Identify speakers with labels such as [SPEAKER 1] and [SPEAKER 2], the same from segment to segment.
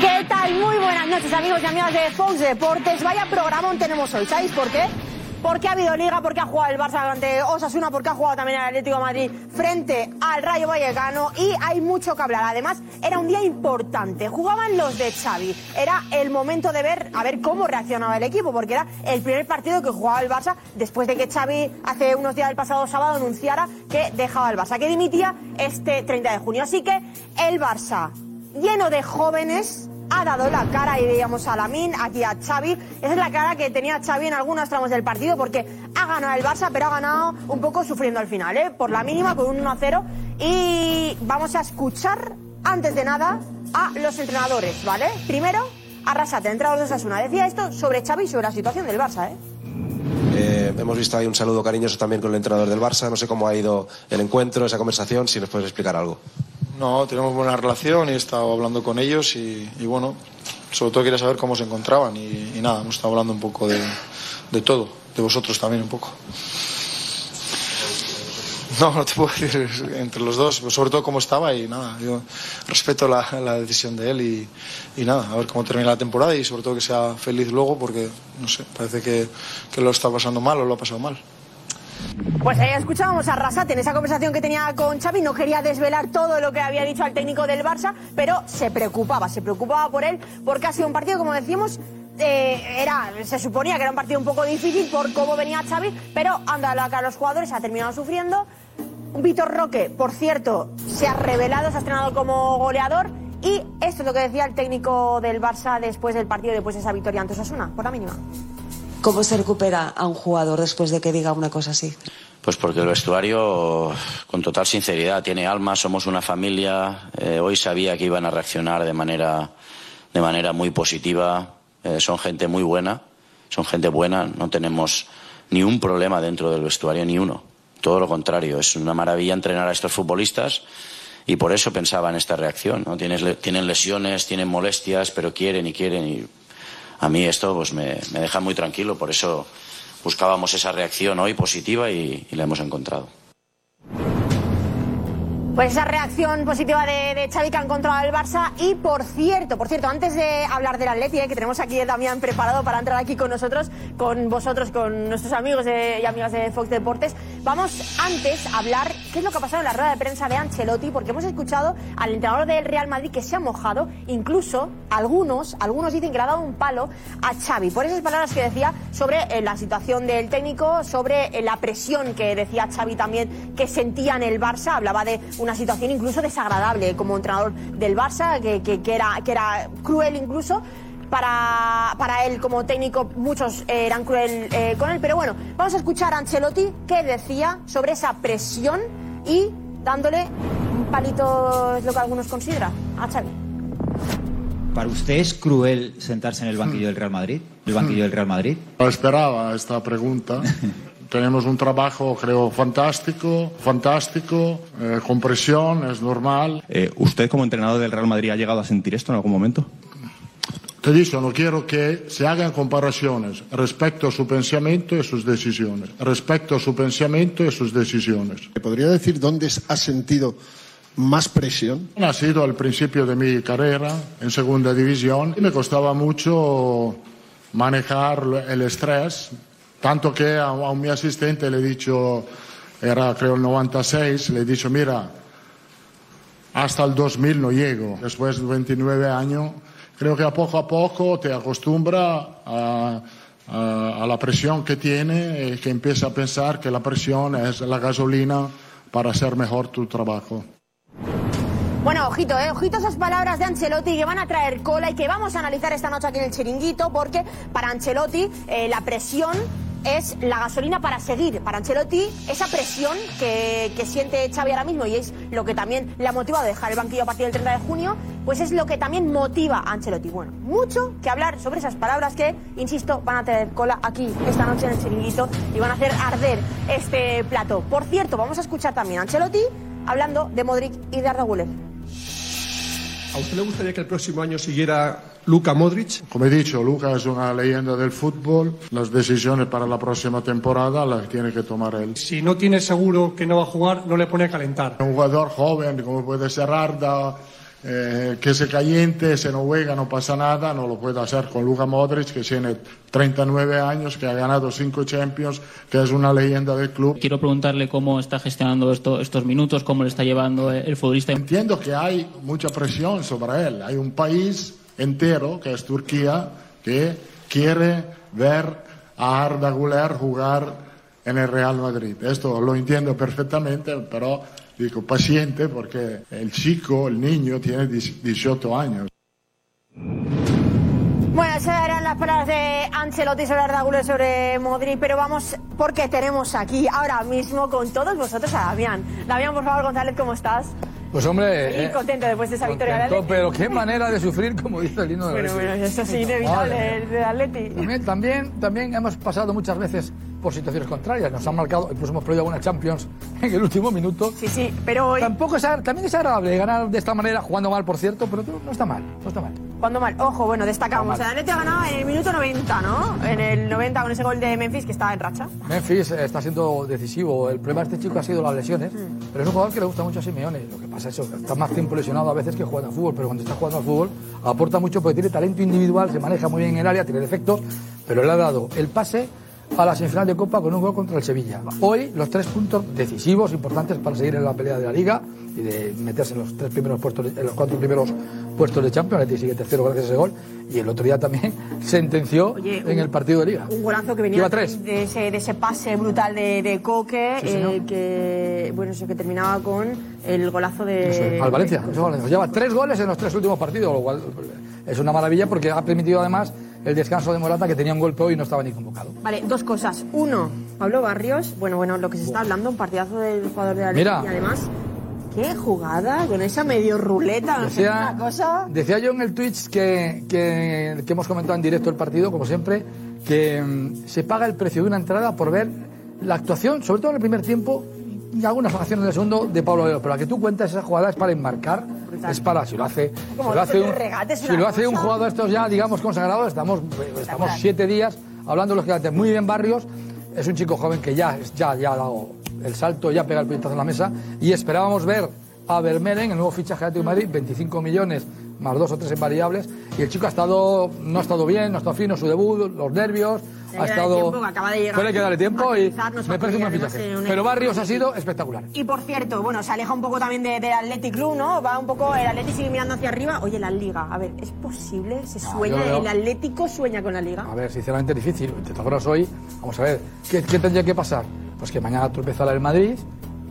[SPEAKER 1] ¿Qué tal? Muy buenas noches, amigos y amigas de Fox Deportes. Vaya programa tenemos hoy, ¿sabéis por qué? Porque ha habido liga, porque ha jugado el Barça ante Osasuna, porque ha jugado también el Atlético de Madrid frente al Rayo Vallecano y hay mucho que hablar. Además, era un día importante. Jugaban los de Xavi. Era el momento de ver a ver cómo reaccionaba el equipo, porque era el primer partido que jugaba el Barça después de que Xavi hace unos días el pasado sábado anunciara que dejaba el Barça, que dimitía este 30 de junio. Así que el Barça lleno de jóvenes, ha dado la cara, y veíamos a Lamin, aquí a Xavi. Esa es la cara que tenía Xavi en algunos tramos del partido, porque ha ganado el Barça, pero ha ganado un poco sufriendo al final, ¿eh? por la mínima, con un 1-0. Y vamos a escuchar, antes de nada, a los entrenadores, ¿vale? Primero, Arrasate, entrenador de Osasuna. Decía esto sobre Xavi y sobre la situación del Barça, ¿eh?
[SPEAKER 2] Eh, hemos visto ahí un saludo cariñoso también con el entrenador del Barça. No sé cómo ha ido el encuentro, esa conversación, si nos puedes explicar algo.
[SPEAKER 3] No, tenemos buena relación y he estado hablando con ellos y, y bueno, sobre todo quería saber cómo se encontraban y, y nada, hemos estado hablando un poco de, de todo, de vosotros también un poco. No, no te puedo decir entre los dos, pero sobre todo cómo estaba y nada, yo respeto la, la decisión de él y, y nada, a ver cómo termina la temporada y sobre todo que sea feliz luego porque, no sé, parece que, que lo está pasando mal o lo ha pasado mal.
[SPEAKER 1] Pues ahí escuchábamos a Arrasate en esa conversación que tenía con Xavi, no quería desvelar todo lo que había dicho al técnico del Barça, pero se preocupaba, se preocupaba por él, porque ha sido un partido, como decimos, eh, era, se suponía que era un partido un poco difícil por cómo venía Xavi, pero han dado la cara a los jugadores, ha terminado sufriendo. Víctor Roque, por cierto, se ha revelado, se ha estrenado como goleador, y esto es lo que decía el técnico del Barça después del partido, después de esa victoria ante Osasuna, por la mínima.
[SPEAKER 4] ¿Cómo se recupera a un jugador después de que diga una cosa así?
[SPEAKER 5] Pues porque el vestuario, con total sinceridad, tiene alma, somos una familia. eh, hoy sabía que iban a reaccionar de manera, de manera muy positiva. eh, son gente muy buena, son gente buena. No tenemos ni un problema dentro del vestuario, ni uno. Todo lo contrario, es una maravilla entrenar a estos futbolistas y por eso pensaba en esta reacción. ¿no? Tienes le- tienen lesiones, tienen molestias, pero quieren y quieren y a mí esto pues me, me deja muy tranquilo, por eso buscábamos esa reacción hoy positiva y, y la hemos encontrado.
[SPEAKER 1] Pues esa reacción positiva de, de Xavi que ha encontrado el Barça. Y por cierto, por cierto, antes de hablar del Atleti, eh, que tenemos aquí a Damián preparado para entrar aquí con nosotros, con vosotros, con nuestros amigos de- y amigas de Fox Deportes, vamos antes a hablar qué es lo que ha pasado en la rueda de prensa de Ancelotti, porque hemos escuchado al entrenador del Real Madrid que se ha mojado, incluso algunos, algunos dicen que le ha dado un palo a Xavi, por esas palabras que decía sobre eh, la situación del técnico, sobre eh, la presión que decía Xavi también que sentía en el Barça, hablaba de una situación incluso desagradable como entrenador del Barça, que, que- que era, que era cruel incluso. Para, para él como técnico muchos eh, eran cruel eh, con él, pero bueno, vamos a escuchar a Ancelotti que decía sobre esa presión y dándole un palito, es lo que algunos consideran, a Xavi.
[SPEAKER 6] ¿Para usted es cruel sentarse en el banquillo del Real Madrid? ¿El banquillo del Real Madrid?
[SPEAKER 7] No esperaba esta pregunta. Tenemos un trabajo, creo, fantástico, fantástico, eh, con presión, es normal.
[SPEAKER 8] Eh, ¿Usted como entrenador del Real Madrid ha llegado a sentir esto en algún momento?
[SPEAKER 7] Te he dicho, no quiero que se hagan comparaciones respecto a su pensamiento y sus decisiones. Respecto a su pensamiento y sus decisiones.
[SPEAKER 9] ¿Me podría decir dónde ha sentido más presión?
[SPEAKER 7] Ha sido al principio de mi carrera en segunda división y me costaba mucho manejar el estrés, tanto que a, a mi asistente le he dicho, era creo el 96, le he dicho, mira, hasta el 2000 no llego. Después de 29 años, creo que a poco a poco te acostumbra a, a- a la presión que tiene y que empieza a pensar que la presión es la gasolina para hacer mejor tu trabajo.
[SPEAKER 1] Bueno, ojito, eh, ojito a esas palabras de Ancelotti que van a traer cola y que vamos a analizar esta noche aquí en el chiringuito, porque para Ancelotti eh, la presión es la gasolina para seguir. Para Ancelotti, esa presión que, que siente Xavi ahora mismo y es lo que también le ha motivado a dejar el banquillo a partir del 30 de junio, pues es lo que también motiva a Ancelotti. Bueno, mucho que hablar sobre esas palabras que, insisto, van a tener cola aquí esta noche en el chiringuito y van a hacer arder este plato. Por cierto, vamos a escuchar también a Ancelotti hablando de Modric y de Arda Güler.
[SPEAKER 10] ¿A usted le gustaría que el próximo año siguiera Luka Modric?
[SPEAKER 11] Como he dicho, Luca es una leyenda del fútbol. Las decisiones para la próxima temporada las tiene que tomar él.
[SPEAKER 10] Si no tiene seguro que no va a jugar, no le pone a calentar.
[SPEAKER 11] Un jugador joven, como puede ser Arda, eh, que se caliente, se no juega, no pasa nada, no lo puede hacer con Luka Modric, que tiene 39 años, que ha ganado 5 Champions, que es una leyenda del club.
[SPEAKER 12] Quiero preguntarle cómo está gestionando esto- estos minutos, cómo le está llevando el futbolista.
[SPEAKER 11] Entiendo que hay mucha presión sobre él. Hay un país entero, que es Turquía, que quiere ver a Arda Güler jugar en el Real Madrid. Esto lo entiendo perfectamente, pero digo paciente porque el chico, el niño, tiene 18 años.
[SPEAKER 1] Bueno, esas eran las palabras de Ancelotti sobre Arda Güler, sobre Modric, pero vamos porque tenemos aquí ahora mismo con todos vosotros a Damián. Damián, por favor, González, ¿cómo estás?
[SPEAKER 13] Pues hombre,
[SPEAKER 1] Y
[SPEAKER 13] eh,
[SPEAKER 1] contento después de esa victoria
[SPEAKER 13] contento,
[SPEAKER 1] del Atleti.
[SPEAKER 13] pero qué manera de sufrir, como dice el himno de
[SPEAKER 1] Bueno, bueno, eso es inevitable el del Atleti.
[SPEAKER 13] También, también, también hemos pasado muchas veces por situaciones contrarias. Nos han marcado, incluso hemos perdido alguna Champions en el último minuto.
[SPEAKER 1] Sí, sí, pero hoy...
[SPEAKER 13] Tampoco es, agra- también es agradable ganar de esta manera, jugando mal, por cierto, pero no está mal, no está mal.
[SPEAKER 1] Cuando mal, ojo, bueno, destacamos. El Atleti ha ganado en el minuto 90, ¿no? En el 90 con ese gol de Memphis que estaba en racha.
[SPEAKER 13] Memphis eh, está siendo decisivo. El problema de este chico ha sido las lesiones, pero es un jugador que le gusta mucho a Simeone. Lo que pasa es que está más tiempo lesionado a veces que jugando al fútbol, pero cuando está jugando al fútbol aporta mucho porque tiene talento individual, se maneja muy bien en el área, tiene defectos, pero le ha dado el pase a la semifinal de Copa con un gol contra el Sevilla. Hoy los tres puntos decisivos, importantes para seguir en la pelea de la Liga y de meterse en los tres primeros puestos, en los cuatro primeros puestos de Champions. El Atleti sigue tercero gracias a ese gol y el otro día también sentenció
[SPEAKER 1] Oye, un-
[SPEAKER 13] en el partido de Liga.
[SPEAKER 1] Un golazo que venía
[SPEAKER 13] Iba tres.
[SPEAKER 1] De, ese, de ese pase brutal de, de Coque,
[SPEAKER 13] Sí, señor.
[SPEAKER 1] eh, que, bueno, eso que terminaba con el golazo de...
[SPEAKER 13] Eso es, al Valencia. eso es Valencia. Lleva tres goles en los tres últimos partidos, lo cual eh, es una maravilla porque ha permitido además el descanso de Morata que tenía un golpe hoy y no estaba ni convocado.
[SPEAKER 1] Vale, dos cosas. Uno, Pablo Barrios, bueno, bueno, lo que se está hablando, un partidazo del jugador de la
[SPEAKER 13] Mira.
[SPEAKER 1] Y además, qué jugada con esa medio ruleta, no sé,
[SPEAKER 13] Decía-
[SPEAKER 1] una cosa.
[SPEAKER 13] Decía yo en el Twitch que, que- que hemos comentado en directo el partido, como siempre, que mm, se paga el precio de una entrada por ver la actuación, sobre todo en el primer tiempo y algunas acciones en el segundo de Pablo Leo. Pero la que tú cuentas esa jugada es para enmarcar, es para si lo hace,
[SPEAKER 1] Como
[SPEAKER 13] si lo hace,
[SPEAKER 1] el
[SPEAKER 13] un,
[SPEAKER 1] regate es
[SPEAKER 13] si
[SPEAKER 1] una
[SPEAKER 13] lo hace un
[SPEAKER 1] cosa.
[SPEAKER 13] jugador de estos ya, digamos, consagrados, estamos, pues, estamos siete días hablando de los que antes. Muy bien, Barrios, es un chico joven que ya, ya, ya ha dado el salto, ya pega el puñetazo en la mesa y esperábamos ver a Vermeren, el nuevo fichaje de Atlético de Madrid, 25 millones más dos o tres en variables y el chico ha estado, no ha estado bien, no ha estado fino, su debut, los nervios,
[SPEAKER 1] Tiene
[SPEAKER 13] ha
[SPEAKER 1] que darle
[SPEAKER 13] estado...
[SPEAKER 1] tiempo, que acaba de llegar
[SPEAKER 13] Puede que darle tiempo y
[SPEAKER 1] actualizarnos,
[SPEAKER 13] me parece un buen
[SPEAKER 1] además,
[SPEAKER 13] fichaje.
[SPEAKER 1] en un
[SPEAKER 13] Pero
[SPEAKER 1] equipo
[SPEAKER 13] Barrios ha sido espectacular.
[SPEAKER 1] Y por cierto, bueno, se aleja un poco también de- del Athletic Club, ¿no? Va un poco, el Athletic sigue mirando hacia arriba. Oye, la Liga, a ver, ¿es posible? ¿Se sueña?
[SPEAKER 13] Ah, yo veo-
[SPEAKER 1] ¿El Atlético sueña con la Liga?
[SPEAKER 13] A ver, sinceramente difícil. Te logras hoy. Vamos a ver, ¿qué, qué tendría que pasar? Pues que mañana tropezara el Madrid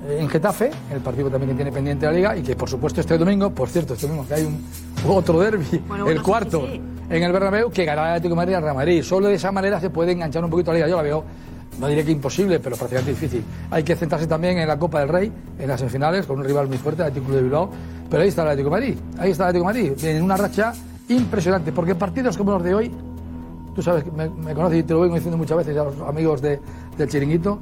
[SPEAKER 13] eh, en Getafe, el partido también que tiene pendiente la liga, y que por supuesto este domingo, por cierto, este domingo que hay un, otro derby, el cuarto, en el Bernabéu, que ganará el Atlético de Madrid al Real Madrid. Solo de esa manera se puede enganchar un poquito la liga. Yo la veo, no diré que imposible, pero prácticamente difícil. Hay que centrarse también en la Copa del Rey, en las semifinales, con un rival muy fuerte, el Atlético Club de Bilbao. Pero ahí está el Atlético de Madrid, ahí está el Atlético de Madrid, en una racha impresionante, porque partidos como los de hoy tú sabes, que me, me conoces y te lo vengo diciendo muchas veces a los amigos de, del chiringuito,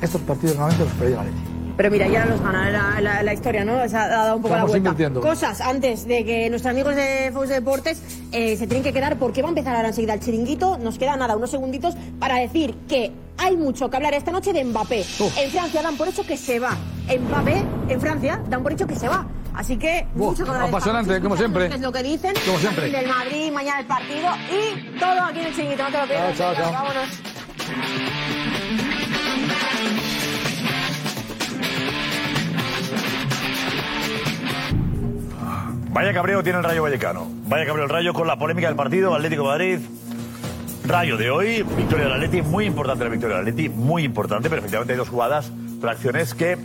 [SPEAKER 13] estos partidos normalmente los perdía la Leti.
[SPEAKER 1] Pero mira, ya los gana la, la- la historia, ¿no? Se ha dado un poco
[SPEAKER 13] Estamos
[SPEAKER 1] la vuelta.
[SPEAKER 13] invirtiendo.
[SPEAKER 1] Cosas antes de que nuestros amigos de Fox Deportes eh, se tienen que quedar, porque va a empezar ahora enseguida el chiringuito. Nos queda nada, unos segunditos para decir que hay mucho que hablar esta noche de Mbappé. En Francia dan por hecho que se va. Mbappé, en Francia, dan por hecho que se va. Así que,
[SPEAKER 13] Buah,
[SPEAKER 1] mucho que hablar esta
[SPEAKER 13] apasionante,
[SPEAKER 1] noche.
[SPEAKER 13] como siempre.
[SPEAKER 1] Es lo que dicen.
[SPEAKER 13] Como siempre.
[SPEAKER 1] Madrid Del Madrid, mañana el partido y todo aquí en el chiringuito. No te lo pierdas.
[SPEAKER 13] Chao, chao,
[SPEAKER 1] Venga,
[SPEAKER 13] chao.
[SPEAKER 1] Vámonos.
[SPEAKER 14] Vaya cabreo tiene el Rayo Vallecano. Vaya cabreo el Rayo con la polémica del partido Atlético Madrid. Rayo de hoy, victoria del Atleti, muy importante la victoria del Atleti, muy importante, pero efectivamente hay dos jugadas, dos acciones que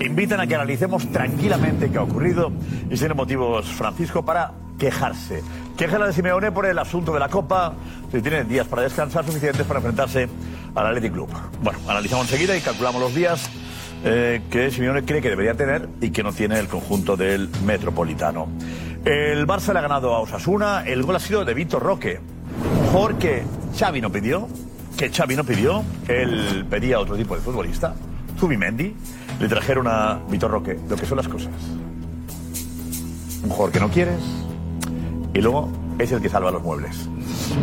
[SPEAKER 14] invitan a que analicemos tranquilamente qué ha ocurrido y si tiene motivos, Francisco, para quejarse. Queja de Simeone por el asunto de la Copa, si tiene días para descansar suficientes para enfrentarse al Athletic Club. Bueno, analizamos enseguida y calculamos los días eh, que Simeone cree que debería tener y que no tiene el conjunto del Metropolitano. El Barça le ha ganado a Osasuna, el gol ha sido de Vitor Roque. Jorge Xavi no pidió, que Xavi no pidió, él pedía otro tipo de futbolista, Zubimendi, le trajeron a Vitor Roque, lo que son las cosas. Un jugador que no quieres y luego es el que salva los muebles.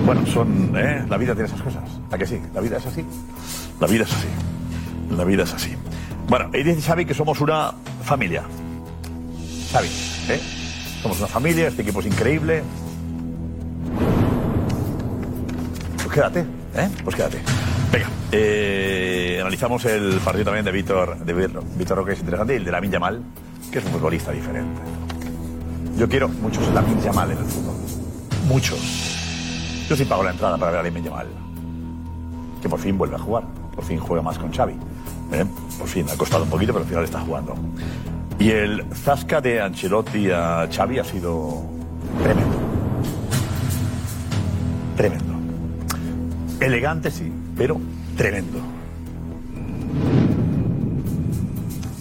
[SPEAKER 14] Bueno, son, ¿eh? la vida tiene esas cosas, ¿a que sí? La vida es así, la vida es así, la vida es así. Bueno, y dice Xavi que somos una familia. Xavi, ¿eh? Somos una familia, este equipo es increíble. Pues quédate, ¿eh? Pues quédate. Venga, eh, analizamos el partido también de Víctor, de Víctor- Víctor Roque, que es interesante, y el de Lamin Yamal, que es un futbolista diferente. Yo quiero muchos Lamin Yamal en el fútbol. Muchos. Yo sí pago la entrada para ver a Lamin Yamal. Que por fin vuelve a jugar. Por fin juega más con Xavi. ¿eh? Por fin, ha costado un poquito, pero al final está jugando. Y el zasca de Ancelotti a Xavi ha sido tremendo. Tremendo. Elegante sí, pero tremendo.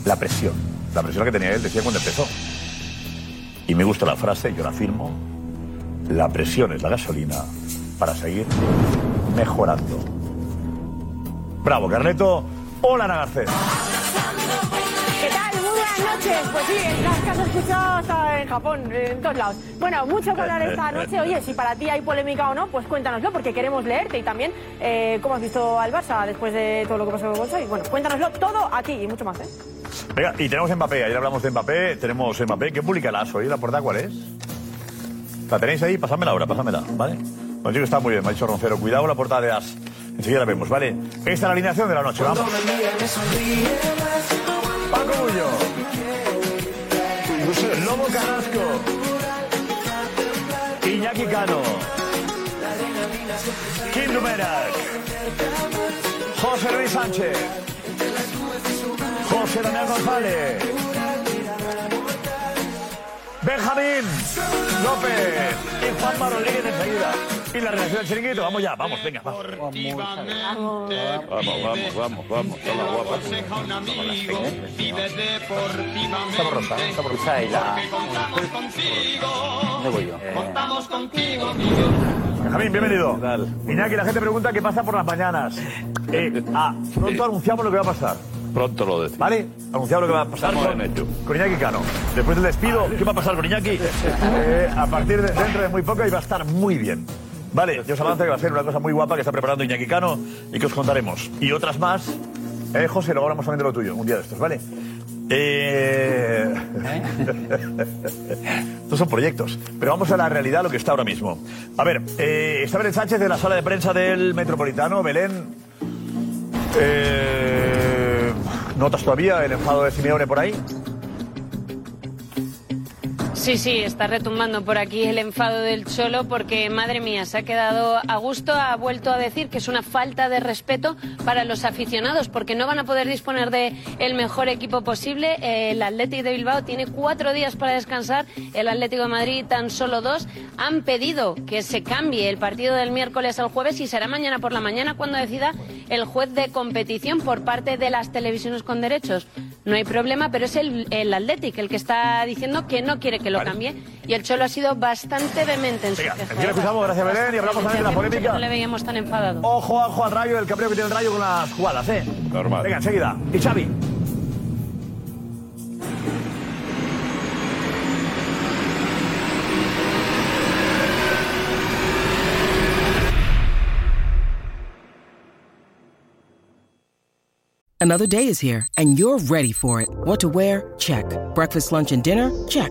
[SPEAKER 14] La presión. La presión que tenía él, decía cuando empezó. Y me gusta la frase, yo la firmo. La presión es la gasolina para seguir mejorando. Bravo, Carleto. Hola, Ana Garcés.
[SPEAKER 1] ¿Qué tal? Muy buenas noches. Pues sí, el las que has escuchado hasta en Japón, en todos lados. Bueno, mucho que hablar esta noche. Oye, si para ti hay polémica o no, pues cuéntanoslo, porque queremos leerte y también eh, cómo has visto al Barça después de todo lo que pasó con Soy. Bueno, cuéntanoslo todo aquí y mucho más, ¿eh?
[SPEAKER 14] Venga, y tenemos Mbappé, ayer hablamos de Mbappé, tenemos Mbappé, ¿qué publica la ASO? ¿Y la portada cuál es? ¿La tenéis ahí? Pásamela ahora, pásamela, ¿vale? Bueno, chicos, está muy bien, me ha dicho Roncero, cuidado la portada de AS. Enseguida la vemos, ¿vale? Esta es la alineación de la noche, vamos. Paco Bullo. Lobo Carrasco. Iñaki Cano. Kim Dumerak. José Luis Sánchez. José Damián González. Benjamín López y Juanma Rodríguez enseguida. Y la relación del chiringuito, vamos ya, vamos, venga, vamos. Vamos, vamos, vamos, vamos. Toma, guapa. Estamos rosa, estamos rosa y la... ¿Dónde voy yo?
[SPEAKER 15] Contamos contigo,
[SPEAKER 14] Benjamín, bienvenido. Iñaki, la gente pregunta qué pasa por las mañanas. Eh, ah, pronto anunciamos lo que va a pasar.
[SPEAKER 16] Pronto lo decimos.
[SPEAKER 14] ¿Vale? Anunciamos lo que va a pasar
[SPEAKER 16] Estamos
[SPEAKER 14] con,
[SPEAKER 16] en ello.
[SPEAKER 14] con Iñaki Cano. Después del despido, ¿qué va a pasar con Iñaki? Eh, a partir de dentro de muy poco y va a estar muy bien. Vale, yo os avanzo que va a ser una cosa muy guapa que está preparando Iñaki Cano y que os contaremos. Y otras más. Eh, José, luego hablamos también de lo tuyo, un día de estos, ¿vale? Eh... Estos son proyectos. Pero vamos a la realidad, lo que está ahora mismo. A ver, eh, está Belén Sánchez de la sala de prensa del Metropolitano. Belén, eh, ¿notas todavía el enfado de Simeone por ahí?
[SPEAKER 4] Sí, sí, está retumbando por aquí el enfado del Cholo porque, madre mía, se ha quedado a gusto, ha vuelto a decir que es una falta de respeto para los aficionados porque no van a poder disponer de el mejor equipo posible. Eh, El Atlético de Bilbao tiene cuatro días para descansar, el Atlético de Madrid tan solo dos. Han pedido que se cambie el partido del miércoles al jueves y será mañana por la mañana cuando decida el juez de competición por parte de las televisiones con derechos. No hay problema, pero es el, el Athletic el que está diciendo que no quiere que lo cambie. Y el Cholo ha sido bastante vehemente en su queja.
[SPEAKER 14] Aquí la escuchamos, gracias Belén, y hablamos también de la
[SPEAKER 4] Hace mucho que
[SPEAKER 14] polémica.
[SPEAKER 4] No le veíamos tan enfadado.
[SPEAKER 14] Ojo, ojo al rayo, el cabreo que tiene el rayo con las jugadas, ¿eh? Normal. Venga, enseguida. Y Xavi.
[SPEAKER 17] Another day is here, and you're ready for it. What to wear? Check. Breakfast, lunch, and dinner? Check.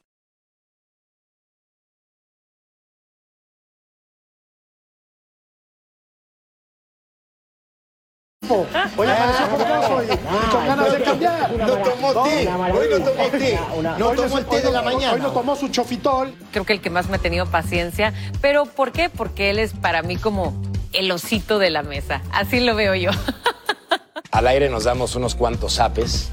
[SPEAKER 15] equipo. Hoy apareció por abajo y con ganas de cambiar. No tomó té. Hoy no tomó té. No tomó el té de la mañana.
[SPEAKER 9] Hoy no tomó su chofitol.
[SPEAKER 16] Creo que el que más me ha tenido paciencia. ¿Pero por qué? Porque él es para mí como el osito de la mesa. Así lo veo yo.
[SPEAKER 18] Al aire nos damos unos cuantos zapes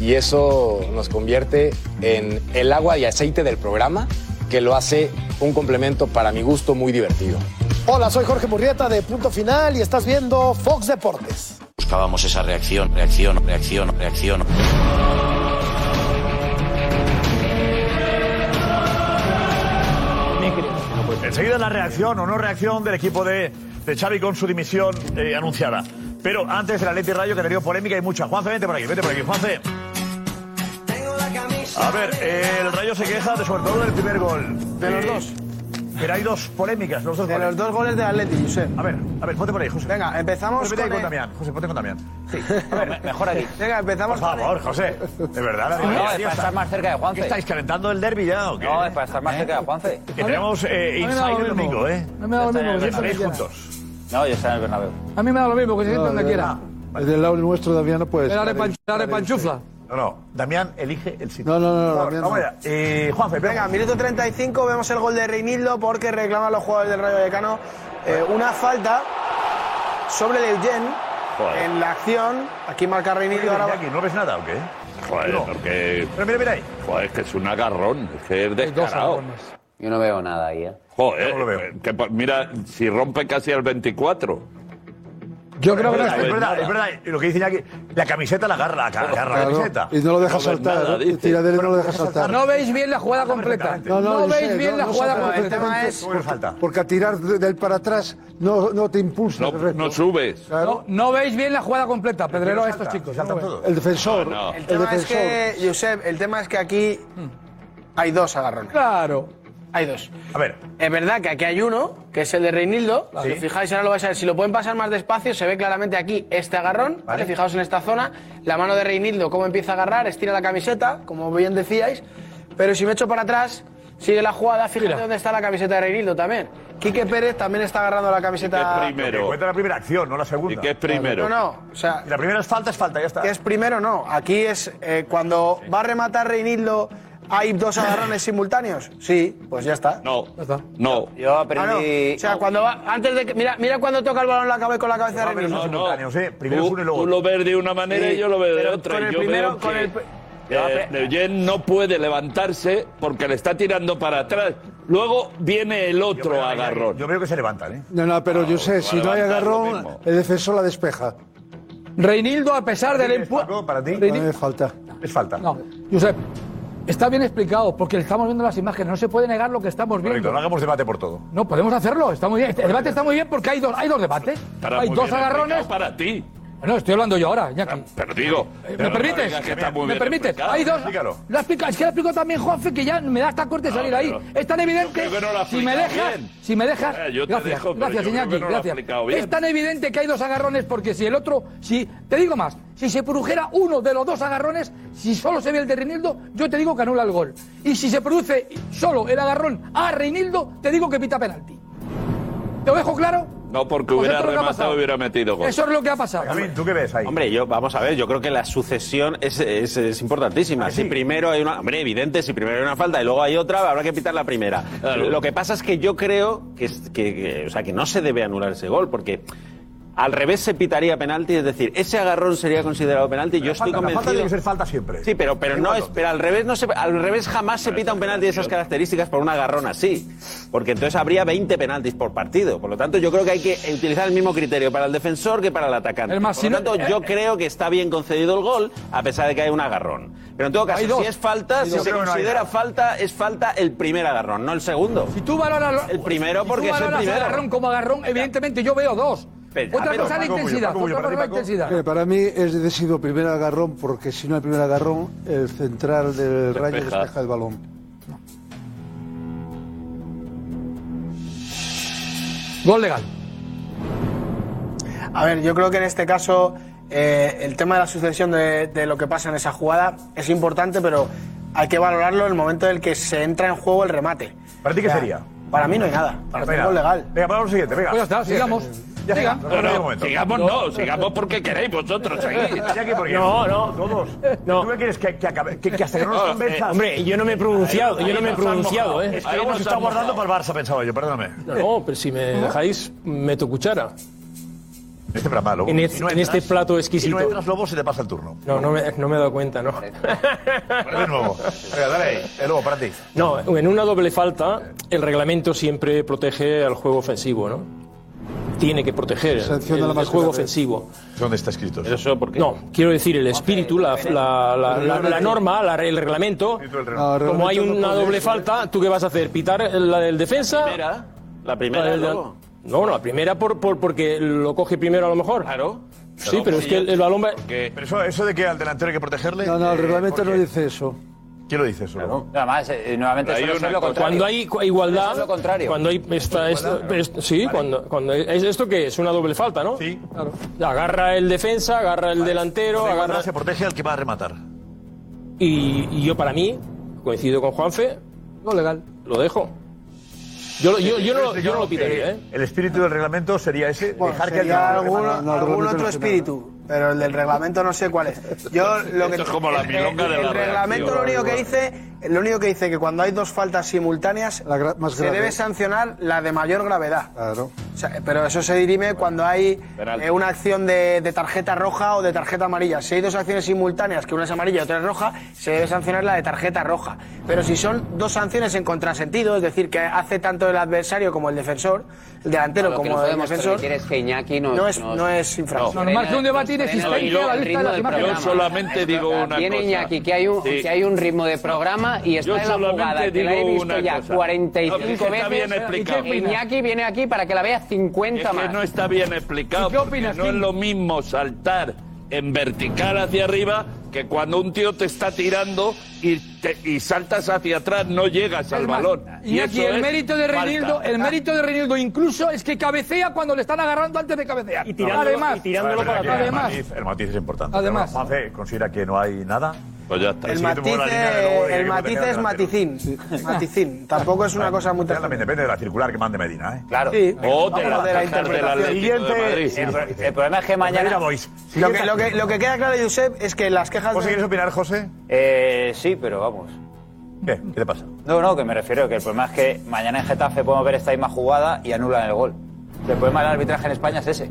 [SPEAKER 18] y eso nos convierte en el agua y aceite del programa que lo hace un complemento para mi gusto muy divertido.
[SPEAKER 15] Hola, soy Jorge Murrieta de Punto Final y estás viendo Fox Deportes.
[SPEAKER 5] Buscábamos esa reacción, reacción, reacción, reacción.
[SPEAKER 14] Enseguida la reacción o no reacción del equipo de, de Xavi con su dimisión eh, anunciada. Pero antes el Atleti Rayo que ha tenido polémica y mucha. Juanfe, vente por aquí, vente por aquí, Juanfe. A ver, eh, el Rayo se queja de, sobre todo del primer gol.
[SPEAKER 15] De los
[SPEAKER 14] Eh,
[SPEAKER 15] dos.
[SPEAKER 14] Pero hay dos polémicas, los dos
[SPEAKER 15] De
[SPEAKER 14] goles.
[SPEAKER 15] los dos goles de Atleti, Josep.
[SPEAKER 14] A ver, a ver, ponte por ahí, José.
[SPEAKER 15] Venga, empezamos
[SPEAKER 14] Ponte ahí
[SPEAKER 15] con
[SPEAKER 14] con
[SPEAKER 15] el-
[SPEAKER 14] Damián. José, ponte con Damián. Sí. A ver,
[SPEAKER 15] mejor aquí.
[SPEAKER 14] Venga, empezamos. Por favor, José. De verdad, la
[SPEAKER 19] No,
[SPEAKER 14] rivalidad, tío,
[SPEAKER 19] es para
[SPEAKER 14] está-
[SPEAKER 19] estar más cerca de Juanfe.
[SPEAKER 14] ¿Qué estáis calentando el derbi ya o qué? ¿Eh?
[SPEAKER 19] No, es para estar más cerca de Juanfe.
[SPEAKER 14] Que tenemos eh,
[SPEAKER 13] no me da lo
[SPEAKER 14] Inside el
[SPEAKER 13] mismo.
[SPEAKER 14] domingo, ¿eh?
[SPEAKER 13] No me da lo
[SPEAKER 14] Está en el
[SPEAKER 13] mismo, que
[SPEAKER 14] Bernabéu.
[SPEAKER 13] siempre
[SPEAKER 14] Estáis juntos.
[SPEAKER 19] No, yo estoy en el Bernabéu.
[SPEAKER 13] A mí me da lo mismo, que se siente donde quiera.
[SPEAKER 9] Desde el lado nuestro, Damián, no puedes.
[SPEAKER 13] Me la repan- la repanchufla.
[SPEAKER 14] No, no. Damián elige el sitio.
[SPEAKER 9] No, no, no, no,
[SPEAKER 14] Por favor,
[SPEAKER 9] Damián no.
[SPEAKER 14] Vamos allá. Eh, Juanfe,
[SPEAKER 15] Venga, minuto 35, vemos el gol de Reinildo porque reclaman los jugadores del Rayo Vallecano eh, una falta sobre Leyen
[SPEAKER 14] Joder.
[SPEAKER 15] en la acción. Aquí marca Reinildo ahora. Pues
[SPEAKER 14] aquí, ¿no ves nada o qué?
[SPEAKER 20] Ah, Joder, porque.
[SPEAKER 14] Pero mira, mira ahí.
[SPEAKER 20] Joder, es que es un agarrón, es que es descarado.
[SPEAKER 19] Yo no veo nada ahí, ¿eh?
[SPEAKER 20] Joder, que po- mira, si rompe casi al 24.
[SPEAKER 9] Yo
[SPEAKER 14] creo
[SPEAKER 20] que no
[SPEAKER 14] es verdad,
[SPEAKER 20] sabes
[SPEAKER 14] es verdad,
[SPEAKER 20] nada.
[SPEAKER 14] es verdad. Lo que dice Iñaki, la camiseta la agarra, la agarra la
[SPEAKER 9] Claro,
[SPEAKER 14] camiseta.
[SPEAKER 9] y no lo deja
[SPEAKER 14] ves
[SPEAKER 9] saltar.
[SPEAKER 14] nada,
[SPEAKER 9] ¿eh?
[SPEAKER 14] dice.
[SPEAKER 9] el tiradero no lo deja saltar.
[SPEAKER 13] No veis bien la jugada completa. No,
[SPEAKER 9] No, no, Josep,
[SPEAKER 13] veis bien
[SPEAKER 9] no,
[SPEAKER 13] la
[SPEAKER 9] no
[SPEAKER 13] jugada
[SPEAKER 9] salta.
[SPEAKER 13] completa.
[SPEAKER 9] El tema es-
[SPEAKER 14] ¿Cómo le falta?
[SPEAKER 9] Porque a tirar de- del para atrás no, no te impulsa.
[SPEAKER 20] No, no subes.
[SPEAKER 13] No, no veis bien la jugada completa, Pedrero, a estos chicos. no lo veis.
[SPEAKER 9] El defensor.
[SPEAKER 15] El
[SPEAKER 9] El
[SPEAKER 15] tema pues. es
[SPEAKER 9] defensor.
[SPEAKER 15] que, Josep, el tema es que aquí
[SPEAKER 14] Hmm.
[SPEAKER 15] hay dos agarrones.
[SPEAKER 13] Claro.
[SPEAKER 15] Hay dos.
[SPEAKER 14] A ver.
[SPEAKER 15] Es verdad que aquí hay uno, que es el de Reinildo. Si os fijáis, ahora lo vais a ver. Si lo pueden pasar más despacio, se ve claramente aquí este agarrón. ¿vale?
[SPEAKER 14] Vale.
[SPEAKER 15] Fijaos en esta zona. La mano de Reinildo, cómo empieza a agarrar, estira la camiseta, como bien decíais. Pero si me echo para atrás, sigue la jugada. Fíjate dónde está la camiseta de Reinildo también. Quique Pérez también está agarrando la camiseta.
[SPEAKER 14] Lo que cuenta la primera acción, no la segunda. ¿Y qué es
[SPEAKER 15] primero? No, no, o sea...
[SPEAKER 14] La primera es falta, es falta, ya está.
[SPEAKER 15] Que es primero, no. Aquí es eh, cuando va a rematar Reinildo, hay dos agarrones simultáneos. Sí, pues ya está.
[SPEAKER 20] No. No.
[SPEAKER 19] Yo
[SPEAKER 15] Ah, no. O sea, cuando va. Antes de que. Mira, mira cuando toca el balón la cabeza con la cabeza de Reinildo.
[SPEAKER 20] Primero tú, tú lo ves de una manera
[SPEAKER 15] Sí,
[SPEAKER 20] y yo lo veo de
[SPEAKER 15] pero
[SPEAKER 20] otra.
[SPEAKER 15] con
[SPEAKER 20] y
[SPEAKER 15] el
[SPEAKER 20] yo
[SPEAKER 15] primero-
[SPEAKER 20] veo
[SPEAKER 15] con
[SPEAKER 20] que,
[SPEAKER 15] el pr-
[SPEAKER 20] eh, Neuyen no puede levantarse porque le está tirando para atrás. Luego viene el otro agarrón.
[SPEAKER 14] Yo veo que se levantan, ¿eh?
[SPEAKER 9] No, no, pero yo sé, si no hay
[SPEAKER 20] levantar lo
[SPEAKER 9] agarrón, el defensor la despeja.
[SPEAKER 13] Reinildo, a pesar del empuje.
[SPEAKER 14] ¿Para ti?
[SPEAKER 9] No es falta.
[SPEAKER 14] Es falta.
[SPEAKER 13] No, Josep, está bien explicado porque estamos viendo las imágenes. No se puede negar lo que estamos
[SPEAKER 14] Correcto,
[SPEAKER 13] viendo.
[SPEAKER 14] no hagamos debate por todo.
[SPEAKER 13] No, podemos hacerlo, está muy bien. Este debate está muy bien porque hay dos, hay dos debates.
[SPEAKER 20] Estará
[SPEAKER 13] hay
[SPEAKER 20] muy
[SPEAKER 13] dos
[SPEAKER 20] bien
[SPEAKER 13] agarrones.
[SPEAKER 20] explicado Para ti. Ah,
[SPEAKER 13] No, estoy hablando yo ahora, Iñaki.
[SPEAKER 20] Pero digo.
[SPEAKER 13] ¿Me
[SPEAKER 20] pero no
[SPEAKER 13] permites?
[SPEAKER 20] digas que está muy
[SPEAKER 13] ¿Me
[SPEAKER 20] bien
[SPEAKER 13] permites?
[SPEAKER 20] explicado.
[SPEAKER 13] Hay dos.
[SPEAKER 20] Explícalo.
[SPEAKER 13] Lo ha explicado- es que lo ha explicado también Juanfe, que ya me da esta corte salir ahí. Es tan evidente.
[SPEAKER 19] Ah, creo que no lo ha
[SPEAKER 13] si me
[SPEAKER 19] explicado
[SPEAKER 13] dejas.
[SPEAKER 19] bien.
[SPEAKER 13] Si me dejas.
[SPEAKER 19] Eh, yo te
[SPEAKER 13] gracias,
[SPEAKER 19] dejo, pero
[SPEAKER 13] gracias,
[SPEAKER 19] yo creo
[SPEAKER 13] Iñaki.
[SPEAKER 19] que no lo ha
[SPEAKER 13] gracias.
[SPEAKER 19] explicado bien.
[SPEAKER 13] Es tan evidente que hay dos agarrones porque si el otro. si Te digo más. Si se produjera uno de los dos agarrones, si solo se ve el de Reinildo, yo te digo que anula el gol. Y si se produce solo el agarrón a Reinildo, te digo que pita penalti. ¿Te lo dejo claro?
[SPEAKER 20] No, porque
[SPEAKER 13] Pues
[SPEAKER 20] hubiera
[SPEAKER 13] esto es lo que ha
[SPEAKER 20] rematado
[SPEAKER 13] pasado.
[SPEAKER 20] y hubiera metido gol.
[SPEAKER 13] Eso es lo que ha pasado.
[SPEAKER 14] ¿tú qué ves ahí?
[SPEAKER 2] Hombre, yo, vamos a ver, yo creo que la sucesión es, es- es importantísima.
[SPEAKER 14] Ah,
[SPEAKER 2] Si primero hay una. Hombre, evidente, si primero hay una falta y luego hay otra, habrá que pitar la primera.
[SPEAKER 20] Claro.
[SPEAKER 2] Lo que pasa es que yo creo que, es- que- que- o sea, que no se debe anular ese gol, porque. Al revés se pitaría penalti, es decir, ese agarrón sería considerado penalti. Yo estoy
[SPEAKER 14] Falta, la falta
[SPEAKER 2] convencido.
[SPEAKER 14] tiene que ser falta siempre.
[SPEAKER 2] Sí, pero, pero no es, pero al revés no se, al revés jamás se pita un penalti de esas características por un agarrón así, porque entonces habría 20 penaltis por partido. Por lo tanto, yo creo que hay que utilizar el mismo criterio para el defensor que para el atacante.
[SPEAKER 13] El eh, más,
[SPEAKER 2] por
[SPEAKER 13] si
[SPEAKER 2] lo
[SPEAKER 13] no-
[SPEAKER 2] tanto, yo creo que está bien concedido el gol a pesar de que hay un agarrón. Pero en todo
[SPEAKER 13] Hay
[SPEAKER 2] caso,
[SPEAKER 13] dos.
[SPEAKER 2] si es falta,
[SPEAKER 13] Hay
[SPEAKER 2] si
[SPEAKER 13] dos.
[SPEAKER 2] se
[SPEAKER 13] Yo creo que no hay
[SPEAKER 2] considera
[SPEAKER 13] nada.
[SPEAKER 2] falta, es falta el primer agarrón, no el segundo.
[SPEAKER 13] Si tú valoras lo-
[SPEAKER 2] el primero
[SPEAKER 13] si tú
[SPEAKER 2] porque es el
[SPEAKER 13] valoras
[SPEAKER 2] primero.
[SPEAKER 13] agarrón como agarrón, evidentemente yo veo dos.
[SPEAKER 2] Pero-
[SPEAKER 13] otra
[SPEAKER 2] ah, pero-
[SPEAKER 13] cosa es la
[SPEAKER 2] Paco Bullo,
[SPEAKER 13] intensidad,
[SPEAKER 2] Paco Bullo,
[SPEAKER 13] otra cosa es la
[SPEAKER 2] para ti, Paco.
[SPEAKER 13] intensidad.
[SPEAKER 9] Mira, para mí es decidido primer agarrón, porque si no hay primer agarrón, el central del
[SPEAKER 2] Despeja.
[SPEAKER 9] rayo despeja el balón.
[SPEAKER 13] Gol legal.
[SPEAKER 15] A ver, yo creo que en este caso eh, el tema de la sucesión de, de lo que pasa en esa jugada es importante, pero hay que valorarlo en el momento en el que se entra en juego el remate.
[SPEAKER 14] ¿Para ti qué sería?
[SPEAKER 15] Para mí no hay nada. Para mí es legal.
[SPEAKER 14] Venga, vamos al siguiente, venga.
[SPEAKER 15] Pues ya está,
[SPEAKER 14] Siguiente.
[SPEAKER 15] sigamos.
[SPEAKER 14] Ya siga.
[SPEAKER 20] No, no, sigamos no, sigamos porque queréis vosotros aquí.
[SPEAKER 14] Iñaki, porque-
[SPEAKER 21] No, no.
[SPEAKER 14] Todos. ¿Tú qué quieres que, que, acabe- que- que hasta que no nos
[SPEAKER 21] No, eh,
[SPEAKER 14] convenzas?
[SPEAKER 21] hombre, yo no me he pronunciado, yo no me he
[SPEAKER 14] Ahí nos han
[SPEAKER 21] pronunciado,
[SPEAKER 14] mojado.
[SPEAKER 21] eh.
[SPEAKER 14] Es
[SPEAKER 21] Ahí
[SPEAKER 14] que luego
[SPEAKER 21] nos
[SPEAKER 14] se está
[SPEAKER 21] han
[SPEAKER 14] guardando
[SPEAKER 21] mojado.
[SPEAKER 14] para el Barça, pensaba yo, perdóname.
[SPEAKER 21] No, pero si me dejáis, meto cuchara.
[SPEAKER 14] Este programa, Lobo.
[SPEAKER 21] En,
[SPEAKER 14] Si
[SPEAKER 21] es-
[SPEAKER 14] no
[SPEAKER 21] en este
[SPEAKER 14] entras-
[SPEAKER 21] plato
[SPEAKER 14] Si
[SPEAKER 21] exquisito.
[SPEAKER 14] no entras, Lobo, se te pasa el turno.
[SPEAKER 21] No, no me, no me he dado cuenta, no.
[SPEAKER 14] Bueno, de nuevo. Venga, dale ahí. El Lobo, para ti.
[SPEAKER 21] No, en una doble falta, el reglamento siempre protege al juego ofensivo, ¿no? Tiene que proteger el,
[SPEAKER 14] Sanción de la
[SPEAKER 21] el
[SPEAKER 14] máxima
[SPEAKER 21] juego
[SPEAKER 14] red.
[SPEAKER 21] ofensivo.
[SPEAKER 14] ¿Dónde está escrito?
[SPEAKER 2] Eso porque...
[SPEAKER 21] No, quiero decir, el espíritu, la, la- la- la- la norma, la- el reglamento,
[SPEAKER 2] No,
[SPEAKER 21] como hay
[SPEAKER 2] Ah, reglamento no
[SPEAKER 21] una
[SPEAKER 2] puede
[SPEAKER 21] doble
[SPEAKER 2] ser.
[SPEAKER 21] falta, ¿tú qué vas a hacer? ¿Pitar la del defensa?
[SPEAKER 2] La
[SPEAKER 21] La
[SPEAKER 2] primera,
[SPEAKER 21] del-
[SPEAKER 2] luego.
[SPEAKER 21] No, no, la primera por, por- porque lo coge primero a lo mejor. Claro. Sí, pero es que el, el balón va...
[SPEAKER 14] Pero eso, eso de que al delantero hay que protegerle.
[SPEAKER 9] No, no, el
[SPEAKER 14] eh,
[SPEAKER 9] reglamento
[SPEAKER 14] ¿por
[SPEAKER 9] no
[SPEAKER 14] qué?
[SPEAKER 9] dice eso.
[SPEAKER 14] ¿Quién lo dice eso? Lobo?
[SPEAKER 6] Nada más, eh, nuevamente,
[SPEAKER 14] Pero hay
[SPEAKER 6] suele
[SPEAKER 14] una
[SPEAKER 6] ser lo
[SPEAKER 14] cosa-
[SPEAKER 6] contrario.
[SPEAKER 21] Cuando hay cu- igualdad,
[SPEAKER 6] Eso es lo contrario.
[SPEAKER 21] cuando hay esta, esto- esto- sí, cuando, cuando es esto que es una doble falta, ¿no? Sí, claro. Agarra el defensa, agarra el delantero,
[SPEAKER 14] Cuando hay
[SPEAKER 21] agarra
[SPEAKER 14] igualdad, Se protege al que va a rematar.
[SPEAKER 21] y, y yo para mí coincido con Juanfe,
[SPEAKER 9] no legal,
[SPEAKER 21] lo dejo. Yo, lo- yo, yo no, lo- yo no lo pitaría,
[SPEAKER 14] pidaría,
[SPEAKER 21] ¿eh?
[SPEAKER 14] El espíritu del reglamento sería ese. dejar que
[SPEAKER 15] Sería
[SPEAKER 14] alguien-
[SPEAKER 15] algún,
[SPEAKER 14] No, no, el
[SPEAKER 15] algún
[SPEAKER 14] reglamento
[SPEAKER 15] otro
[SPEAKER 14] no se nada.
[SPEAKER 15] espíritu, pero el del reglamento no sé cuál es. Yo lo que
[SPEAKER 14] Esto es como la
[SPEAKER 15] el-
[SPEAKER 14] milonga
[SPEAKER 15] el,
[SPEAKER 14] de la
[SPEAKER 15] el reglamento lo
[SPEAKER 14] reacción,
[SPEAKER 15] único que
[SPEAKER 14] igual.
[SPEAKER 15] dice, lo único que dice que cuando hay dos faltas simultáneas
[SPEAKER 9] más
[SPEAKER 15] se
[SPEAKER 9] grave.
[SPEAKER 15] debe sancionar la de mayor gravedad.
[SPEAKER 14] Ah.
[SPEAKER 9] claro.
[SPEAKER 15] O sea, pero eso se dirime cuando hay eh, una acción de, de tarjeta roja o de tarjeta amarilla. Si hay dos acciones simultáneas, que una es amarilla y otra es roja, se debe sancionar la de tarjeta roja. Pero si son dos sanciones en contrasentido, es decir, que hace tanto el adversario como el defensor, el delantero
[SPEAKER 6] No, lo que
[SPEAKER 15] como
[SPEAKER 6] no
[SPEAKER 15] el
[SPEAKER 6] podemos
[SPEAKER 15] defensor,
[SPEAKER 6] permitir es que Iñaki nos-
[SPEAKER 15] no es,
[SPEAKER 6] nos-
[SPEAKER 15] no es infracción.
[SPEAKER 6] No. Normal que un debate Nos frena- inexistente nos frena a la el vista de ritmo las del imágenes.
[SPEAKER 15] imágenes.
[SPEAKER 6] programa.
[SPEAKER 20] Yo solamente digo una
[SPEAKER 6] Tiene
[SPEAKER 20] cosa.
[SPEAKER 6] Iñaki que hay, un,
[SPEAKER 20] Sí.
[SPEAKER 6] que hay un ritmo de programa y
[SPEAKER 20] Yo
[SPEAKER 6] está en la
[SPEAKER 20] solamente
[SPEAKER 6] jugada que la he
[SPEAKER 20] digo
[SPEAKER 6] visto
[SPEAKER 20] una
[SPEAKER 6] ya
[SPEAKER 20] cosa.
[SPEAKER 6] 45
[SPEAKER 20] No, pero es que está
[SPEAKER 6] veces.
[SPEAKER 20] bien explicado.
[SPEAKER 6] y Iñaki viene aquí para que la vea 50
[SPEAKER 20] Es que
[SPEAKER 6] más.
[SPEAKER 20] no está bien explicado. porque No es lo mismo saltar en vertical hacia arriba que cuando un tío te está tirando y, te- y saltas hacia atrás no llegas al
[SPEAKER 13] Es más,
[SPEAKER 20] balón.
[SPEAKER 13] Y aquí
[SPEAKER 20] eso
[SPEAKER 13] el
[SPEAKER 20] es
[SPEAKER 13] mérito de
[SPEAKER 20] falta.
[SPEAKER 13] Reinildo, el mérito de Reinildo incluso es que cabecea cuando le están agarrando antes de cabecear. Y además,
[SPEAKER 14] Vale, pero aquí el
[SPEAKER 13] además,
[SPEAKER 14] matiz- El matiz es importante.
[SPEAKER 13] Además.
[SPEAKER 14] Pero Juanfe considera que no hay nada.
[SPEAKER 20] Pues ya está.
[SPEAKER 14] El
[SPEAKER 15] El
[SPEAKER 14] siguiente
[SPEAKER 15] matiz,
[SPEAKER 14] pongo la línea de luego de
[SPEAKER 15] eh, el
[SPEAKER 14] que
[SPEAKER 15] matiz
[SPEAKER 14] tenga
[SPEAKER 15] es
[SPEAKER 14] delantero.
[SPEAKER 15] maticín. Maticín. Tampoco es una cosa muy
[SPEAKER 14] También depende de la circular que mande Medina, ¿eh?
[SPEAKER 6] Claro.
[SPEAKER 15] Sí.
[SPEAKER 20] O de la,
[SPEAKER 15] Vamos de la
[SPEAKER 20] caja del
[SPEAKER 15] interpretación.
[SPEAKER 20] Atlético de Madrid.
[SPEAKER 14] Sí, sí.
[SPEAKER 6] El problema es que mañana.
[SPEAKER 14] Medina Boys.
[SPEAKER 15] Lo que, lo, que, lo que queda claro, Josep, es que las quejas.
[SPEAKER 14] ¿Vos
[SPEAKER 15] de-
[SPEAKER 14] quieres opinar, José?
[SPEAKER 6] Eh, sí, pero vamos.
[SPEAKER 14] ¿Qué? ¿Qué te pasa?
[SPEAKER 6] No, no, que me refiero que el problema es que mañana en Getafe podemos ver esta misma jugada y anulan el gol. El problema del arbitraje en España es ese.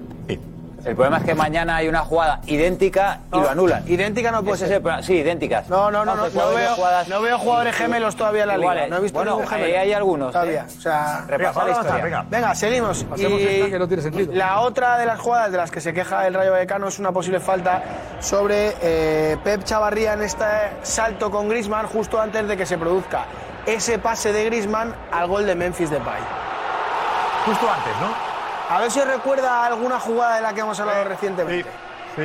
[SPEAKER 6] El problema es que mañana hay una jugada idéntica y
[SPEAKER 15] No,
[SPEAKER 6] lo anulan.
[SPEAKER 15] Idéntica no puede
[SPEAKER 6] Ese es
[SPEAKER 15] ser.
[SPEAKER 6] el problema. Sí, idénticas.
[SPEAKER 15] No, no, no, no,
[SPEAKER 6] Entonces,
[SPEAKER 15] no,
[SPEAKER 6] puede haber
[SPEAKER 15] veo,
[SPEAKER 6] jugadas
[SPEAKER 15] no veo jugadores gemelos todavía en la liga.
[SPEAKER 6] iguales.
[SPEAKER 15] No he visto
[SPEAKER 6] bueno,
[SPEAKER 15] ningún
[SPEAKER 6] ahí
[SPEAKER 15] gemelo.
[SPEAKER 6] hay algunos.
[SPEAKER 15] Todavía.
[SPEAKER 6] ¿eh?
[SPEAKER 15] O sea,
[SPEAKER 6] Repasa la historia.
[SPEAKER 15] Venga, seguimos.
[SPEAKER 6] Pasemos
[SPEAKER 15] Y
[SPEAKER 6] esta que
[SPEAKER 15] La otra de las jugadas de las que se queja el Rayo Vallecano es una posible falta sobre eh, Pep Chavarría en este salto con Grisman justo antes de que se produzca ese pase de Grisman al gol de Memphis Depay.
[SPEAKER 14] Justo antes, ¿no?
[SPEAKER 15] A ver si os recuerda alguna jugada de la que hemos hablado recientemente.
[SPEAKER 14] Sí.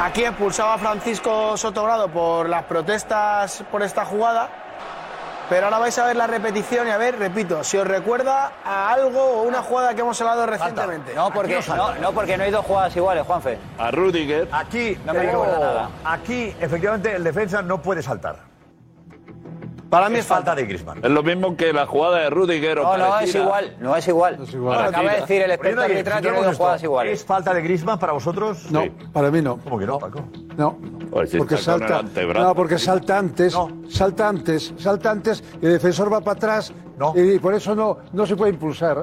[SPEAKER 15] Aquí expulsaba a Francisco Sotogrado por las protestas por esta jugada. Pero ahora vais a ver la repetición y a ver, repito, si os recuerda a algo o una jugada que hemos hablado recientemente.
[SPEAKER 6] No porque
[SPEAKER 15] Aquí os
[SPEAKER 6] no,
[SPEAKER 15] falta.
[SPEAKER 6] no, porque no hay dos jugadas iguales, Juanfe.
[SPEAKER 20] A Rudiger.
[SPEAKER 14] Aquí,
[SPEAKER 6] No me
[SPEAKER 14] te
[SPEAKER 6] recuerda
[SPEAKER 14] digo,
[SPEAKER 6] nada.
[SPEAKER 14] aquí, efectivamente, el defensa no puede saltar.
[SPEAKER 15] Para mí
[SPEAKER 14] es falta de Griezmann.
[SPEAKER 20] Es lo mismo que la jugada de Rudiger. o
[SPEAKER 6] No, no, es
[SPEAKER 20] parecida.
[SPEAKER 6] igual, no es igual. Acaba de decir el experto
[SPEAKER 14] Poniendo aquí,
[SPEAKER 6] arbitral que no hay
[SPEAKER 14] quitemos
[SPEAKER 6] dos
[SPEAKER 14] esto.
[SPEAKER 6] jugadas iguales.
[SPEAKER 14] ¿Es falta de Griezmann para vosotros?
[SPEAKER 9] No, para mí no.
[SPEAKER 14] ¿Cómo que no, Paco?
[SPEAKER 9] No,
[SPEAKER 20] Pues si
[SPEAKER 9] porque
[SPEAKER 20] está con el
[SPEAKER 9] salta,
[SPEAKER 20] antebrazo.
[SPEAKER 9] no, porque salta antes, salta antes, salta antes, y el defensor va para atrás y por eso no, no se puede impulsar.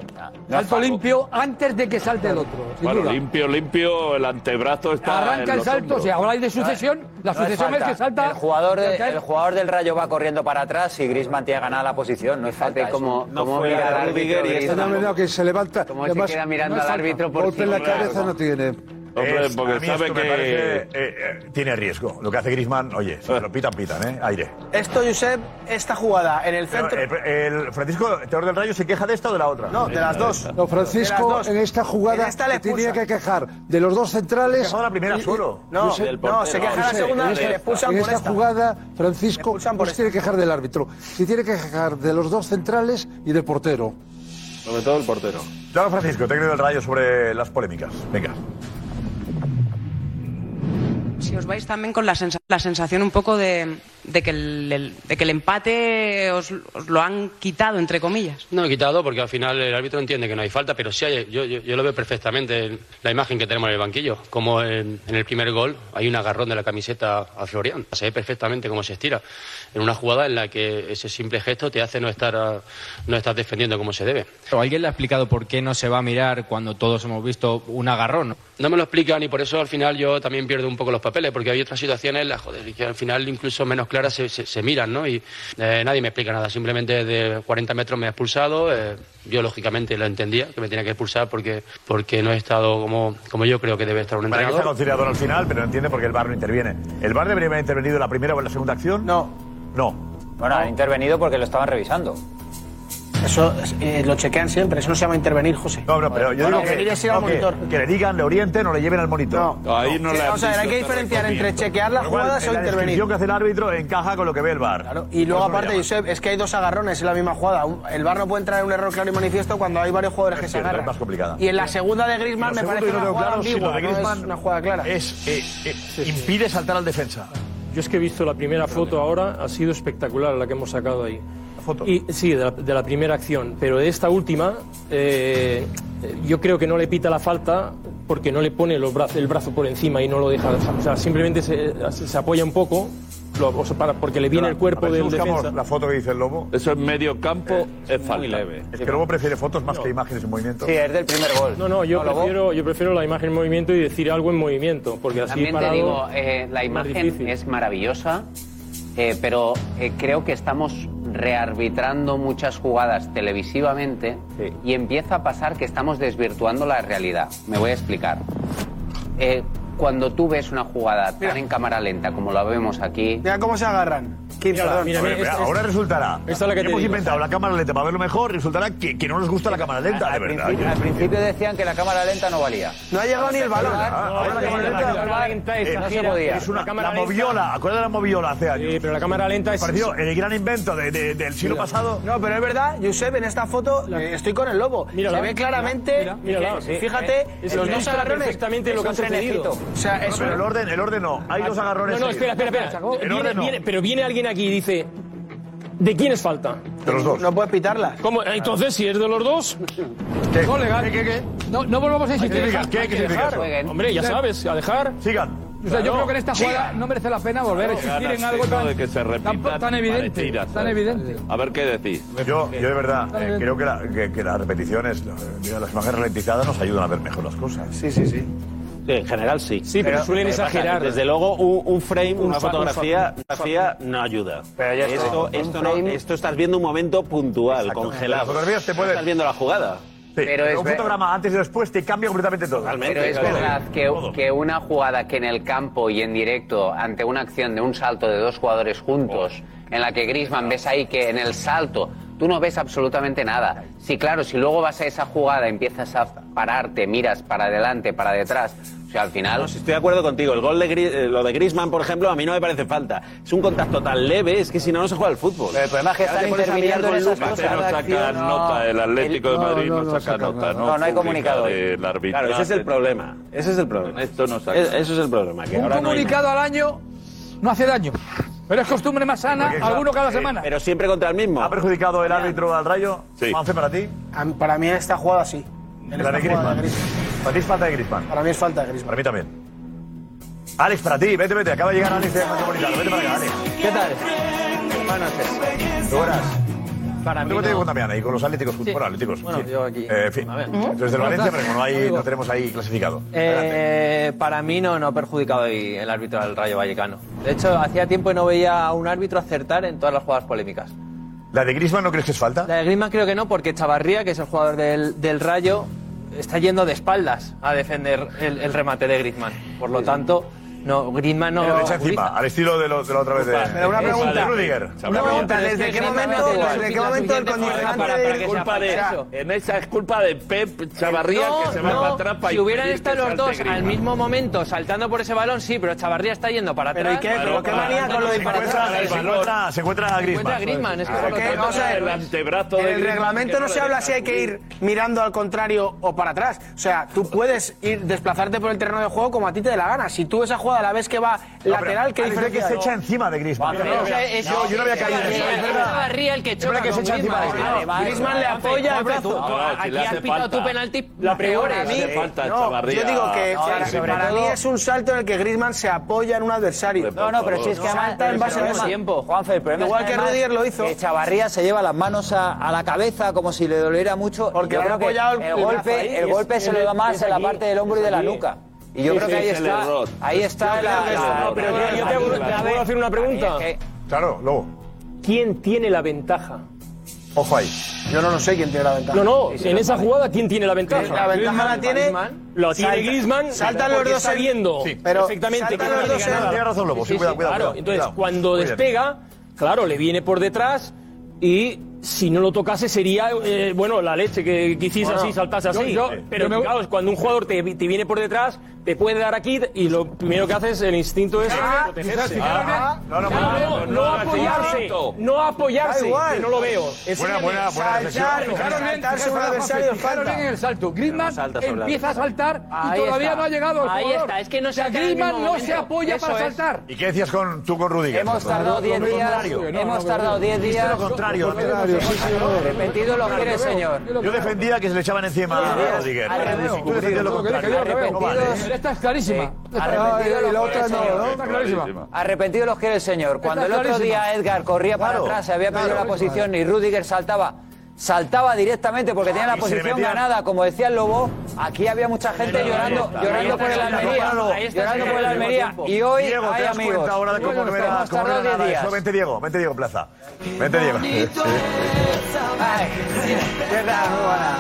[SPEAKER 13] salto limpio antes de que salte el otro. sin
[SPEAKER 20] Bueno,
[SPEAKER 13] duda.
[SPEAKER 20] limpio, limpio, el antebrazo está. en
[SPEAKER 13] Arranca el
[SPEAKER 20] los
[SPEAKER 13] salto,
[SPEAKER 20] hombros.
[SPEAKER 13] o sea, ahora hay de sucesión, la
[SPEAKER 6] No es
[SPEAKER 13] sucesión es
[SPEAKER 6] falta.
[SPEAKER 13] que salta.
[SPEAKER 6] El jugador, de-
[SPEAKER 13] Ya cae.
[SPEAKER 6] el jugador del Rayo va corriendo para atrás y Griezmann tiene ganada la posición. No es falta. y como, como mira el árbitro Griezmann.
[SPEAKER 9] No, no, no, que se levanta.
[SPEAKER 6] Como se queda mirando al árbitro por
[SPEAKER 9] Golpe en la
[SPEAKER 6] encima.
[SPEAKER 9] cabeza no tiene.
[SPEAKER 14] Hombre,
[SPEAKER 9] Es-
[SPEAKER 14] porque
[SPEAKER 9] a mí
[SPEAKER 14] sabe
[SPEAKER 9] esto
[SPEAKER 14] que
[SPEAKER 9] me
[SPEAKER 14] eh, eh, tiene riesgo. Lo que hace Griezmann, oye, si lo pitan, pitan, ¿eh? Aire.
[SPEAKER 15] Esto, Josep, esta jugada en el centro.
[SPEAKER 14] el, Francisco, el teor del rayo, ¿se queja de esta o de la otra?
[SPEAKER 15] No, de las dos.
[SPEAKER 9] No, Francisco
[SPEAKER 15] De las dos.
[SPEAKER 9] en esta jugada
[SPEAKER 15] En esta le
[SPEAKER 9] se tenía
[SPEAKER 15] expulsan.
[SPEAKER 9] que quejar de los dos centrales.
[SPEAKER 15] Se quejó la primera
[SPEAKER 9] Y- y-
[SPEAKER 15] solo.
[SPEAKER 9] y-
[SPEAKER 15] No,
[SPEAKER 9] yo sé-
[SPEAKER 15] del portero. no, se queja la
[SPEAKER 9] yo sé,
[SPEAKER 15] segunda
[SPEAKER 9] en
[SPEAKER 15] y
[SPEAKER 9] esta-
[SPEAKER 15] le expulsan
[SPEAKER 9] En
[SPEAKER 15] por
[SPEAKER 9] esta
[SPEAKER 15] esta.
[SPEAKER 9] jugada, Francisco no se tiene que quejar del árbitro, se tiene que quejar de los dos centrales y del portero. eh.
[SPEAKER 14] Sobre todo el portero. Claro, Francisco, técnico del rayo sobre las polémicas. Venga.
[SPEAKER 1] Si os vais también con la sensación. la sensación un poco de, de que, el, el- de que el empate os, os lo han quitado, entre comillas.
[SPEAKER 22] No lo he quitado porque al final el árbitro entiende que no hay falta, pero sí hay- yo, yo- yo lo veo perfectamente la imagen que tenemos en el banquillo. Como en, en el primer gol hay un agarrón de la camiseta a Florian. Se ve perfectamente cómo se estira. En una jugada en la que ese simple gesto te hace no estar, a- no estar defendiendo como se debe.
[SPEAKER 12] ¿O alguien le ha explicado por qué no se va a mirar cuando todos hemos visto un agarrón?
[SPEAKER 22] No me lo explican y por eso al final yo también pierdo un poco los papeles, porque hay otras situaciones, las joder, que al final incluso menos claras se, se- se miran, ¿no? Y eh, nadie me explica nada, simplemente de 40 metros me ha expulsado, eh, yo lógicamente lo entendía, que me tenía que expulsar porque, porque no he estado como, como yo creo que debe estar un
[SPEAKER 14] Para que
[SPEAKER 22] entrenador.
[SPEAKER 14] sea conciliador al final, pero no entiende por qué el VAR no interviene. ¿El VAR debería haber intervenido en la primera o en la segunda acción? No. No.
[SPEAKER 2] Bueno, han intervenido porque lo estaban revisando.
[SPEAKER 15] Eso eh, lo chequean siempre, eso no se llama intervenir, José.
[SPEAKER 14] No, no, pero yo digo que,
[SPEAKER 15] Intervenir es ir al
[SPEAKER 14] no, que-
[SPEAKER 15] monitor.
[SPEAKER 14] que le digan, le orienten o le lleven al monitor.
[SPEAKER 15] Ahí no Sí, le han vamos a ver, dicho, hay que te diferenciar recomiendo. entre chequear las
[SPEAKER 14] Con lo cual,
[SPEAKER 15] jugadas o
[SPEAKER 14] en la
[SPEAKER 15] intervenir.
[SPEAKER 14] descripción que hace el árbitro encaja con lo que ve el VAR.
[SPEAKER 15] Y luego,
[SPEAKER 14] Por eso lo
[SPEAKER 15] aparte,
[SPEAKER 14] llaman.
[SPEAKER 15] Josep, es que hay dos agarrones en la misma jugada. Un- El bar no puede entrar en un error claro y manifiesto cuando hay varios jugadores que se
[SPEAKER 14] cierto,
[SPEAKER 15] agarran.
[SPEAKER 14] es más complicada.
[SPEAKER 15] Y en la segunda de Griezmann
[SPEAKER 14] Lo
[SPEAKER 15] me
[SPEAKER 14] segundo
[SPEAKER 15] parece
[SPEAKER 14] yo no
[SPEAKER 15] una
[SPEAKER 14] tengo
[SPEAKER 15] jugada
[SPEAKER 14] claro si
[SPEAKER 15] ambigua,
[SPEAKER 14] lo de
[SPEAKER 15] no es
[SPEAKER 14] Griezmann
[SPEAKER 15] una jugada clara.
[SPEAKER 14] Es, eh, eh, impide saltar al defensa.
[SPEAKER 21] Yo es que he visto la primera foto ahora, ha sido espectacular la que hemos sacado ahí. foto? Y, sí, de la, de la primera acción, pero de esta última, eh, eh, yo creo que no le pita la falta porque no le pone los bra- el brazo por encima y no lo deja. O sea, simplemente se, se apoya un poco lo- o sea, para- porque le viene el cuerpo
[SPEAKER 14] A
[SPEAKER 21] del
[SPEAKER 14] ver si buscamos
[SPEAKER 21] defensa.
[SPEAKER 14] la foto que dice el Lobo.
[SPEAKER 20] Eso en medio campo
[SPEAKER 13] Eh,
[SPEAKER 20] es falta.
[SPEAKER 14] Es que el Lobo prefiere fotos más que imágenes en movimiento.
[SPEAKER 20] Sí, es del primer gol.
[SPEAKER 21] No, no, yo,
[SPEAKER 20] ¿No, Lobo?
[SPEAKER 21] prefiero, yo prefiero la imagen en movimiento y decir algo en movimiento, porque así
[SPEAKER 23] También
[SPEAKER 21] parado-
[SPEAKER 23] te digo, eh, la
[SPEAKER 21] es más
[SPEAKER 23] imagen es maravillosa, eh, pero eh, creo que estamos rearbitrando muchas jugadas televisivamente y empieza a pasar que estamos desvirtuando la realidad. Me voy a explicar. Eh, cuando tú ves una jugada tan en cámara lenta como la vemos aquí,
[SPEAKER 15] Mira cómo se agarran. Kim, perdón.
[SPEAKER 14] A ver, mira, ahora resultará.
[SPEAKER 23] Esta es la que te
[SPEAKER 14] hemos
[SPEAKER 23] digo.
[SPEAKER 14] inventado la cámara lenta para verlo mejor. Resultará que, que no nos gusta la cámara lenta, de
[SPEAKER 2] Al
[SPEAKER 14] verdad.
[SPEAKER 2] principio, al principio decían que la cámara lenta no valía.
[SPEAKER 15] No ha llegado ni el balón.
[SPEAKER 14] Ah, Ahora la cámara lenta, eh, no se podía. Es una, la moviola, acuérdate de la moviola hace años. Sí, pero
[SPEAKER 21] la cámara lenta es-
[SPEAKER 14] Pareció el gran invento de- de- del siglo pasado.
[SPEAKER 15] No, pero es verdad, Josep, en esta foto eh, estoy con el lobo.
[SPEAKER 14] Mírala.
[SPEAKER 15] se ve claramente.
[SPEAKER 14] Mira, mírala.
[SPEAKER 15] que- Fíjate,
[SPEAKER 14] Sí.
[SPEAKER 15] los
[SPEAKER 14] Es-
[SPEAKER 15] dos
[SPEAKER 14] es
[SPEAKER 15] agarrones.
[SPEAKER 14] perfectamente
[SPEAKER 15] es
[SPEAKER 14] lo que
[SPEAKER 15] un
[SPEAKER 14] ha sucedido.
[SPEAKER 15] trenecito. O sea,
[SPEAKER 14] No,
[SPEAKER 15] es
[SPEAKER 14] pero el orden- el orden no. Hay dos agarrones
[SPEAKER 21] No, no,
[SPEAKER 14] seguidos.
[SPEAKER 21] espera, espera, espera.
[SPEAKER 14] El
[SPEAKER 21] Viene-
[SPEAKER 14] orden no.
[SPEAKER 21] viene- pero viene alguien aquí y dice, ¿de quién es falta?
[SPEAKER 14] De los dos.
[SPEAKER 15] No puedes pitarla.
[SPEAKER 21] ¿Cómo? Ah, Entonces, si es de los dos...
[SPEAKER 14] ¿Qué?
[SPEAKER 21] No, legal.
[SPEAKER 14] ¿Qué, qué,
[SPEAKER 21] No, no volvamos
[SPEAKER 13] a insistir.
[SPEAKER 21] ¿Qué significa? ¿Qué,
[SPEAKER 13] Hay que
[SPEAKER 21] significa
[SPEAKER 13] dejar.
[SPEAKER 21] eso?
[SPEAKER 13] Jueguen.
[SPEAKER 21] Hombre, ya
[SPEAKER 13] Sí.
[SPEAKER 21] sabes, a dejar...
[SPEAKER 14] Sigan.
[SPEAKER 13] O sea, yo creo que en esta jugada no merece la pena volver a existir en algo tan,
[SPEAKER 20] de que se
[SPEAKER 13] tan,
[SPEAKER 20] repita
[SPEAKER 13] tan evidente.
[SPEAKER 20] parecidas,
[SPEAKER 13] Tan
[SPEAKER 20] ¿sabes?
[SPEAKER 13] evidente.
[SPEAKER 20] A ver qué decís.
[SPEAKER 14] Yo, yo de verdad, eh, creo que, la- que- que las repeticiones, eh, mira, las imágenes ralentizadas nos ayudan a ver mejor las cosas.
[SPEAKER 15] Sí, sí, sí.
[SPEAKER 2] En general sí.
[SPEAKER 14] Sí, pero suelen
[SPEAKER 2] lo que pasa es que,
[SPEAKER 14] exagerar.
[SPEAKER 2] Desde luego, un, un frame,
[SPEAKER 14] Un
[SPEAKER 2] una
[SPEAKER 14] fa- un
[SPEAKER 2] fotografía,
[SPEAKER 14] fa-
[SPEAKER 2] fotografía no ayuda.
[SPEAKER 14] Pero ya está.
[SPEAKER 2] esto,
[SPEAKER 14] Un
[SPEAKER 2] esto, no, esto estás viendo un momento puntual, congelado.
[SPEAKER 14] Las fotografías te
[SPEAKER 2] No
[SPEAKER 14] pueden-
[SPEAKER 2] Estás viendo la jugada.
[SPEAKER 14] Sí, pero un fotograma antes y después te cambia completamente todo.
[SPEAKER 23] pero es verdad que, que una jugada que en el campo y en directo, ante una acción de un salto de dos jugadores juntos,
[SPEAKER 14] Oh.
[SPEAKER 23] en la que Griezmann ves ahí que en el salto tú no ves absolutamente nada. Sí, claro, si luego vas a esa jugada, empiezas a pararte, miras para adelante, para detrás, o sea, al final...
[SPEAKER 2] No, si estoy de acuerdo contigo. El gol de Gri- eh, lo de Griezmann, por ejemplo, a mí no me parece falta. Es un contacto tan leve, es que si no, no se juega al fútbol. El problema
[SPEAKER 23] es que están interviniendo en esas
[SPEAKER 20] Mbappé no saca nota, el Atlético de Madrid no, saca nota.
[SPEAKER 2] No,
[SPEAKER 20] No,
[SPEAKER 2] no hay
[SPEAKER 20] publica
[SPEAKER 2] comunicado hoy.
[SPEAKER 20] del arbitraje.
[SPEAKER 2] Claro, ese es el problema. Ese es el problema.
[SPEAKER 20] Esto no saca.
[SPEAKER 2] Es- Eso es el problema. Que
[SPEAKER 13] Un
[SPEAKER 2] ahora no hay
[SPEAKER 13] comunicado al año no hace daño. Pero es costumbre más sana, alguno cada semana.
[SPEAKER 2] Pero siempre contra el mismo.
[SPEAKER 14] ¿Ha perjudicado el árbitro al rayo? Sí. para ti?
[SPEAKER 15] Para mí en esta jugada sí. En
[SPEAKER 14] La
[SPEAKER 15] esta
[SPEAKER 14] de
[SPEAKER 15] jugada
[SPEAKER 14] Griezmann. Para ti es falta de Griezmann.
[SPEAKER 15] Para mí es falta de Griezmann.
[SPEAKER 14] Para mí también. Alex, para ti, vete, vete. Acaba de llegar Alex de Metropolitano. Vete para acá, Alex.
[SPEAKER 15] ¿Qué tal? Buenas noches.
[SPEAKER 14] Buenas.
[SPEAKER 15] Para
[SPEAKER 14] mí. te también ahí con los Atléticos. Bueno, Atléticos.
[SPEAKER 24] Bueno,
[SPEAKER 14] sí.
[SPEAKER 24] yo aquí.
[SPEAKER 14] Eh, en fin.
[SPEAKER 24] A ver.
[SPEAKER 14] Desde el
[SPEAKER 24] Buenas
[SPEAKER 14] Valencia,
[SPEAKER 24] tardes.
[SPEAKER 14] pero no, hay, no tenemos ahí clasificado.
[SPEAKER 24] Eh, para mí no, no ha perjudicado hoy el árbitro del Rayo Vallecano. De hecho, hacía tiempo que no veía a un árbitro acertar en todas las jugadas polémicas.
[SPEAKER 14] ¿La de Griezmann no crees que es falta?
[SPEAKER 24] La de Griezmann creo que no, porque Chavarría, que es el jugador del, del Rayo, está yendo de espaldas a defender el, el remate de Griezmann. Por lo tanto, no, Griezmann no...
[SPEAKER 14] Pero le echa Eh, encima, al estilo de, lo- de la otra vez de.
[SPEAKER 24] Pero una pregunta.
[SPEAKER 14] de Rüdiger.
[SPEAKER 24] Una pregunta,
[SPEAKER 15] ¿desde qué momento- desde qué momento el condicionante
[SPEAKER 20] para
[SPEAKER 15] de-
[SPEAKER 20] que culpa de
[SPEAKER 15] Eso.
[SPEAKER 20] en esa es culpa de Pep Chavarría que se va
[SPEAKER 24] no,
[SPEAKER 20] para atrás para
[SPEAKER 24] si hubieran
[SPEAKER 20] impedir
[SPEAKER 24] estado
[SPEAKER 20] que
[SPEAKER 24] los
[SPEAKER 20] salte
[SPEAKER 24] dos al
[SPEAKER 20] Griezmann.
[SPEAKER 24] mismo momento saltando por ese balón, sí, pero Chavarría está yendo para
[SPEAKER 15] Pero
[SPEAKER 24] atrás.
[SPEAKER 15] ¿y qué? ¿Pero qué manía con lo de ir para atrás?
[SPEAKER 24] Se encuentra-
[SPEAKER 14] se encuentra a
[SPEAKER 24] Griezmann. Se encuentra a Griezmann, es que
[SPEAKER 15] Pero
[SPEAKER 24] por lo
[SPEAKER 15] que,
[SPEAKER 24] tanto,
[SPEAKER 15] vamos a ver,
[SPEAKER 24] el antebrazo
[SPEAKER 15] en
[SPEAKER 24] de
[SPEAKER 15] el
[SPEAKER 24] Griezmann,
[SPEAKER 15] reglamento
[SPEAKER 24] que
[SPEAKER 15] no
[SPEAKER 24] no
[SPEAKER 15] se
[SPEAKER 24] le
[SPEAKER 15] habla
[SPEAKER 24] deja
[SPEAKER 15] si hay que ir mirando al contrario o para atrás. O sea, tú puedes ir desplazarte por el terreno de juego como a ti te dé la gana. Si tú esa jugada la vez que va lateral, que
[SPEAKER 14] que dice que se echa encima de Griezmann.
[SPEAKER 15] Vale, no, es-
[SPEAKER 14] No, yo no había caído en eso.
[SPEAKER 15] es-
[SPEAKER 14] es
[SPEAKER 15] es-
[SPEAKER 14] verdad.
[SPEAKER 15] Chavarría el que
[SPEAKER 14] Es verdad
[SPEAKER 15] choca
[SPEAKER 14] que se
[SPEAKER 15] con
[SPEAKER 14] echa encima de
[SPEAKER 15] Griezmann.
[SPEAKER 14] Griezmann.
[SPEAKER 15] Vale, vale. Griezmann le apoya el brazo.
[SPEAKER 20] Aquí
[SPEAKER 15] Aquí
[SPEAKER 20] has
[SPEAKER 15] has pitado
[SPEAKER 20] tu
[SPEAKER 15] tu
[SPEAKER 20] penalti.
[SPEAKER 15] penalti.
[SPEAKER 20] La peor
[SPEAKER 15] Para
[SPEAKER 20] a
[SPEAKER 15] mí-
[SPEAKER 20] mí. falta,
[SPEAKER 15] no, yo digo que para, para mí es un salto en el que Griezmann se apoya en un adversario.
[SPEAKER 19] No, no, pero si es que además-
[SPEAKER 15] salta en base a
[SPEAKER 19] el
[SPEAKER 15] eso.
[SPEAKER 19] tiempo. Juanfe, el problema
[SPEAKER 15] Igual
[SPEAKER 19] es
[SPEAKER 15] que
[SPEAKER 19] además
[SPEAKER 15] Rudiger lo hizo.
[SPEAKER 19] Que Chavarría se lleva las manos a, a la cabeza como si le doliera mucho.
[SPEAKER 15] Porque
[SPEAKER 19] yo
[SPEAKER 15] le han
[SPEAKER 19] creo que
[SPEAKER 15] apoyado el-
[SPEAKER 19] el,
[SPEAKER 15] el brazo
[SPEAKER 19] golpe,
[SPEAKER 15] ahí,
[SPEAKER 19] el
[SPEAKER 15] es-
[SPEAKER 19] golpe se
[SPEAKER 15] es-
[SPEAKER 19] le da
[SPEAKER 15] es
[SPEAKER 19] más en la
[SPEAKER 15] aquí,
[SPEAKER 19] parte del hombro y
[SPEAKER 15] es
[SPEAKER 19] de la
[SPEAKER 15] aquí.
[SPEAKER 19] nuca. Y yo
[SPEAKER 15] Sí,
[SPEAKER 19] creo
[SPEAKER 15] sí,
[SPEAKER 19] que ahí
[SPEAKER 15] es el
[SPEAKER 19] está,
[SPEAKER 15] error.
[SPEAKER 19] ahí
[SPEAKER 15] Yo
[SPEAKER 19] está
[SPEAKER 15] creo
[SPEAKER 19] la...
[SPEAKER 15] que es el error. Pero yo- yo te hago- te hago-
[SPEAKER 25] ¿Puedo hacer una pregunta?
[SPEAKER 14] Claro, luego.
[SPEAKER 25] ¿Quién tiene la ventaja?
[SPEAKER 14] Ojo ahí.
[SPEAKER 15] Yo no lo sé quién tiene la ventaja.
[SPEAKER 25] No, no,
[SPEAKER 15] Sí, sí,
[SPEAKER 25] en
[SPEAKER 15] lo
[SPEAKER 25] esa
[SPEAKER 15] sabe.
[SPEAKER 25] jugada, ¿quién tiene la ventaja?
[SPEAKER 15] La ventaja la tiene.
[SPEAKER 25] Lo tiene
[SPEAKER 15] Salta-
[SPEAKER 25] Griezmann.
[SPEAKER 15] Saltan los
[SPEAKER 25] porque
[SPEAKER 15] dos
[SPEAKER 25] sabiendo
[SPEAKER 15] sí, pero
[SPEAKER 25] perfectamente que
[SPEAKER 15] saltan
[SPEAKER 25] no
[SPEAKER 15] los
[SPEAKER 25] le
[SPEAKER 15] dos
[SPEAKER 25] llega
[SPEAKER 15] en-
[SPEAKER 25] nada.
[SPEAKER 15] Tiene razón, Lobo, sí, cuidado, cuidado,
[SPEAKER 25] Claro,
[SPEAKER 15] cuidado,
[SPEAKER 25] entonces
[SPEAKER 15] cuidado.
[SPEAKER 25] cuando
[SPEAKER 15] Muy bien.
[SPEAKER 25] despega, claro, le viene por detrás y si no lo tocase sería, eh, bueno, la leche que quisiste
[SPEAKER 21] Bueno,
[SPEAKER 25] así, saltase
[SPEAKER 21] yo-
[SPEAKER 25] así.
[SPEAKER 21] yo-
[SPEAKER 25] Pero
[SPEAKER 21] yo me-
[SPEAKER 25] claro, es cuando un jugador te, te viene por detrás, te puede dar aquí y lo primero que haces, el instinto
[SPEAKER 14] pues,
[SPEAKER 25] es
[SPEAKER 15] Ah,
[SPEAKER 14] ah,
[SPEAKER 25] protegerse.
[SPEAKER 21] Ah,
[SPEAKER 25] no,
[SPEAKER 21] no,
[SPEAKER 25] no, no,
[SPEAKER 21] no apoyarse, no
[SPEAKER 25] apoyarse,
[SPEAKER 21] apoyarse,
[SPEAKER 25] que no lo veo. Enséñame.
[SPEAKER 13] Fijaros bien,
[SPEAKER 15] Saltar sobre
[SPEAKER 13] fijaros,
[SPEAKER 15] el adversario,
[SPEAKER 13] fijaros
[SPEAKER 15] falta.
[SPEAKER 13] bien en el salto. Griezmann
[SPEAKER 15] salta sobre el
[SPEAKER 13] empieza a saltar y
[SPEAKER 15] Ahí
[SPEAKER 13] todavía
[SPEAKER 15] está.
[SPEAKER 13] no ha llegado el
[SPEAKER 15] Ahí
[SPEAKER 13] jugador.
[SPEAKER 15] está, es que no
[SPEAKER 13] O sea,
[SPEAKER 15] salta en el
[SPEAKER 13] Griezmann
[SPEAKER 15] mismo
[SPEAKER 13] no se
[SPEAKER 15] momento.
[SPEAKER 13] apoya para
[SPEAKER 15] Eso es.
[SPEAKER 13] saltar.
[SPEAKER 14] ¿Y qué decías con, tú con Rudiger?
[SPEAKER 19] Hemos tardado 10 días. Hemos tardado 10 días.
[SPEAKER 14] Lo contrario,
[SPEAKER 19] Lo contrario, sí, señor. Repetido lo quiere el señor.
[SPEAKER 14] Yo defendía que se le echaban encima a Rudiger. Tú defendías lo contrario. No vale. Eh,
[SPEAKER 13] Esta es clarísima.
[SPEAKER 19] Arrepentido lo quiere el
[SPEAKER 13] Está clarísima.
[SPEAKER 19] señor. Arrepentido lo quiere el señor. Cuando el
[SPEAKER 13] Está
[SPEAKER 19] otro día
[SPEAKER 13] clarísima.
[SPEAKER 19] Edgar corría para
[SPEAKER 13] Claro,
[SPEAKER 19] atrás, se había perdido
[SPEAKER 13] claro,
[SPEAKER 19] la posición y Rudiger saltaba. Saltaba directamente porque tenía la
[SPEAKER 14] Y se le
[SPEAKER 19] posición
[SPEAKER 14] metían.
[SPEAKER 19] ganada, como decía el Lobo. Aquí había mucha gente llorando, llorando por el Almería, llorando por el Almería. Y hoy
[SPEAKER 14] Diego,
[SPEAKER 19] hay
[SPEAKER 14] ¿te das
[SPEAKER 19] amigos. pues
[SPEAKER 14] cuenta ahora de cómo no era,
[SPEAKER 19] Hemos
[SPEAKER 14] cómo no
[SPEAKER 19] tardado
[SPEAKER 14] era
[SPEAKER 19] 10
[SPEAKER 14] nada
[SPEAKER 19] días.
[SPEAKER 14] eso? Vente Diego, vente Diego Plaza. Vente Diego.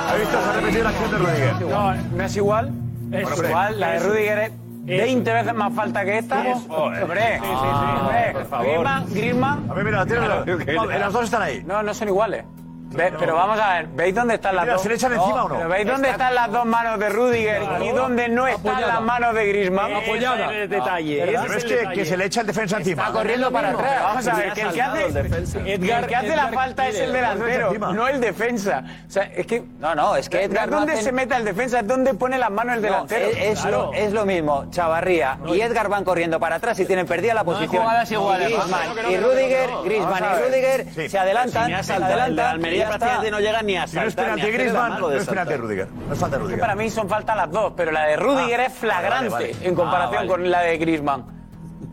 [SPEAKER 14] ¿Has visto? Se ha repetido la acción de Rudiger.
[SPEAKER 19] No, no es igual. Es
[SPEAKER 14] Hombre,
[SPEAKER 19] igual. La de
[SPEAKER 14] es-
[SPEAKER 19] Rudiger es 20 veces más falta que esta.
[SPEAKER 14] Es- oh, eh.
[SPEAKER 19] Hombre, Ah,
[SPEAKER 14] Sí, sí, sí.
[SPEAKER 19] hombre.
[SPEAKER 14] Por favor.
[SPEAKER 19] Griezmann, Griezmann.
[SPEAKER 14] A ver, mira, tírala. Vamos, las dos están ahí.
[SPEAKER 19] No, no son iguales. Ve- pero vamos a ver, ¿veis dónde están las
[SPEAKER 14] Mira,
[SPEAKER 19] dos?
[SPEAKER 14] ¿se le echan
[SPEAKER 19] No,
[SPEAKER 14] encima o no?
[SPEAKER 19] pero ¿Veis dónde están las dos manos de Rudiger y dónde no están las manos de Griezmann?
[SPEAKER 14] Apoyada.
[SPEAKER 19] Ese es el
[SPEAKER 14] Ah,
[SPEAKER 19] detalle.
[SPEAKER 14] ¿verdad?
[SPEAKER 19] ese
[SPEAKER 14] Pero
[SPEAKER 19] es
[SPEAKER 14] es
[SPEAKER 19] el
[SPEAKER 14] que-
[SPEAKER 19] detalle.
[SPEAKER 14] que se le echa el defensa encima.
[SPEAKER 19] Está corriendo para
[SPEAKER 14] Pero
[SPEAKER 19] atrás.
[SPEAKER 14] vamos a ver,
[SPEAKER 19] Le ha
[SPEAKER 14] que el que
[SPEAKER 19] saltado
[SPEAKER 14] hace-
[SPEAKER 19] el defensa.
[SPEAKER 14] Edgar-
[SPEAKER 19] el que hace la
[SPEAKER 14] Edgar
[SPEAKER 19] falta es el
[SPEAKER 14] Quiles.
[SPEAKER 19] delantero,
[SPEAKER 14] Encima.
[SPEAKER 19] no el defensa. O sea, es que no, no, es que Edgar
[SPEAKER 15] no
[SPEAKER 19] dónde
[SPEAKER 15] hace-
[SPEAKER 19] se meta el defensa, es dónde pone las manos el
[SPEAKER 15] No,
[SPEAKER 19] delantero.
[SPEAKER 15] es- es lo-
[SPEAKER 19] es lo mismo, Chavarría y Edgar van corriendo para atrás y tienen perdida la
[SPEAKER 15] posición. jugadas iguales, Y Griezmann Juanma. y Rudiger- Griezmann y Rudiger se adelantan,
[SPEAKER 19] se
[SPEAKER 14] adelantan
[SPEAKER 19] La Almería prácticamente no llega ni a
[SPEAKER 14] Si no
[SPEAKER 19] saltar.
[SPEAKER 14] es penalti
[SPEAKER 19] ni a hacer la
[SPEAKER 14] Griezmann,
[SPEAKER 19] mano
[SPEAKER 14] no
[SPEAKER 19] de
[SPEAKER 14] es
[SPEAKER 19] saltar.
[SPEAKER 14] penalti Rudiger. No es falta de
[SPEAKER 19] Es que
[SPEAKER 14] Rudiger.
[SPEAKER 19] para mí son faltas las dos, pero la de Rudiger
[SPEAKER 14] Ah,
[SPEAKER 19] es flagrante
[SPEAKER 14] vale, vale.
[SPEAKER 19] en comparación
[SPEAKER 14] Ah, vale.
[SPEAKER 19] con la de Griezmann.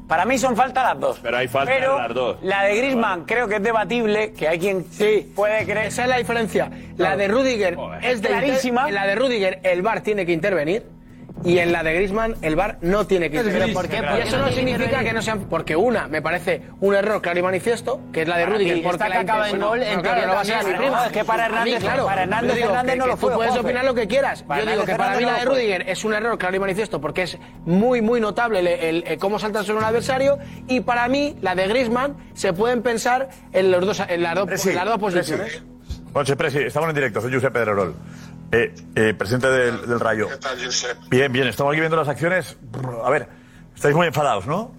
[SPEAKER 19] Para mí son faltas las dos. Pero hay
[SPEAKER 20] falta en las dos.
[SPEAKER 19] La de Griezmann creo que es debatible, que hay quien puede creer. Esa es la diferencia.
[SPEAKER 15] La de Rudiger es de
[SPEAKER 19] clarísima.
[SPEAKER 15] En la de Rudiger el VAR tiene que intervenir y en la de Griezmann el VAR no tiene que
[SPEAKER 19] Es
[SPEAKER 15] intervenir.
[SPEAKER 19] gris. ¿Por qué?
[SPEAKER 15] Y
[SPEAKER 19] ¿Por qué
[SPEAKER 15] eso
[SPEAKER 19] no
[SPEAKER 15] no
[SPEAKER 19] tiene que
[SPEAKER 15] significa
[SPEAKER 19] intervenir?
[SPEAKER 15] que no sean porque una me parece un error claro y manifiesto, que es la de
[SPEAKER 19] Para
[SPEAKER 15] Rudiger
[SPEAKER 19] mí,
[SPEAKER 15] porque
[SPEAKER 19] esta
[SPEAKER 15] la
[SPEAKER 19] que acaba en
[SPEAKER 15] bueno,
[SPEAKER 19] gol, en
[SPEAKER 15] no,
[SPEAKER 19] teoría
[SPEAKER 15] claro, no va a ser
[SPEAKER 19] también,
[SPEAKER 15] mi
[SPEAKER 19] no,
[SPEAKER 15] prima.
[SPEAKER 19] es que para
[SPEAKER 15] A mí,
[SPEAKER 19] Hernández-
[SPEAKER 15] claro,
[SPEAKER 19] para Hernández
[SPEAKER 15] yo digo
[SPEAKER 19] Hernández
[SPEAKER 15] que-
[SPEAKER 19] no
[SPEAKER 15] que
[SPEAKER 19] lo fue,
[SPEAKER 15] Tú puedes
[SPEAKER 19] Juanfe.
[SPEAKER 15] opinar lo que quieras.
[SPEAKER 19] Para
[SPEAKER 15] yo digo
[SPEAKER 19] Hernández
[SPEAKER 15] que para mí
[SPEAKER 19] Hernández
[SPEAKER 15] la de
[SPEAKER 19] no lo fue.
[SPEAKER 15] Rudiger es un error claro y manifiesto porque es muy muy notable el, el- el cómo saltan sobre un adversario y para mí la de Griezmann se pueden pensar en los dos en las dos,
[SPEAKER 14] Presi,
[SPEAKER 15] en las dos posiciones.
[SPEAKER 14] Presi. Monse, Presi, estamos en directo, soy Josep Pedrerol, eh, eh, presidente del, del Rayo.
[SPEAKER 11] ¿Qué tal, Josep?
[SPEAKER 14] Bien, bien, estamos aquí viendo las acciones. Brr, A ver, estáis muy enfadados, ¿no?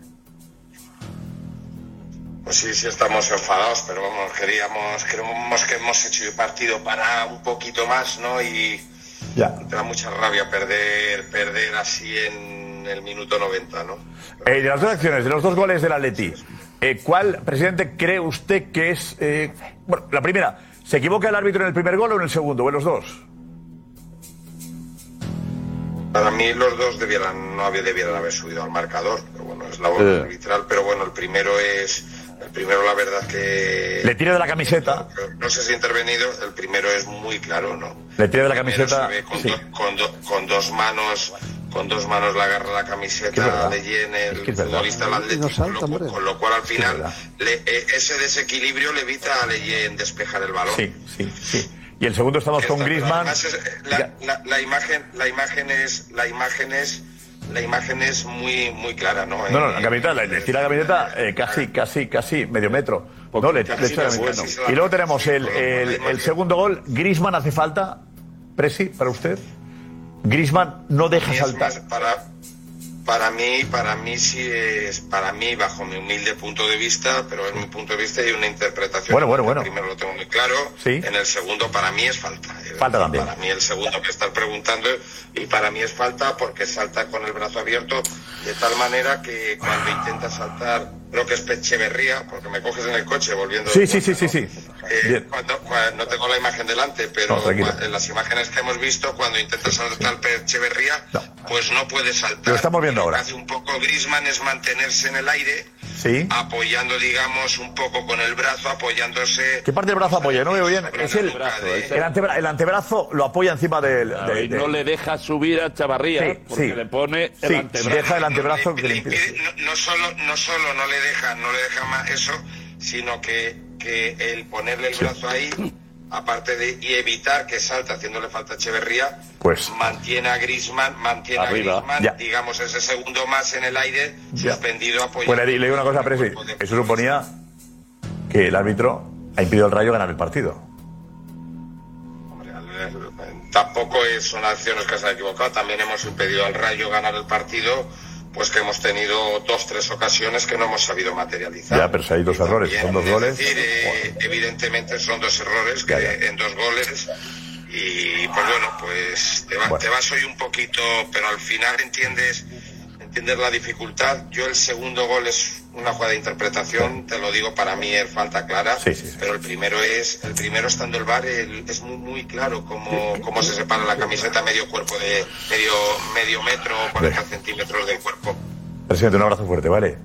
[SPEAKER 11] Pues sí, sí estamos enfadados, pero vamos, queríamos, creemos que hemos hecho el partido para un poquito más, ¿no? Y te da mucha rabia perder, perder así en el minuto 90, ¿no?
[SPEAKER 14] Eh, de las dos acciones, de los dos goles del Atleti, eh, ¿cuál, presidente, cree usted que es... eh, bueno, la primera, ¿se equivoca el árbitro en el primer gol o en el segundo, o en los dos?
[SPEAKER 11] Para mí los dos debieran, no había- debieran haber subido al marcador, pero bueno, es Pues la labor
[SPEAKER 14] Eh.
[SPEAKER 11] arbitral, pero bueno, el primero es, el primero la verdad que
[SPEAKER 14] Le tira de la camiseta,
[SPEAKER 11] no sé si ha intervenido, el primero es muy claro, ¿no?
[SPEAKER 14] le tira de la
[SPEAKER 11] Primero
[SPEAKER 14] camiseta...
[SPEAKER 11] se ve con,
[SPEAKER 14] sí.
[SPEAKER 11] do- con do- con dos manos, con dos manos le agarra la camiseta de Jen, el
[SPEAKER 14] que es verdad.
[SPEAKER 11] futbolista del Atlético,
[SPEAKER 14] No salta,
[SPEAKER 11] con, lo,
[SPEAKER 14] hombre.
[SPEAKER 11] con lo cual al
[SPEAKER 14] Sí, es
[SPEAKER 11] final
[SPEAKER 14] verdad.
[SPEAKER 11] le- eh, ese desequilibrio le evita a Leyen despejar el balón.
[SPEAKER 14] Sí, sí, sí. Y el segundo estamos con Griezmann.
[SPEAKER 11] Además, es- eh, la, la- la imagen, la imagen es, la imagen es, la imagen es muy, muy clara, ¿no?
[SPEAKER 14] No, no, la camiseta, le, le tira la camiseta eh, casi, casi, casi medio metro. No, le, le
[SPEAKER 11] Casi
[SPEAKER 14] tira la
[SPEAKER 11] se fue,
[SPEAKER 14] camiseta.
[SPEAKER 11] sí se la-
[SPEAKER 14] Y luego tenemos el, el- el segundo gol. Grisman hace falta. Presi, para usted. Grisman no deja saltar.
[SPEAKER 11] Para, Para mí, para mí sí es, para mí, bajo mi humilde punto de vista, pero es mi punto de vista y una interpretación.
[SPEAKER 14] Bueno, bueno, bueno.
[SPEAKER 11] Primero lo tengo muy claro.
[SPEAKER 14] Sí.
[SPEAKER 11] En el segundo, para mí es falta.
[SPEAKER 14] Falta también.
[SPEAKER 11] Para mí el segundo que estás preguntando y para mí es falta porque salta con el brazo abierto de tal manera que cuando intenta saltar, creo que es Pecheverría, porque me coges en el coche volviendo.
[SPEAKER 14] Sí, sí, sí, sí, sí.
[SPEAKER 11] Eh, cuando- cua- no tengo la imagen delante, pero
[SPEAKER 14] No, tranquilo.
[SPEAKER 11] cua- en las imágenes que hemos visto, cuando intenta saltar Pecheverría, pues no puede saltar.
[SPEAKER 14] Lo estamos viendo ahora.
[SPEAKER 11] Hace un poco Grisman es mantenerse en el aire,
[SPEAKER 14] Sí.
[SPEAKER 11] apoyando, digamos, un poco con el brazo, apoyándose.
[SPEAKER 14] ¿Qué parte del brazo apoya? No veo bien. Es el, el, antebra- el antebrazo lo apoya encima del. de-
[SPEAKER 20] Y
[SPEAKER 14] de-
[SPEAKER 20] no le deja subir a Chavarría
[SPEAKER 14] Sí,
[SPEAKER 20] porque
[SPEAKER 14] sí.
[SPEAKER 20] le pone el
[SPEAKER 14] Sí,
[SPEAKER 20] antebrazo.
[SPEAKER 14] deja el antebrazo que le impide.
[SPEAKER 11] No solo, no solo no le deja, no le deja más eso, sino que, que el ponerle el brazo ahí, aparte de y evitar que salta haciéndole falta a Echeverría,
[SPEAKER 14] Pues.
[SPEAKER 11] mantiene a Grisman, mantiene
[SPEAKER 14] Arriba.
[SPEAKER 11] a Grisman,
[SPEAKER 14] Ya.
[SPEAKER 11] digamos, ese segundo más en el aire,
[SPEAKER 14] Ya.
[SPEAKER 11] suspendido, apoyado.
[SPEAKER 14] Bueno, le le digo una cosa, Presi. Eso suponía que el árbitro ha impedido al Rayo ganar el partido.
[SPEAKER 11] Tampoco es- son acciones que se han equivocado, también hemos impedido al Rayo ganar el partido, pues que hemos tenido dos, tres ocasiones que no hemos sabido materializar.
[SPEAKER 14] Ya, pero si hay dos errores, son dos goles.
[SPEAKER 11] Es decir, eh, evidentemente son dos errores que en dos goles y pues bueno, pues te, va- te vas hoy un poquito, pero al final entiendes entiendes la dificultad. Yo el segundo gol es una jugada de interpretación, te lo digo para mí es falta clara, pero el primero es el primero estando el bar el- es muy muy claro cómo, cómo se separa la camiseta medio cuerpo de medio medio metro 40 centímetros del cuerpo.
[SPEAKER 14] Presidente, un abrazo fuerte, ¿vale?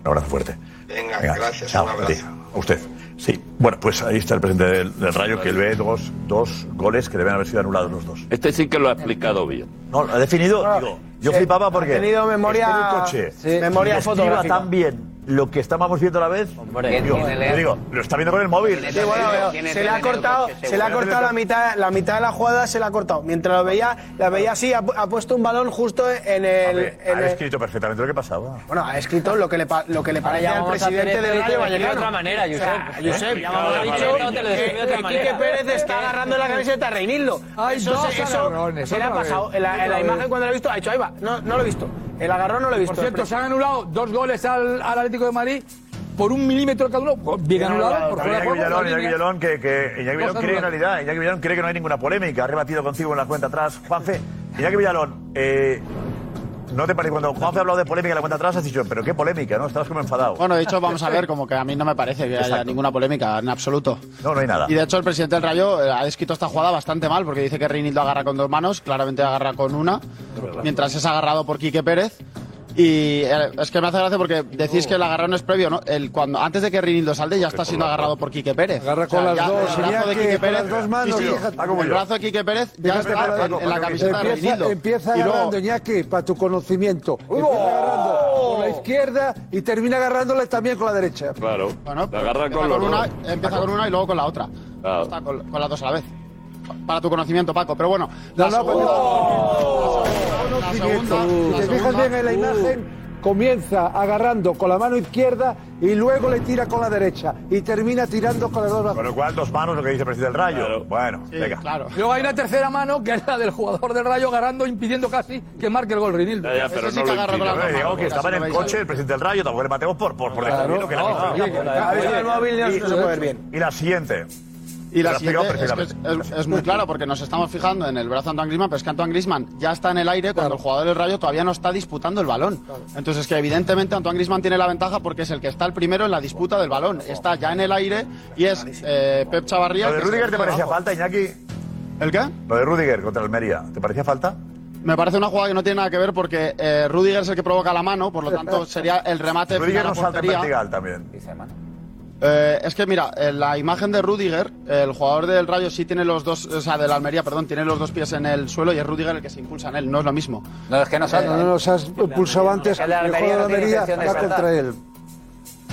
[SPEAKER 14] Un abrazo fuerte.
[SPEAKER 11] Venga,
[SPEAKER 14] Venga,
[SPEAKER 11] gracias,
[SPEAKER 14] chao,
[SPEAKER 11] un
[SPEAKER 14] a
[SPEAKER 11] abrazo.
[SPEAKER 14] ti, a usted. Sí. Bueno, pues ahí está el presidente del, del Rayo que ve dos, dos goles que deben haber sido anulados los dos.
[SPEAKER 20] Este sí que lo ha explicado bien.
[SPEAKER 14] No, lo ha definido, digo, yo flipaba porque...
[SPEAKER 20] Ah, ha tenido memoria-
[SPEAKER 14] está en el coche.
[SPEAKER 20] sí, memoria
[SPEAKER 14] y esquiva
[SPEAKER 20] fotográfica.
[SPEAKER 14] tan bien lo que estábamos viendo a la vez.
[SPEAKER 15] Hombre,
[SPEAKER 14] digo,
[SPEAKER 15] tiene
[SPEAKER 14] yo
[SPEAKER 15] leo.
[SPEAKER 14] digo, lo está viendo con el móvil.
[SPEAKER 15] Sí, bueno, pero se le ha cortado, se le ha cortado la mitad, la mitad de la jugada se la ha cortado. Mientras lo veía, la veía así, ha, pu- ha puesto un balón justo en el.
[SPEAKER 14] Hombre, ha
[SPEAKER 15] en el-
[SPEAKER 14] escrito perfectamente lo que pasaba.
[SPEAKER 15] bueno, ha escrito lo que le, pa- lo que le parecía al
[SPEAKER 14] llamamos a
[SPEAKER 15] presidente
[SPEAKER 14] Pérez
[SPEAKER 15] del
[SPEAKER 14] Pérez
[SPEAKER 15] Rayo Vallecano.
[SPEAKER 14] de otra manera,
[SPEAKER 15] O sea,
[SPEAKER 14] Josep.
[SPEAKER 15] Josep,
[SPEAKER 14] ¿Eh?
[SPEAKER 15] ya me ha
[SPEAKER 14] Claro,
[SPEAKER 15] dicho
[SPEAKER 14] claro, te lo
[SPEAKER 15] que-
[SPEAKER 14] decía de otra
[SPEAKER 15] que Quique
[SPEAKER 14] manera.
[SPEAKER 15] Pérez está agarrando la camiseta a Reinildo.
[SPEAKER 13] Hay
[SPEAKER 15] Eso
[SPEAKER 13] dos
[SPEAKER 15] se- eso
[SPEAKER 13] agarrones,
[SPEAKER 15] se le ha
[SPEAKER 13] otra vez,
[SPEAKER 15] pasado. En la, en la
[SPEAKER 13] otra
[SPEAKER 15] imagen
[SPEAKER 13] vez.
[SPEAKER 15] cuando lo he visto, ha dicho, ahí va. No, no lo he visto. El agarrón no lo he visto.
[SPEAKER 13] Por cierto, se han anulado dos goles al, al Atlético de Madrid por un milímetro cada uno. Pues, Bien anulado, por fuera de
[SPEAKER 14] Iñaki
[SPEAKER 13] juego, por
[SPEAKER 14] Villalón,
[SPEAKER 13] la
[SPEAKER 14] Iñaki
[SPEAKER 13] línea.
[SPEAKER 14] Villalón, que, que Iñaki Villalón
[SPEAKER 13] Dos
[SPEAKER 14] cree en
[SPEAKER 13] anulados.
[SPEAKER 14] realidad, Iñaki Villalón cree que no hay ninguna polémica, ha rebatido contigo en la cuenta atrás. Juanfe, Iñaki Villalón, eh, no te parece, cuando Juanfe ha hablado de polémica en la cuenta atrás has dicho, pero qué polémica, ¿no? Estabas como enfadado.
[SPEAKER 26] Bueno, de hecho, vamos a ver, como que a mí no me parece que haya
[SPEAKER 14] Exacto.
[SPEAKER 26] ninguna polémica en absoluto.
[SPEAKER 14] No, no hay nada.
[SPEAKER 26] Y de hecho, el presidente del Rayo eh, ha descrito esta jugada bastante mal, porque dice que Reinildo agarra con dos manos, claramente agarra con una, mientras es agarrado por Quique Pérez. Y eh, es que me hace gracia porque decís que el agarrón es previo, ¿no? El, cuando, antes de que Reinildo salte ya está siendo agarrado por Quique Pérez. Agarra
[SPEAKER 9] con las dos,
[SPEAKER 26] el brazo de
[SPEAKER 9] Iñaki,
[SPEAKER 26] Quique
[SPEAKER 9] con
[SPEAKER 26] Pérez,
[SPEAKER 9] las dos manos,
[SPEAKER 26] sí, sí,
[SPEAKER 9] fíjate. Hago
[SPEAKER 26] el
[SPEAKER 9] yo.
[SPEAKER 26] brazo de Quique Pérez ya
[SPEAKER 9] Fíjate para-
[SPEAKER 26] está en, en la camiseta de
[SPEAKER 9] empieza,
[SPEAKER 26] Reinildo.
[SPEAKER 9] empieza
[SPEAKER 26] Y luego-
[SPEAKER 9] agarrando, Iñaki, para tu conocimiento. Empieza agarrando con la izquierda y termina agarrándole también con la derecha.
[SPEAKER 20] Claro.
[SPEAKER 26] pero
[SPEAKER 20] agarra
[SPEAKER 26] empieza
[SPEAKER 20] con los
[SPEAKER 26] una,
[SPEAKER 20] dos.
[SPEAKER 26] Empieza con una y luego con la otra.
[SPEAKER 20] Claro.
[SPEAKER 26] Está con, con las dos a la vez. Para tu conocimiento, Paco. Pero bueno, la
[SPEAKER 9] No, pues,
[SPEAKER 26] segunda-
[SPEAKER 9] no, pero- Si te fijas bien en la imagen, comienza agarrando con la mano izquierda y luego le tira con la derecha y termina tirando con las dos manos.
[SPEAKER 14] Con lo cual, dos manos, lo que dice el presidente del Rayo. Bueno, venga.
[SPEAKER 13] Y Luego hay una tercera mano que es la del jugador del Rayo agarrando, impidiendo casi que marque el gol Reinildo.
[SPEAKER 14] Ya, ya, pero no lo impide. Eh, Digo que estaba en el coche el presidente del Rayo, tampoco le matemos por, por, por
[SPEAKER 26] Claro.
[SPEAKER 14] dejar bien lo que le
[SPEAKER 26] No,
[SPEAKER 14] ha
[SPEAKER 26] oye, que- Ha visto el móvil, no se puede ver bien.
[SPEAKER 14] Y la siguiente.
[SPEAKER 26] Y la
[SPEAKER 14] Te lo ha explicado
[SPEAKER 26] siguiente es, que es,
[SPEAKER 14] perfectamente.
[SPEAKER 26] es- es muy claro porque nos estamos fijando en el brazo de Antoine Griezmann, pero es que Antoine Griezmann ya está en el aire cuando el jugador del Rayo todavía no está disputando el balón. Entonces es que evidentemente Antoine Griezmann tiene la ventaja porque es el que está el primero en la disputa del balón. Está ya en el aire y es eh, Pep Chavarría.
[SPEAKER 14] ¿Lo de
[SPEAKER 26] que es el
[SPEAKER 14] Rudiger te
[SPEAKER 26] que
[SPEAKER 14] parecía
[SPEAKER 26] abajo.
[SPEAKER 14] falta, Iñaki?
[SPEAKER 26] ¿El qué?
[SPEAKER 14] Lo de Rudiger contra el Almería, ¿te parecía falta?
[SPEAKER 26] Me parece una jugada que no tiene nada que ver porque eh, Rudiger es el que provoca la mano, por lo tanto sería el remate
[SPEAKER 14] Rudiger
[SPEAKER 26] final a
[SPEAKER 14] no salta en
[SPEAKER 26] portería.
[SPEAKER 14] vertical también.
[SPEAKER 26] Eh, es que mira, en la imagen de Rudiger, el jugador del Rayo sí tiene los dos, o sea, del Almería, perdón, tiene los dos pies en el suelo y es Rudiger el que se impulsa en él, no es lo mismo. Eh,
[SPEAKER 27] No, es que no
[SPEAKER 26] salta,
[SPEAKER 9] Eh, No, no, nos has pulsado antes. El
[SPEAKER 26] El Almería
[SPEAKER 9] jugador de
[SPEAKER 26] no tiene
[SPEAKER 9] Almería
[SPEAKER 26] intención de
[SPEAKER 9] va
[SPEAKER 26] saltar.
[SPEAKER 9] contra él.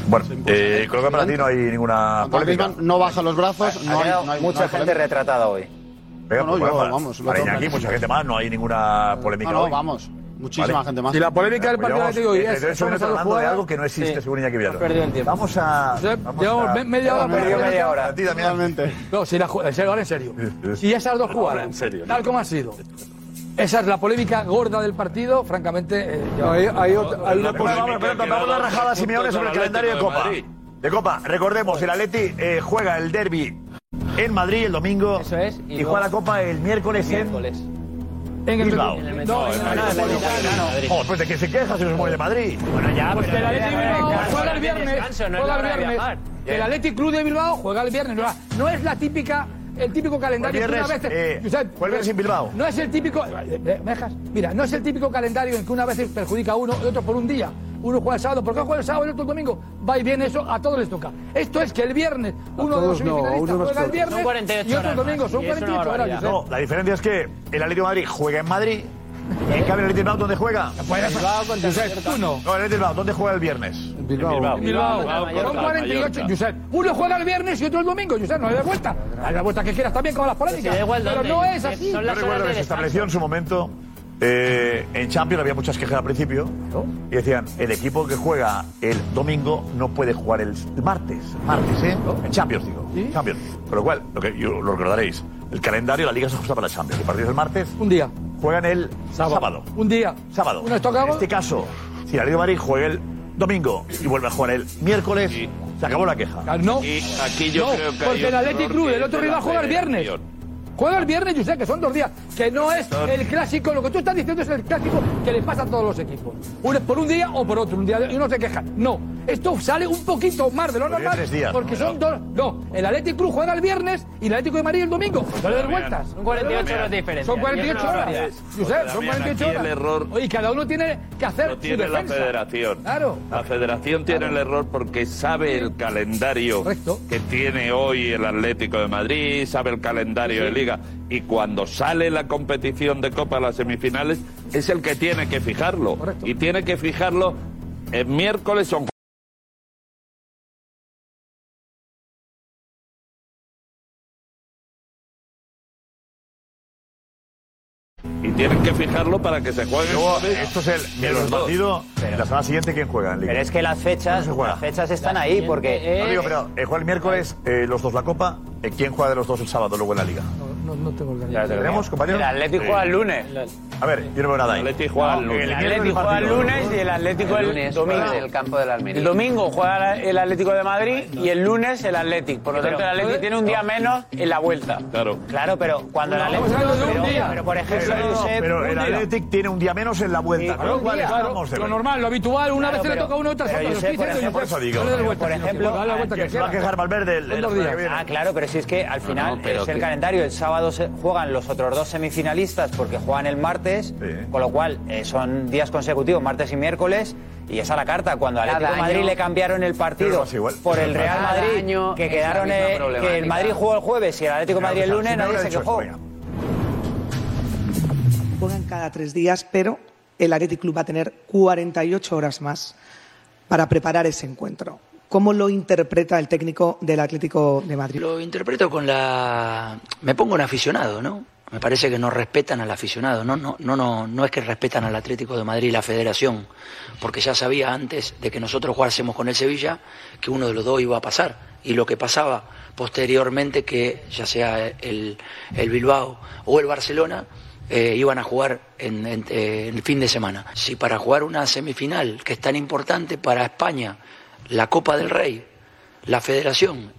[SPEAKER 14] Bueno,
[SPEAKER 26] pues,
[SPEAKER 14] eh, creo que para ti no hay ninguna
[SPEAKER 26] Antoine
[SPEAKER 14] polémica.
[SPEAKER 26] Griezmann no baja los brazos, no hay, no hay-
[SPEAKER 14] mucha
[SPEAKER 26] no hay
[SPEAKER 14] gente
[SPEAKER 26] problema.
[SPEAKER 27] retratada hoy.
[SPEAKER 14] Venga,
[SPEAKER 26] No,
[SPEAKER 14] pues
[SPEAKER 26] no,
[SPEAKER 14] bueno,
[SPEAKER 26] yo,
[SPEAKER 14] para-
[SPEAKER 26] vamos, lo
[SPEAKER 14] para
[SPEAKER 26] tengo
[SPEAKER 14] Iñaki,
[SPEAKER 26] clarísimo.
[SPEAKER 14] mucha gente más, no hay ninguna polémica.
[SPEAKER 26] No, no,
[SPEAKER 14] hoy.
[SPEAKER 26] vamos. Muchísima gente más.
[SPEAKER 14] Y
[SPEAKER 26] Y
[SPEAKER 14] la
[SPEAKER 26] la
[SPEAKER 14] polémica
[SPEAKER 26] del partido
[SPEAKER 14] Llevamos
[SPEAKER 26] de hoy es-
[SPEAKER 14] 32
[SPEAKER 26] son esas
[SPEAKER 14] minutos hablando de
[SPEAKER 26] jugadas-
[SPEAKER 14] algo que no existe
[SPEAKER 26] Sí.
[SPEAKER 14] según Iñaki Villalón.
[SPEAKER 26] Has perdido el tiempo.
[SPEAKER 14] Vamos a...
[SPEAKER 13] Josep,
[SPEAKER 14] vamos
[SPEAKER 13] llevamos
[SPEAKER 14] a-
[SPEAKER 13] me- media hora.
[SPEAKER 14] Media
[SPEAKER 13] para-
[SPEAKER 14] hora. A ti, Damián.
[SPEAKER 26] Totalmente.
[SPEAKER 13] No, si la ju- en serio, ahora en serio. Si esas dos jugadas,
[SPEAKER 14] serio,
[SPEAKER 13] tal como han sido, Esa es la polémica gorda del partido, francamente. eh, yo-
[SPEAKER 9] No, hay- hay otra- hay una
[SPEAKER 14] Vamos, vamos, perdón, vamos a dar rajada a Simeone sobre el calendario de Copa. De Copa, recordemos, el Atleti eh, juega el derby en Madrid el domingo y,
[SPEAKER 24] luego-
[SPEAKER 14] juega la Copa el miércoles, en
[SPEAKER 24] el-
[SPEAKER 14] Bilbao.
[SPEAKER 24] en el
[SPEAKER 14] No, en
[SPEAKER 24] Metropolitano.
[SPEAKER 14] el Metropolitano. Oh, pues de que se queja si nos mueve de Madrid. Bueno, ya,
[SPEAKER 13] Pues que el Athletic Bilbao juega el viernes.
[SPEAKER 24] no es
[SPEAKER 13] juega
[SPEAKER 24] la
[SPEAKER 13] el
[SPEAKER 24] hora de
[SPEAKER 13] viernes.
[SPEAKER 24] viajar.
[SPEAKER 13] El Athletic Club de Bilbao juega el viernes. No, no es la típica, el típico calendario
[SPEAKER 14] Juega el
[SPEAKER 13] que una vez.
[SPEAKER 14] viernes, eh,
[SPEAKER 13] Josep,
[SPEAKER 14] juega el viernes en Bilbao.
[SPEAKER 13] No es el típico. eh, eh, ¿me dejas? Mira, no es el típico calendario en que una vez se perjudica a uno y otro por un día. Uno juega el sábado, ¿por qué juega el sábado y otro el domingo? Va y viene eso, a todos les toca. Esto es que el viernes uno de los
[SPEAKER 9] todos no, a
[SPEAKER 13] semifinalistas
[SPEAKER 9] uno nos
[SPEAKER 13] juega el
[SPEAKER 9] toca.
[SPEAKER 13] viernes
[SPEAKER 9] Son
[SPEAKER 13] y
[SPEAKER 9] 48
[SPEAKER 13] otro el
[SPEAKER 9] horas
[SPEAKER 13] domingo.
[SPEAKER 9] más,
[SPEAKER 13] Son
[SPEAKER 9] y es una
[SPEAKER 13] 48 horas, ¿eh? Josep.
[SPEAKER 14] No, la diferencia es que el Atlético de Madrid juega en Madrid. y En cambio, el Atlético de Bilbao, ¿dónde juega?
[SPEAKER 13] Puedes- Bilbao contra
[SPEAKER 14] Josep,
[SPEAKER 13] Mallorca.
[SPEAKER 14] tú no. No, el Atlético de Bilbao, ¿dónde juega el viernes?
[SPEAKER 9] Bilbao.
[SPEAKER 13] En Bilbao. ah, Son 48, Josep. Uno juega el viernes y otro el domingo, Josep. No le da vuelta. Dale la vuelta que quieras también con las polémicas. Pero no es así.
[SPEAKER 14] Yo recuerdo que se estableció en su momento. eh, en Champions había muchas quejas al principio y decían el equipo que juega el domingo no puede jugar el martes martes eh en Champions digo Champions con lo cual lo que yo- lo recordaréis el calendario de la liga se ajusta para el Champions el partido es el martes
[SPEAKER 13] un día
[SPEAKER 14] juegan el sábado,
[SPEAKER 13] un día
[SPEAKER 14] sábado en este caso si la Liga de Madrid juega el domingo y vuelve a jugar el miércoles se acabó la queja
[SPEAKER 13] Ah, no
[SPEAKER 20] Aquí yo
[SPEAKER 13] No,
[SPEAKER 20] creo que
[SPEAKER 13] porque
[SPEAKER 20] hay
[SPEAKER 13] el
[SPEAKER 20] otro
[SPEAKER 13] Athletic
[SPEAKER 20] error
[SPEAKER 13] Club,
[SPEAKER 20] que
[SPEAKER 13] el
[SPEAKER 20] es
[SPEAKER 13] otro
[SPEAKER 20] de
[SPEAKER 13] rival
[SPEAKER 20] la
[SPEAKER 13] juega el viernes.
[SPEAKER 20] federación.
[SPEAKER 13] Juega el viernes, Josep, que son dos días. Que no es el clásico, lo que tú estás diciendo es el clásico que le pasa a todos los equipos. Uno es por un día o por otro, un día y uno se queja. No, esto sale un poquito más de lo
[SPEAKER 14] Podría
[SPEAKER 13] normal.
[SPEAKER 14] tres días,
[SPEAKER 13] porque
[SPEAKER 14] ¿no?
[SPEAKER 13] son dos. No, el Athletic Club juega el viernes y el Atlético de Madrid el domingo. No le des vueltas.
[SPEAKER 24] Son 48 horas de diferencia.
[SPEAKER 13] Son 48
[SPEAKER 24] Damián,
[SPEAKER 13] horas.
[SPEAKER 24] Damián,
[SPEAKER 13] Josep, son 48
[SPEAKER 20] aquí el
[SPEAKER 13] horas.
[SPEAKER 20] error-
[SPEAKER 13] Oye, cada uno tiene que hacer
[SPEAKER 20] Lo
[SPEAKER 13] su
[SPEAKER 20] tiene la
[SPEAKER 13] defensa.
[SPEAKER 20] federación.
[SPEAKER 13] Claro.
[SPEAKER 20] La federación tiene el error porque sabe el calendario que tiene hoy el Atlético de Madrid, sabe el calendario de Liga. Y cuando sale la competición de Copa a las semifinales, es el que tiene que fijarlo. Y tiene que fijarlo en Eh, miércoles o en Y tienen que fijarlo para que se juegue.
[SPEAKER 14] Luego, esto es el de los partidos la semana siguiente quién juega en Liga
[SPEAKER 2] Pero es que las fechas,
[SPEAKER 14] se juega?
[SPEAKER 2] las fechas están ahí porque.
[SPEAKER 14] No digo, pero eh, juega el miércoles eh, los dos la Copa. Eh, ¿Quién juega de los dos el sábado luego en la Liga?
[SPEAKER 13] No, no tengo el
[SPEAKER 14] ¿La tenemos, compañero?
[SPEAKER 2] El Atlético juega el lunes.
[SPEAKER 14] A ver, yo no veo nada ahí. El Atlético juega el
[SPEAKER 2] El Atlético juega el lunes y el Atlético el, domingo.
[SPEAKER 23] el campo del Almería.
[SPEAKER 2] El domingo juega la- el Atlético de Madrid y el lunes el Atlético. Por lo tanto, el Atlético tiene un día menos en la vuelta.
[SPEAKER 20] Claro.
[SPEAKER 2] Claro, pero cuando el Atlético. pero- Pero por ejemplo,
[SPEAKER 14] Pero,
[SPEAKER 2] Josep,
[SPEAKER 14] pero el
[SPEAKER 2] un día. Eh,
[SPEAKER 14] Atlético tiene un día menos en la
[SPEAKER 13] Eh,
[SPEAKER 14] vuelta. Con lo cual, estamos de
[SPEAKER 13] lo
[SPEAKER 14] acuerdo.
[SPEAKER 13] normal, lo habitual, una
[SPEAKER 14] Claro,
[SPEAKER 13] vez se le
[SPEAKER 14] pero-
[SPEAKER 13] toca a uno, otra se
[SPEAKER 14] pero
[SPEAKER 13] le
[SPEAKER 14] yo sé, por ejemplo, por eso digo. eh, Por ejemplo, que se va a
[SPEAKER 6] Ah,
[SPEAKER 14] quejar Valverde el- el otro día que viene.
[SPEAKER 2] Ah, claro, pero si es que al final
[SPEAKER 14] no, pero
[SPEAKER 2] es el
[SPEAKER 14] que-
[SPEAKER 2] calendario. El sábado se juegan los otros dos semifinalistas porque juegan el martes, con lo cual eh, son días consecutivos, martes y miércoles. Y es a la carta, cuando al
[SPEAKER 23] Cada
[SPEAKER 2] Atlético de Madrid
[SPEAKER 23] año-
[SPEAKER 2] le cambiaron el
[SPEAKER 14] Pero
[SPEAKER 2] partido
[SPEAKER 14] pasa igual.
[SPEAKER 2] por el Real
[SPEAKER 23] Cada
[SPEAKER 2] Madrid,
[SPEAKER 23] año
[SPEAKER 2] que
[SPEAKER 23] es la
[SPEAKER 2] quedaron
[SPEAKER 23] misma
[SPEAKER 2] eh, que el
[SPEAKER 23] problemática.
[SPEAKER 2] Madrid jugó el jueves y el Atlético de
[SPEAKER 14] Claro,
[SPEAKER 2] Madrid el
[SPEAKER 14] o sea,
[SPEAKER 2] lunes,
[SPEAKER 14] si no
[SPEAKER 2] nadie
[SPEAKER 14] hubiera
[SPEAKER 2] se
[SPEAKER 14] dicho
[SPEAKER 2] quejó.
[SPEAKER 14] esto,
[SPEAKER 28] juegan cada tres días, pero el Athletic Club va a tener 48 horas más para preparar ese encuentro. ¿Cómo lo interpreta el técnico del Atlético de Madrid?
[SPEAKER 10] Lo interpreto con la. Me pongo un aficionado, ¿no? Me parece que no respetan al aficionado, ¿no? No, no, no, no es que respetan al Atlético de Madrid y la Federación, porque ya sabía antes de que nosotros jugásemos con el Sevilla que uno de los dos iba a pasar. Y lo que pasaba posteriormente, que ya sea el, el Bilbao o el Barcelona, eh, iban a jugar en, en- eh, en el fin de semana. Si para jugar una semifinal, que es tan importante para España, la Copa del Rey, la Federación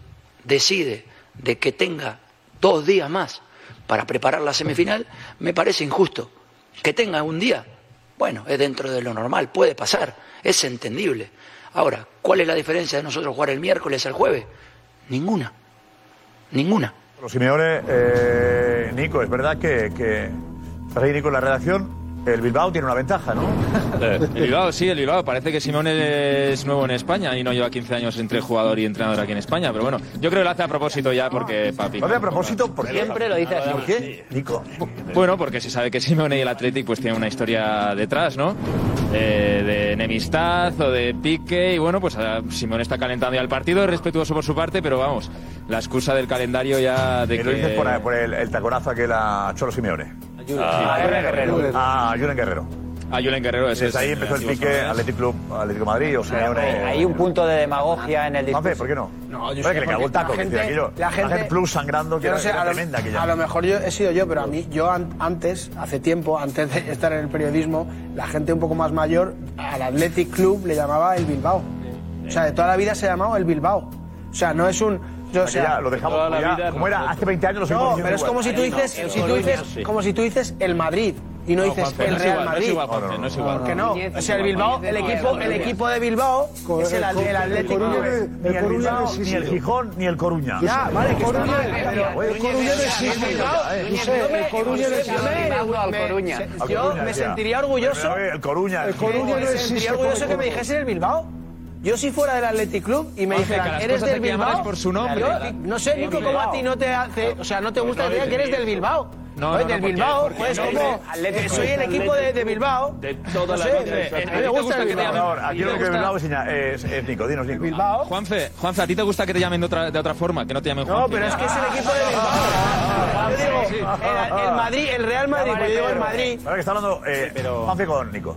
[SPEAKER 10] decide de que tenga dos días más para preparar la semifinal, me parece injusto. Que tenga un día, bueno, es dentro de lo normal, puede pasar, es entendible. Ahora, ¿cuál es la diferencia de nosotros jugar el miércoles al jueves? Ninguna, ninguna.
[SPEAKER 14] Los Simeone, eh, Nico, es verdad que, que. Estás ahí, Nico, en la redacción. El Bilbao tiene una ventaja, ¿no?
[SPEAKER 12] Eh, El Bilbao, sí, el Bilbao. Parece que Simone es nuevo en España y no lleva 15 años entre jugador y entrenador aquí en España. Pero bueno, yo creo que lo hace a propósito ya porque, papi.
[SPEAKER 14] Lo hace a propósito porque.
[SPEAKER 12] Siempre
[SPEAKER 14] lo dice así. ¿Por qué, Nico?
[SPEAKER 12] Bueno, porque se sabe que Simone y el Athletic pues tienen una historia detrás, ¿no? Eh, de enemistad o de pique y bueno, pues ah, Simone está calentando ya el partido, es respetuoso por su parte, pero vamos, la excusa del calendario ya de
[SPEAKER 14] Y
[SPEAKER 12] que...
[SPEAKER 14] lo dices por, por el, el taconazo que la Cholo Simeone.
[SPEAKER 12] Ah, Julen Guerrero.
[SPEAKER 14] Ah, Julen Guerrero.
[SPEAKER 12] a Julen Guerrero. ese
[SPEAKER 14] Desde
[SPEAKER 12] es
[SPEAKER 14] ahí
[SPEAKER 12] el
[SPEAKER 14] empezó el
[SPEAKER 12] antiguo
[SPEAKER 14] pique
[SPEAKER 12] San Mamés.
[SPEAKER 14] Atlético Club, Atlético Madrid. O sea,
[SPEAKER 19] Hay- hay un punto de demagogia en el discurso.
[SPEAKER 14] Juanfe, ¿por qué no?
[SPEAKER 19] No, yo
[SPEAKER 14] Hombre,
[SPEAKER 19] sé,
[SPEAKER 14] que le
[SPEAKER 19] porque
[SPEAKER 14] cagó el
[SPEAKER 19] la
[SPEAKER 14] taco. que
[SPEAKER 19] gente-
[SPEAKER 14] decía aquello.
[SPEAKER 19] la gente-
[SPEAKER 14] plus sangrando, que
[SPEAKER 15] Yo
[SPEAKER 14] era
[SPEAKER 15] no sé,
[SPEAKER 14] que era
[SPEAKER 15] a, lo,
[SPEAKER 14] tremenda aquella.
[SPEAKER 15] a lo mejor yo he sido yo, pero a mí, yo an- antes, hace tiempo, antes de estar en el periodismo, la gente un poco más mayor al Athletic Club le llamaba el Bilbao. O sea, de toda la vida se ha llamado el Bilbao. O sea, no es un. Yo, o sea,
[SPEAKER 14] Aquella lo dejamos.
[SPEAKER 15] Toda la
[SPEAKER 14] ya,
[SPEAKER 15] vida
[SPEAKER 14] como era
[SPEAKER 15] nosotros.
[SPEAKER 14] hace 20 años, lo seguimos
[SPEAKER 15] No,
[SPEAKER 14] diciendo
[SPEAKER 15] pero es
[SPEAKER 14] igual.
[SPEAKER 15] como si tú dices, si tú dices, como si tú dices el Madrid y no,
[SPEAKER 14] No,
[SPEAKER 15] dices
[SPEAKER 14] Juanfe, no
[SPEAKER 15] el
[SPEAKER 14] es
[SPEAKER 15] Real
[SPEAKER 14] igual, no es
[SPEAKER 15] Madrid.
[SPEAKER 14] igual, Juanfe, no es igual.
[SPEAKER 15] ¿Por qué no? O sea, el Bilbao, el equipo, el equipo de Bilbao es el, el Atlético.
[SPEAKER 14] Ni el Bilbao, ni el Gijón, ni el Coruña.
[SPEAKER 15] Ya, vale, que está
[SPEAKER 14] Coruña,
[SPEAKER 15] mal, pero-
[SPEAKER 14] Oye,
[SPEAKER 15] El Coruña no existe.
[SPEAKER 14] José,
[SPEAKER 15] El Coruña no existe.
[SPEAKER 14] Al
[SPEAKER 15] Me- Yo
[SPEAKER 14] Coruña,
[SPEAKER 15] me
[SPEAKER 14] ya.
[SPEAKER 15] sentiría orgulloso.
[SPEAKER 14] El Coruña.
[SPEAKER 15] El Coruña no existe. Me sentiría orgulloso que me dijesen el Bilbao. Yo si fuera del Athletic Club y me
[SPEAKER 22] Juanfe, que
[SPEAKER 15] dijeran,
[SPEAKER 22] las
[SPEAKER 15] eres
[SPEAKER 22] cosas
[SPEAKER 15] del
[SPEAKER 22] hay que llamarlas
[SPEAKER 15] Bilbao.
[SPEAKER 22] por su nombre.
[SPEAKER 15] Yo, no sé, Nico, cómo a ti no te hace, o sea, no te gusta que digan que eres del Bilbao.
[SPEAKER 22] No,
[SPEAKER 15] Oye,
[SPEAKER 22] no,
[SPEAKER 15] del
[SPEAKER 22] no, porque-
[SPEAKER 15] Bilbao,
[SPEAKER 22] porque
[SPEAKER 15] pues
[SPEAKER 22] no,
[SPEAKER 15] como
[SPEAKER 22] Atlético
[SPEAKER 15] eh, soy el
[SPEAKER 22] es
[SPEAKER 15] equipo de,
[SPEAKER 22] Atlético.
[SPEAKER 15] de Bilbao.
[SPEAKER 22] De
[SPEAKER 15] No
[SPEAKER 22] toda la
[SPEAKER 15] sé,
[SPEAKER 22] vida.
[SPEAKER 15] eh, A mí
[SPEAKER 22] ¿Te
[SPEAKER 15] me gusta
[SPEAKER 22] gusta
[SPEAKER 15] el
[SPEAKER 22] que te
[SPEAKER 15] Bilbao.
[SPEAKER 14] Por favor, aquí lo que Bilbao enseña es, es Nico. Dinos, Nico.
[SPEAKER 12] Juanfe, Juanfe, ¿a ti te gusta que te llamen de otra, de otra forma? Que no te llamen Juanfe.
[SPEAKER 15] No, pero es que es el equipo
[SPEAKER 14] Ah,
[SPEAKER 15] de Bilbao. Yo digo, el, el Madrid, el Real Madrid, pues yo digo el Madrid.
[SPEAKER 14] Ahora que está hablando eh, Juanfe con Nico.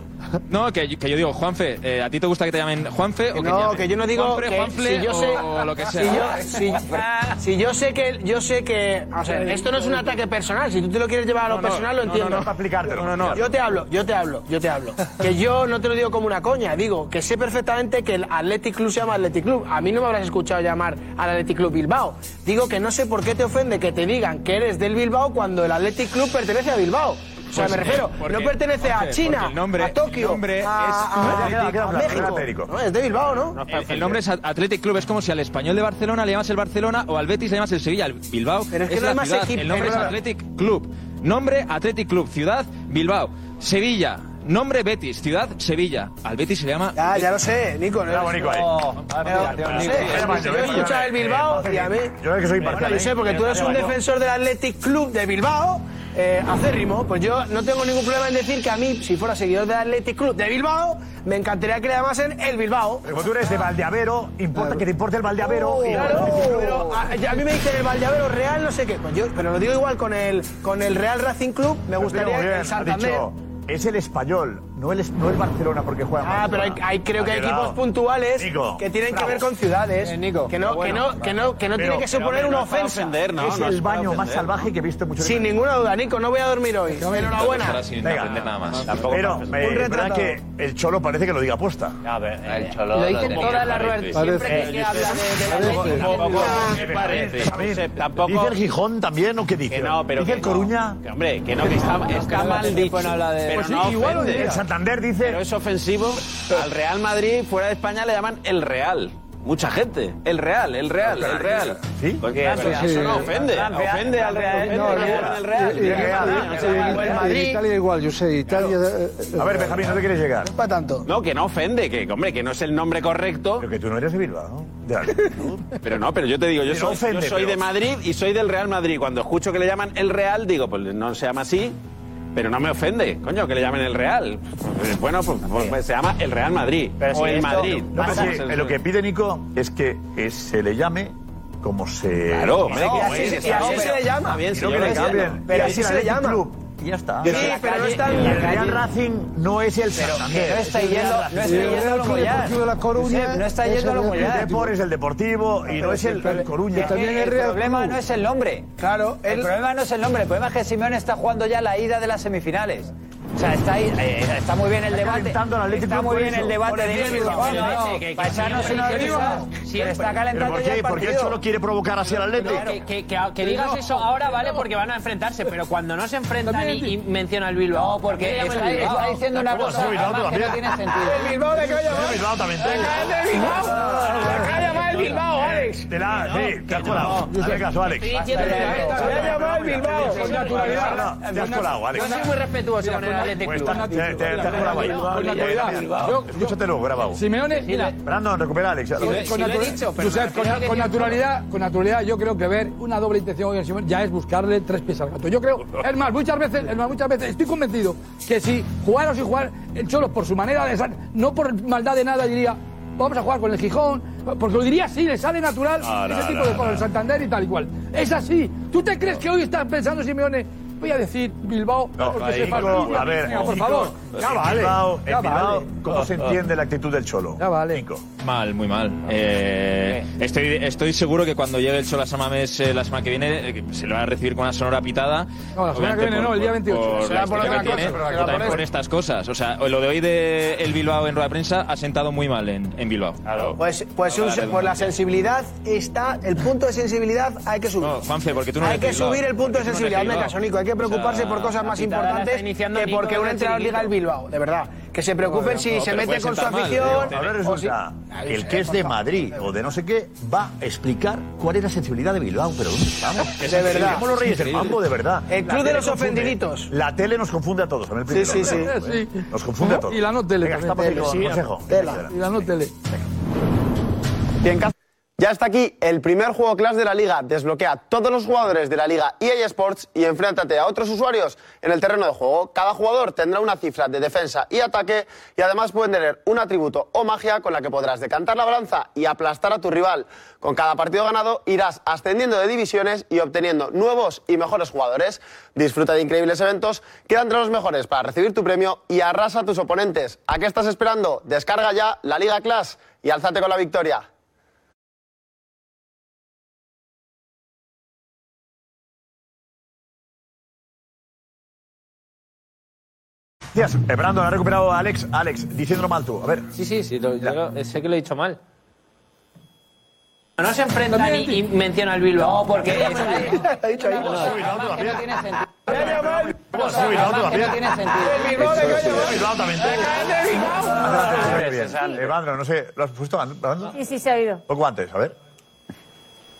[SPEAKER 12] No, que, yo- que yo digo, Juanfe, eh, ¿a ti te gusta que te llamen Juanfe o que te
[SPEAKER 15] No,
[SPEAKER 12] llamen
[SPEAKER 15] que yo no digo
[SPEAKER 12] Juanfre,
[SPEAKER 15] que
[SPEAKER 12] Juanfle
[SPEAKER 15] si yo sé,
[SPEAKER 12] o lo que sea?
[SPEAKER 15] Si yo, si- si yo sé que yo sé que, o sea, esto no es un ataque personal. Si tú te lo quieres llevar a lo
[SPEAKER 12] No, no,
[SPEAKER 15] personal,
[SPEAKER 12] no,
[SPEAKER 15] lo
[SPEAKER 12] no,
[SPEAKER 15] entiendo.
[SPEAKER 12] no, para explicártelo. No, no, no.
[SPEAKER 15] Yo te hablo, yo te hablo, yo te hablo. Que yo no te lo digo como una coña. Digo que sé perfectamente que el Athletic Club se llama Athletic Club. A mí no me habrás escuchado llamar al Athletic Club Bilbao. Digo que no sé por qué te ofende que te digan que eres del Bilbao cuando el Athletic Club pertenece a Bilbao. O sea,
[SPEAKER 12] Pues,
[SPEAKER 15] me refiero,
[SPEAKER 12] eh, porque-
[SPEAKER 15] no pertenece a
[SPEAKER 12] porque
[SPEAKER 15] China,
[SPEAKER 12] el nombre-
[SPEAKER 15] a Tokio,
[SPEAKER 12] el nombre
[SPEAKER 15] a,
[SPEAKER 12] es-
[SPEAKER 15] a-
[SPEAKER 12] Queda- queda-
[SPEAKER 15] a
[SPEAKER 12] queda- queda
[SPEAKER 15] México.
[SPEAKER 12] Atlético.
[SPEAKER 15] No, es de Bilbao, ¿no?
[SPEAKER 12] El, el nombre es Athletic Club, es como si al español de Barcelona le llamas el Barcelona o al Betis le llamas el Sevilla, el Bilbao.
[SPEAKER 15] Pero es que no
[SPEAKER 12] la
[SPEAKER 15] hay más
[SPEAKER 12] ciudad,
[SPEAKER 15] equipo-
[SPEAKER 12] El nombre es
[SPEAKER 15] pero-
[SPEAKER 12] Athletic Club. Nombre Athletic Club, ciudad Bilbao, Sevilla. Nombre Betis, ciudad Sevilla. Al Betis se le llama.
[SPEAKER 15] Ya, ya lo sé, Nico. No,
[SPEAKER 12] Bravo, Nico, ahí.
[SPEAKER 15] No, pero-
[SPEAKER 12] Bravo,
[SPEAKER 15] no
[SPEAKER 12] Nico.
[SPEAKER 15] sé, yo he escuchado el Bilbao y a mí...
[SPEAKER 14] Yo creo que soy
[SPEAKER 15] Bueno,
[SPEAKER 14] imparcial.
[SPEAKER 15] yo sé, porque tú eres un defensor del Athletic Club de Bilbao, eh, acérrimo, pues yo no tengo ningún problema en decir que a mí, si fuera seguidor del Athletic Club de Bilbao, me encantaría que le llamasen el Bilbao. Oh,
[SPEAKER 14] Como tú eres de Valdeavero, importa que te importe el Valdeavero. y-
[SPEAKER 15] Claro, pero a, a mí me dicen el Valdeavero Real, no sé qué. Pues yo, pero lo digo igual con el, con el Real Racing Club, me
[SPEAKER 14] Lo explico
[SPEAKER 15] gustaría
[SPEAKER 14] muy
[SPEAKER 15] que
[SPEAKER 14] bien,
[SPEAKER 15] el
[SPEAKER 14] ha
[SPEAKER 15] Santander...
[SPEAKER 14] dicho, es el español, no el, es- no el Barcelona porque juega en
[SPEAKER 15] Ah, pero hay,
[SPEAKER 14] Barcelona.
[SPEAKER 15] hay- creo que
[SPEAKER 14] Ha
[SPEAKER 15] hay
[SPEAKER 14] quedado.
[SPEAKER 15] equipos puntuales
[SPEAKER 14] Nico,
[SPEAKER 15] que tienen
[SPEAKER 14] bravo.
[SPEAKER 15] que ver con ciudades.
[SPEAKER 26] Eh,
[SPEAKER 15] que
[SPEAKER 14] bueno,
[SPEAKER 15] no, que no, que no, que
[SPEAKER 14] Pero-
[SPEAKER 15] no tiene que
[SPEAKER 14] pero hombre,
[SPEAKER 15] suponer una
[SPEAKER 14] no es para
[SPEAKER 15] ofensa.
[SPEAKER 14] ofender, no, Es no el es para baño más ofender. salvaje que he visto en mucho
[SPEAKER 15] Sin ninguna duda, Nico, no voy a dormir hoy. Enhorabuena.
[SPEAKER 12] Estará sin
[SPEAKER 14] Venga.
[SPEAKER 12] aprender nada más.
[SPEAKER 14] Pero eh,
[SPEAKER 15] Un
[SPEAKER 14] verdad
[SPEAKER 15] retratado.
[SPEAKER 14] que el Cholo parece que lo diga aposta. A ver, el Cholo
[SPEAKER 2] Lo dice lo tenía. toda la rueda, siempre que se habla
[SPEAKER 14] Tampoco... ¿Dice el Gijón también o qué dice?
[SPEAKER 2] no, pero
[SPEAKER 14] ¿Dice
[SPEAKER 2] que
[SPEAKER 14] el
[SPEAKER 2] no.
[SPEAKER 14] Coruña?
[SPEAKER 2] Que, hombre, que no, que está, está mal dicho. Pero
[SPEAKER 14] Pues sí,
[SPEAKER 2] no
[SPEAKER 14] igual lo
[SPEAKER 2] ofende.
[SPEAKER 14] diría. El Santander dice...
[SPEAKER 2] Pero es ofensivo. Al Real Madrid, fuera de España, le llaman el Real. Mucha gente. El Real, el Real, el Real.
[SPEAKER 14] ¿Sí?
[SPEAKER 2] Porque Claro, eso- sí. eso no ofende. Francia, ofende al Real. Francia, ofende no, al Real. Real, Real.
[SPEAKER 9] Y- y-
[SPEAKER 2] Real, Real.
[SPEAKER 9] y- y- Italia igual, yo sé, Italia... eh, eh,
[SPEAKER 14] quieres llegar?
[SPEAKER 15] No es para tanto.
[SPEAKER 2] No, que no ofende, que hombre, que no es el nombre correcto. Pero
[SPEAKER 14] que tú no eres de Bilbao.
[SPEAKER 2] Pero no, pero yo te digo, yo
[SPEAKER 14] Pero
[SPEAKER 2] soy,
[SPEAKER 14] ofende,
[SPEAKER 2] yo soy
[SPEAKER 14] pero-
[SPEAKER 2] de Madrid y soy del Real Madrid. Cuando escucho que le llaman el Real, digo, pues no se llama así, pero no me ofende, coño, que le llamen el Real. Pues, Bueno, pues, pues, pues, se llama el Real Madrid. o el Madrid.
[SPEAKER 14] No, pero sí, eh, lo que pide Nico es que eh, se le llame como se...
[SPEAKER 2] Claro, hombre,
[SPEAKER 14] No,
[SPEAKER 2] que
[SPEAKER 14] hombre,
[SPEAKER 2] sí,
[SPEAKER 14] que
[SPEAKER 2] sí,
[SPEAKER 14] está-
[SPEAKER 2] así
[SPEAKER 14] no,
[SPEAKER 2] se
[SPEAKER 14] pero-
[SPEAKER 2] le llama. Bien,
[SPEAKER 14] y no
[SPEAKER 2] sí,
[SPEAKER 14] que
[SPEAKER 2] yo
[SPEAKER 14] le
[SPEAKER 2] lo
[SPEAKER 14] cambien.
[SPEAKER 2] entiendo.
[SPEAKER 14] Y
[SPEAKER 2] Pero así
[SPEAKER 14] así
[SPEAKER 2] se
[SPEAKER 14] se le
[SPEAKER 2] llama.
[SPEAKER 14] llama. Y ya está.
[SPEAKER 2] Sí, pero no está-
[SPEAKER 14] Y el Real
[SPEAKER 2] Pero-
[SPEAKER 14] Racing no es el
[SPEAKER 2] Pero que
[SPEAKER 14] Santander.
[SPEAKER 2] no está
[SPEAKER 14] Es el
[SPEAKER 2] yendo-
[SPEAKER 14] Real
[SPEAKER 2] no está
[SPEAKER 14] Racing.
[SPEAKER 2] yendo a lo Mollar.
[SPEAKER 9] Deportivo de la Coruña,
[SPEAKER 14] Josep,
[SPEAKER 9] es el Real
[SPEAKER 14] El
[SPEAKER 9] Deportivo.
[SPEAKER 14] Depor es el Deportivo y no es el, el Coruña.
[SPEAKER 5] el problema no es el nombre. Claro, el problema no es el nombre. El problema es que Simeone está jugando ya la ida de las semifinales. O sea, está, ahí, eh, está muy bien el
[SPEAKER 14] Está
[SPEAKER 5] debate.
[SPEAKER 14] calentando al Atlético
[SPEAKER 5] Está muy
[SPEAKER 14] por
[SPEAKER 5] bien
[SPEAKER 14] eso.
[SPEAKER 5] el
[SPEAKER 14] Por
[SPEAKER 5] debate
[SPEAKER 14] el
[SPEAKER 5] de
[SPEAKER 14] bien,
[SPEAKER 5] Bilbao,
[SPEAKER 14] Bilbao.
[SPEAKER 5] ¿no?
[SPEAKER 14] Sí, que-
[SPEAKER 5] Para
[SPEAKER 14] que
[SPEAKER 5] echarnos
[SPEAKER 14] siempre
[SPEAKER 5] una
[SPEAKER 14] hay que
[SPEAKER 5] risa.
[SPEAKER 14] ser.
[SPEAKER 5] Pero está calentando
[SPEAKER 14] ¿Pero por
[SPEAKER 5] ya
[SPEAKER 14] qué?
[SPEAKER 5] el
[SPEAKER 14] ¿Por qué
[SPEAKER 5] partido.
[SPEAKER 14] el Cholo quiere provocar así al Atlético?
[SPEAKER 16] Que, que- que- que digas eso ahora, ¿vale? Porque van a enfrentarse, pero cuando no se enfrentan y, y mencionan al Bilbao. No,
[SPEAKER 5] porque está- está diciendo una cosa, además, que no tiene sentido.
[SPEAKER 15] El Bilbao de Calle
[SPEAKER 14] El Bilbao también tengo.
[SPEAKER 15] El Bilbao. Te acaba de llamar el Bilbao, Alex.
[SPEAKER 14] Te la... Sí, te has colado. Hazle caso, Alex.
[SPEAKER 16] Estoy diciendo
[SPEAKER 14] Hazle
[SPEAKER 16] que-
[SPEAKER 14] caso.
[SPEAKER 16] Te ha llamado el Bilbao,
[SPEAKER 14] Mira,
[SPEAKER 16] con
[SPEAKER 14] mira,
[SPEAKER 16] naturalidad.
[SPEAKER 14] mira, mira, Te has colado, Alex.
[SPEAKER 16] Yo soy muy respetuoso con el Athletic
[SPEAKER 14] Pues
[SPEAKER 16] Club.
[SPEAKER 14] está- te- te- te has colado ahí.
[SPEAKER 16] Con naturalidad.
[SPEAKER 14] Yo- Escúchate luego, grabado.
[SPEAKER 13] Simeone, mira.
[SPEAKER 14] Brandon, recupera a Alex.
[SPEAKER 13] Con- con natu- Josep, con, con naturalidad, con naturalidad, yo creo que ver una doble intención hoy en Simeone ya es buscarle tres pies al gato. Yo creo, es más, muchas veces, es más, muchas veces, estoy convencido que si jugara o si jugar el Cholo por su manera de sal- no por maldad de nada, diría, vamos a jugar con el Gijón, porque lo diría así, le sale natural
[SPEAKER 14] No, no,
[SPEAKER 13] ese tipo
[SPEAKER 14] no,
[SPEAKER 13] de cosas,
[SPEAKER 14] no.
[SPEAKER 13] el Santander y tal y cual. Es así. ¿Tú te crees que hoy estás pensando, Simeone, voy a decir Bilbao,
[SPEAKER 14] No,
[SPEAKER 13] porque se
[SPEAKER 14] Nico,
[SPEAKER 13] fastidia?
[SPEAKER 14] a ver,
[SPEAKER 13] Venga, por
[SPEAKER 14] Nico,
[SPEAKER 13] favor.
[SPEAKER 14] En
[SPEAKER 9] Ya vale.
[SPEAKER 14] Bilbao, en
[SPEAKER 9] Ya
[SPEAKER 14] Bilbao,
[SPEAKER 9] vale.
[SPEAKER 14] ¿Cómo se entiende la actitud del Cholo? Ya vale. Nico.
[SPEAKER 12] Mal, muy mal. Eh, estoy, estoy seguro que cuando llegue el Sol a San Mamés eh, la semana que viene eh, se lo van a recibir con una sonora pitada.
[SPEAKER 13] No, la semana
[SPEAKER 12] Obviamente
[SPEAKER 13] que viene
[SPEAKER 12] por-
[SPEAKER 13] no, el día
[SPEAKER 12] por-
[SPEAKER 13] 28.
[SPEAKER 12] por
[SPEAKER 13] Será
[SPEAKER 12] la
[SPEAKER 13] por
[SPEAKER 12] historia
[SPEAKER 13] otra
[SPEAKER 12] que
[SPEAKER 13] cosa, pero
[SPEAKER 12] tiene,
[SPEAKER 13] será
[SPEAKER 12] pero también
[SPEAKER 13] por
[SPEAKER 12] por estas cosas. O sea, lo de hoy de el Bilbao en rueda de prensa ha sentado muy mal en, en Bilbao.
[SPEAKER 26] Pues, pues, un- pues la sensibilidad está, el punto de sensibilidad hay que subir.
[SPEAKER 12] Juanfe, porque tú no
[SPEAKER 26] hay
[SPEAKER 12] eres
[SPEAKER 26] que
[SPEAKER 12] Bilbao,
[SPEAKER 26] subir el punto
[SPEAKER 12] porque
[SPEAKER 26] de
[SPEAKER 12] tú no eres
[SPEAKER 26] sensibilidad. Hazme
[SPEAKER 12] Bilbao.
[SPEAKER 26] caso, Nico. Hay
[SPEAKER 12] O
[SPEAKER 26] que
[SPEAKER 12] sea,
[SPEAKER 26] preocuparse por cosas más
[SPEAKER 12] la pitada la
[SPEAKER 26] importantes
[SPEAKER 12] está iniciando
[SPEAKER 26] que
[SPEAKER 12] Nico
[SPEAKER 26] porque
[SPEAKER 12] desde
[SPEAKER 26] un
[SPEAKER 12] el
[SPEAKER 26] entrenador diga el
[SPEAKER 12] chiringuito.
[SPEAKER 26] Bilbao, de verdad. Que se
[SPEAKER 14] No,
[SPEAKER 26] preocupen
[SPEAKER 14] no,
[SPEAKER 26] si
[SPEAKER 14] no,
[SPEAKER 26] se
[SPEAKER 14] pero
[SPEAKER 26] mete
[SPEAKER 14] puede
[SPEAKER 26] con su
[SPEAKER 14] sentar mal.
[SPEAKER 26] afición.
[SPEAKER 14] Ahora
[SPEAKER 26] o si-
[SPEAKER 14] ¿eh? resulta que Pues el que es de Madrid o de no sé qué va a explicar cuál es la sensibilidad de Bilbao. Pero ¿dónde estamos?
[SPEAKER 26] De verdad.
[SPEAKER 14] Somos los reyes del mambo, de verdad.
[SPEAKER 26] El
[SPEAKER 14] La
[SPEAKER 26] club de
[SPEAKER 14] tele
[SPEAKER 26] los
[SPEAKER 14] confunde.
[SPEAKER 26] ofendiditos.
[SPEAKER 14] La tele nos confunde a todos. en el
[SPEAKER 26] Sí,
[SPEAKER 14] primer
[SPEAKER 26] sí, sí.
[SPEAKER 14] lugar. Nos confunde a todos.
[SPEAKER 13] Y la no tele.
[SPEAKER 14] Venga,
[SPEAKER 13] también.
[SPEAKER 14] estamos aquí con
[SPEAKER 13] Tele, sí,
[SPEAKER 14] consejo.
[SPEAKER 13] Tela. Y la no tele.
[SPEAKER 26] Bien, Cas- Ya está aquí el primer juego class de la liga. Desbloquea a todos los jugadores de la liga EA Sports y enfréntate a otros usuarios en el terreno de juego. Cada jugador tendrá una cifra de defensa y ataque y además pueden tener un atributo o magia con la que podrás decantar la balanza y aplastar a tu rival. Con cada partido ganado irás ascendiendo de divisiones y obteniendo nuevos y mejores jugadores. Disfruta de increíbles eventos, queda entre los mejores para recibir tu premio y arrasa a tus oponentes. ¿A qué estás esperando? Descarga ya la Liga Class y alzate con la victoria.
[SPEAKER 14] Gracias. Eh, Brandon, ha recuperado a Alex. Alex, diciéndolo mal tú. A ver.
[SPEAKER 24] Sí, sí, sí, lo- yo lo- sé que lo he dicho mal. No se enfrentan y, y menciona al Bilbao. No, porque...
[SPEAKER 14] Pues Muy bien. Eh, Brandon, no sé, ¿lo has puesto, Brandon?
[SPEAKER 1] Sí, sí, se ha oído.
[SPEAKER 14] Poco antes, a ver.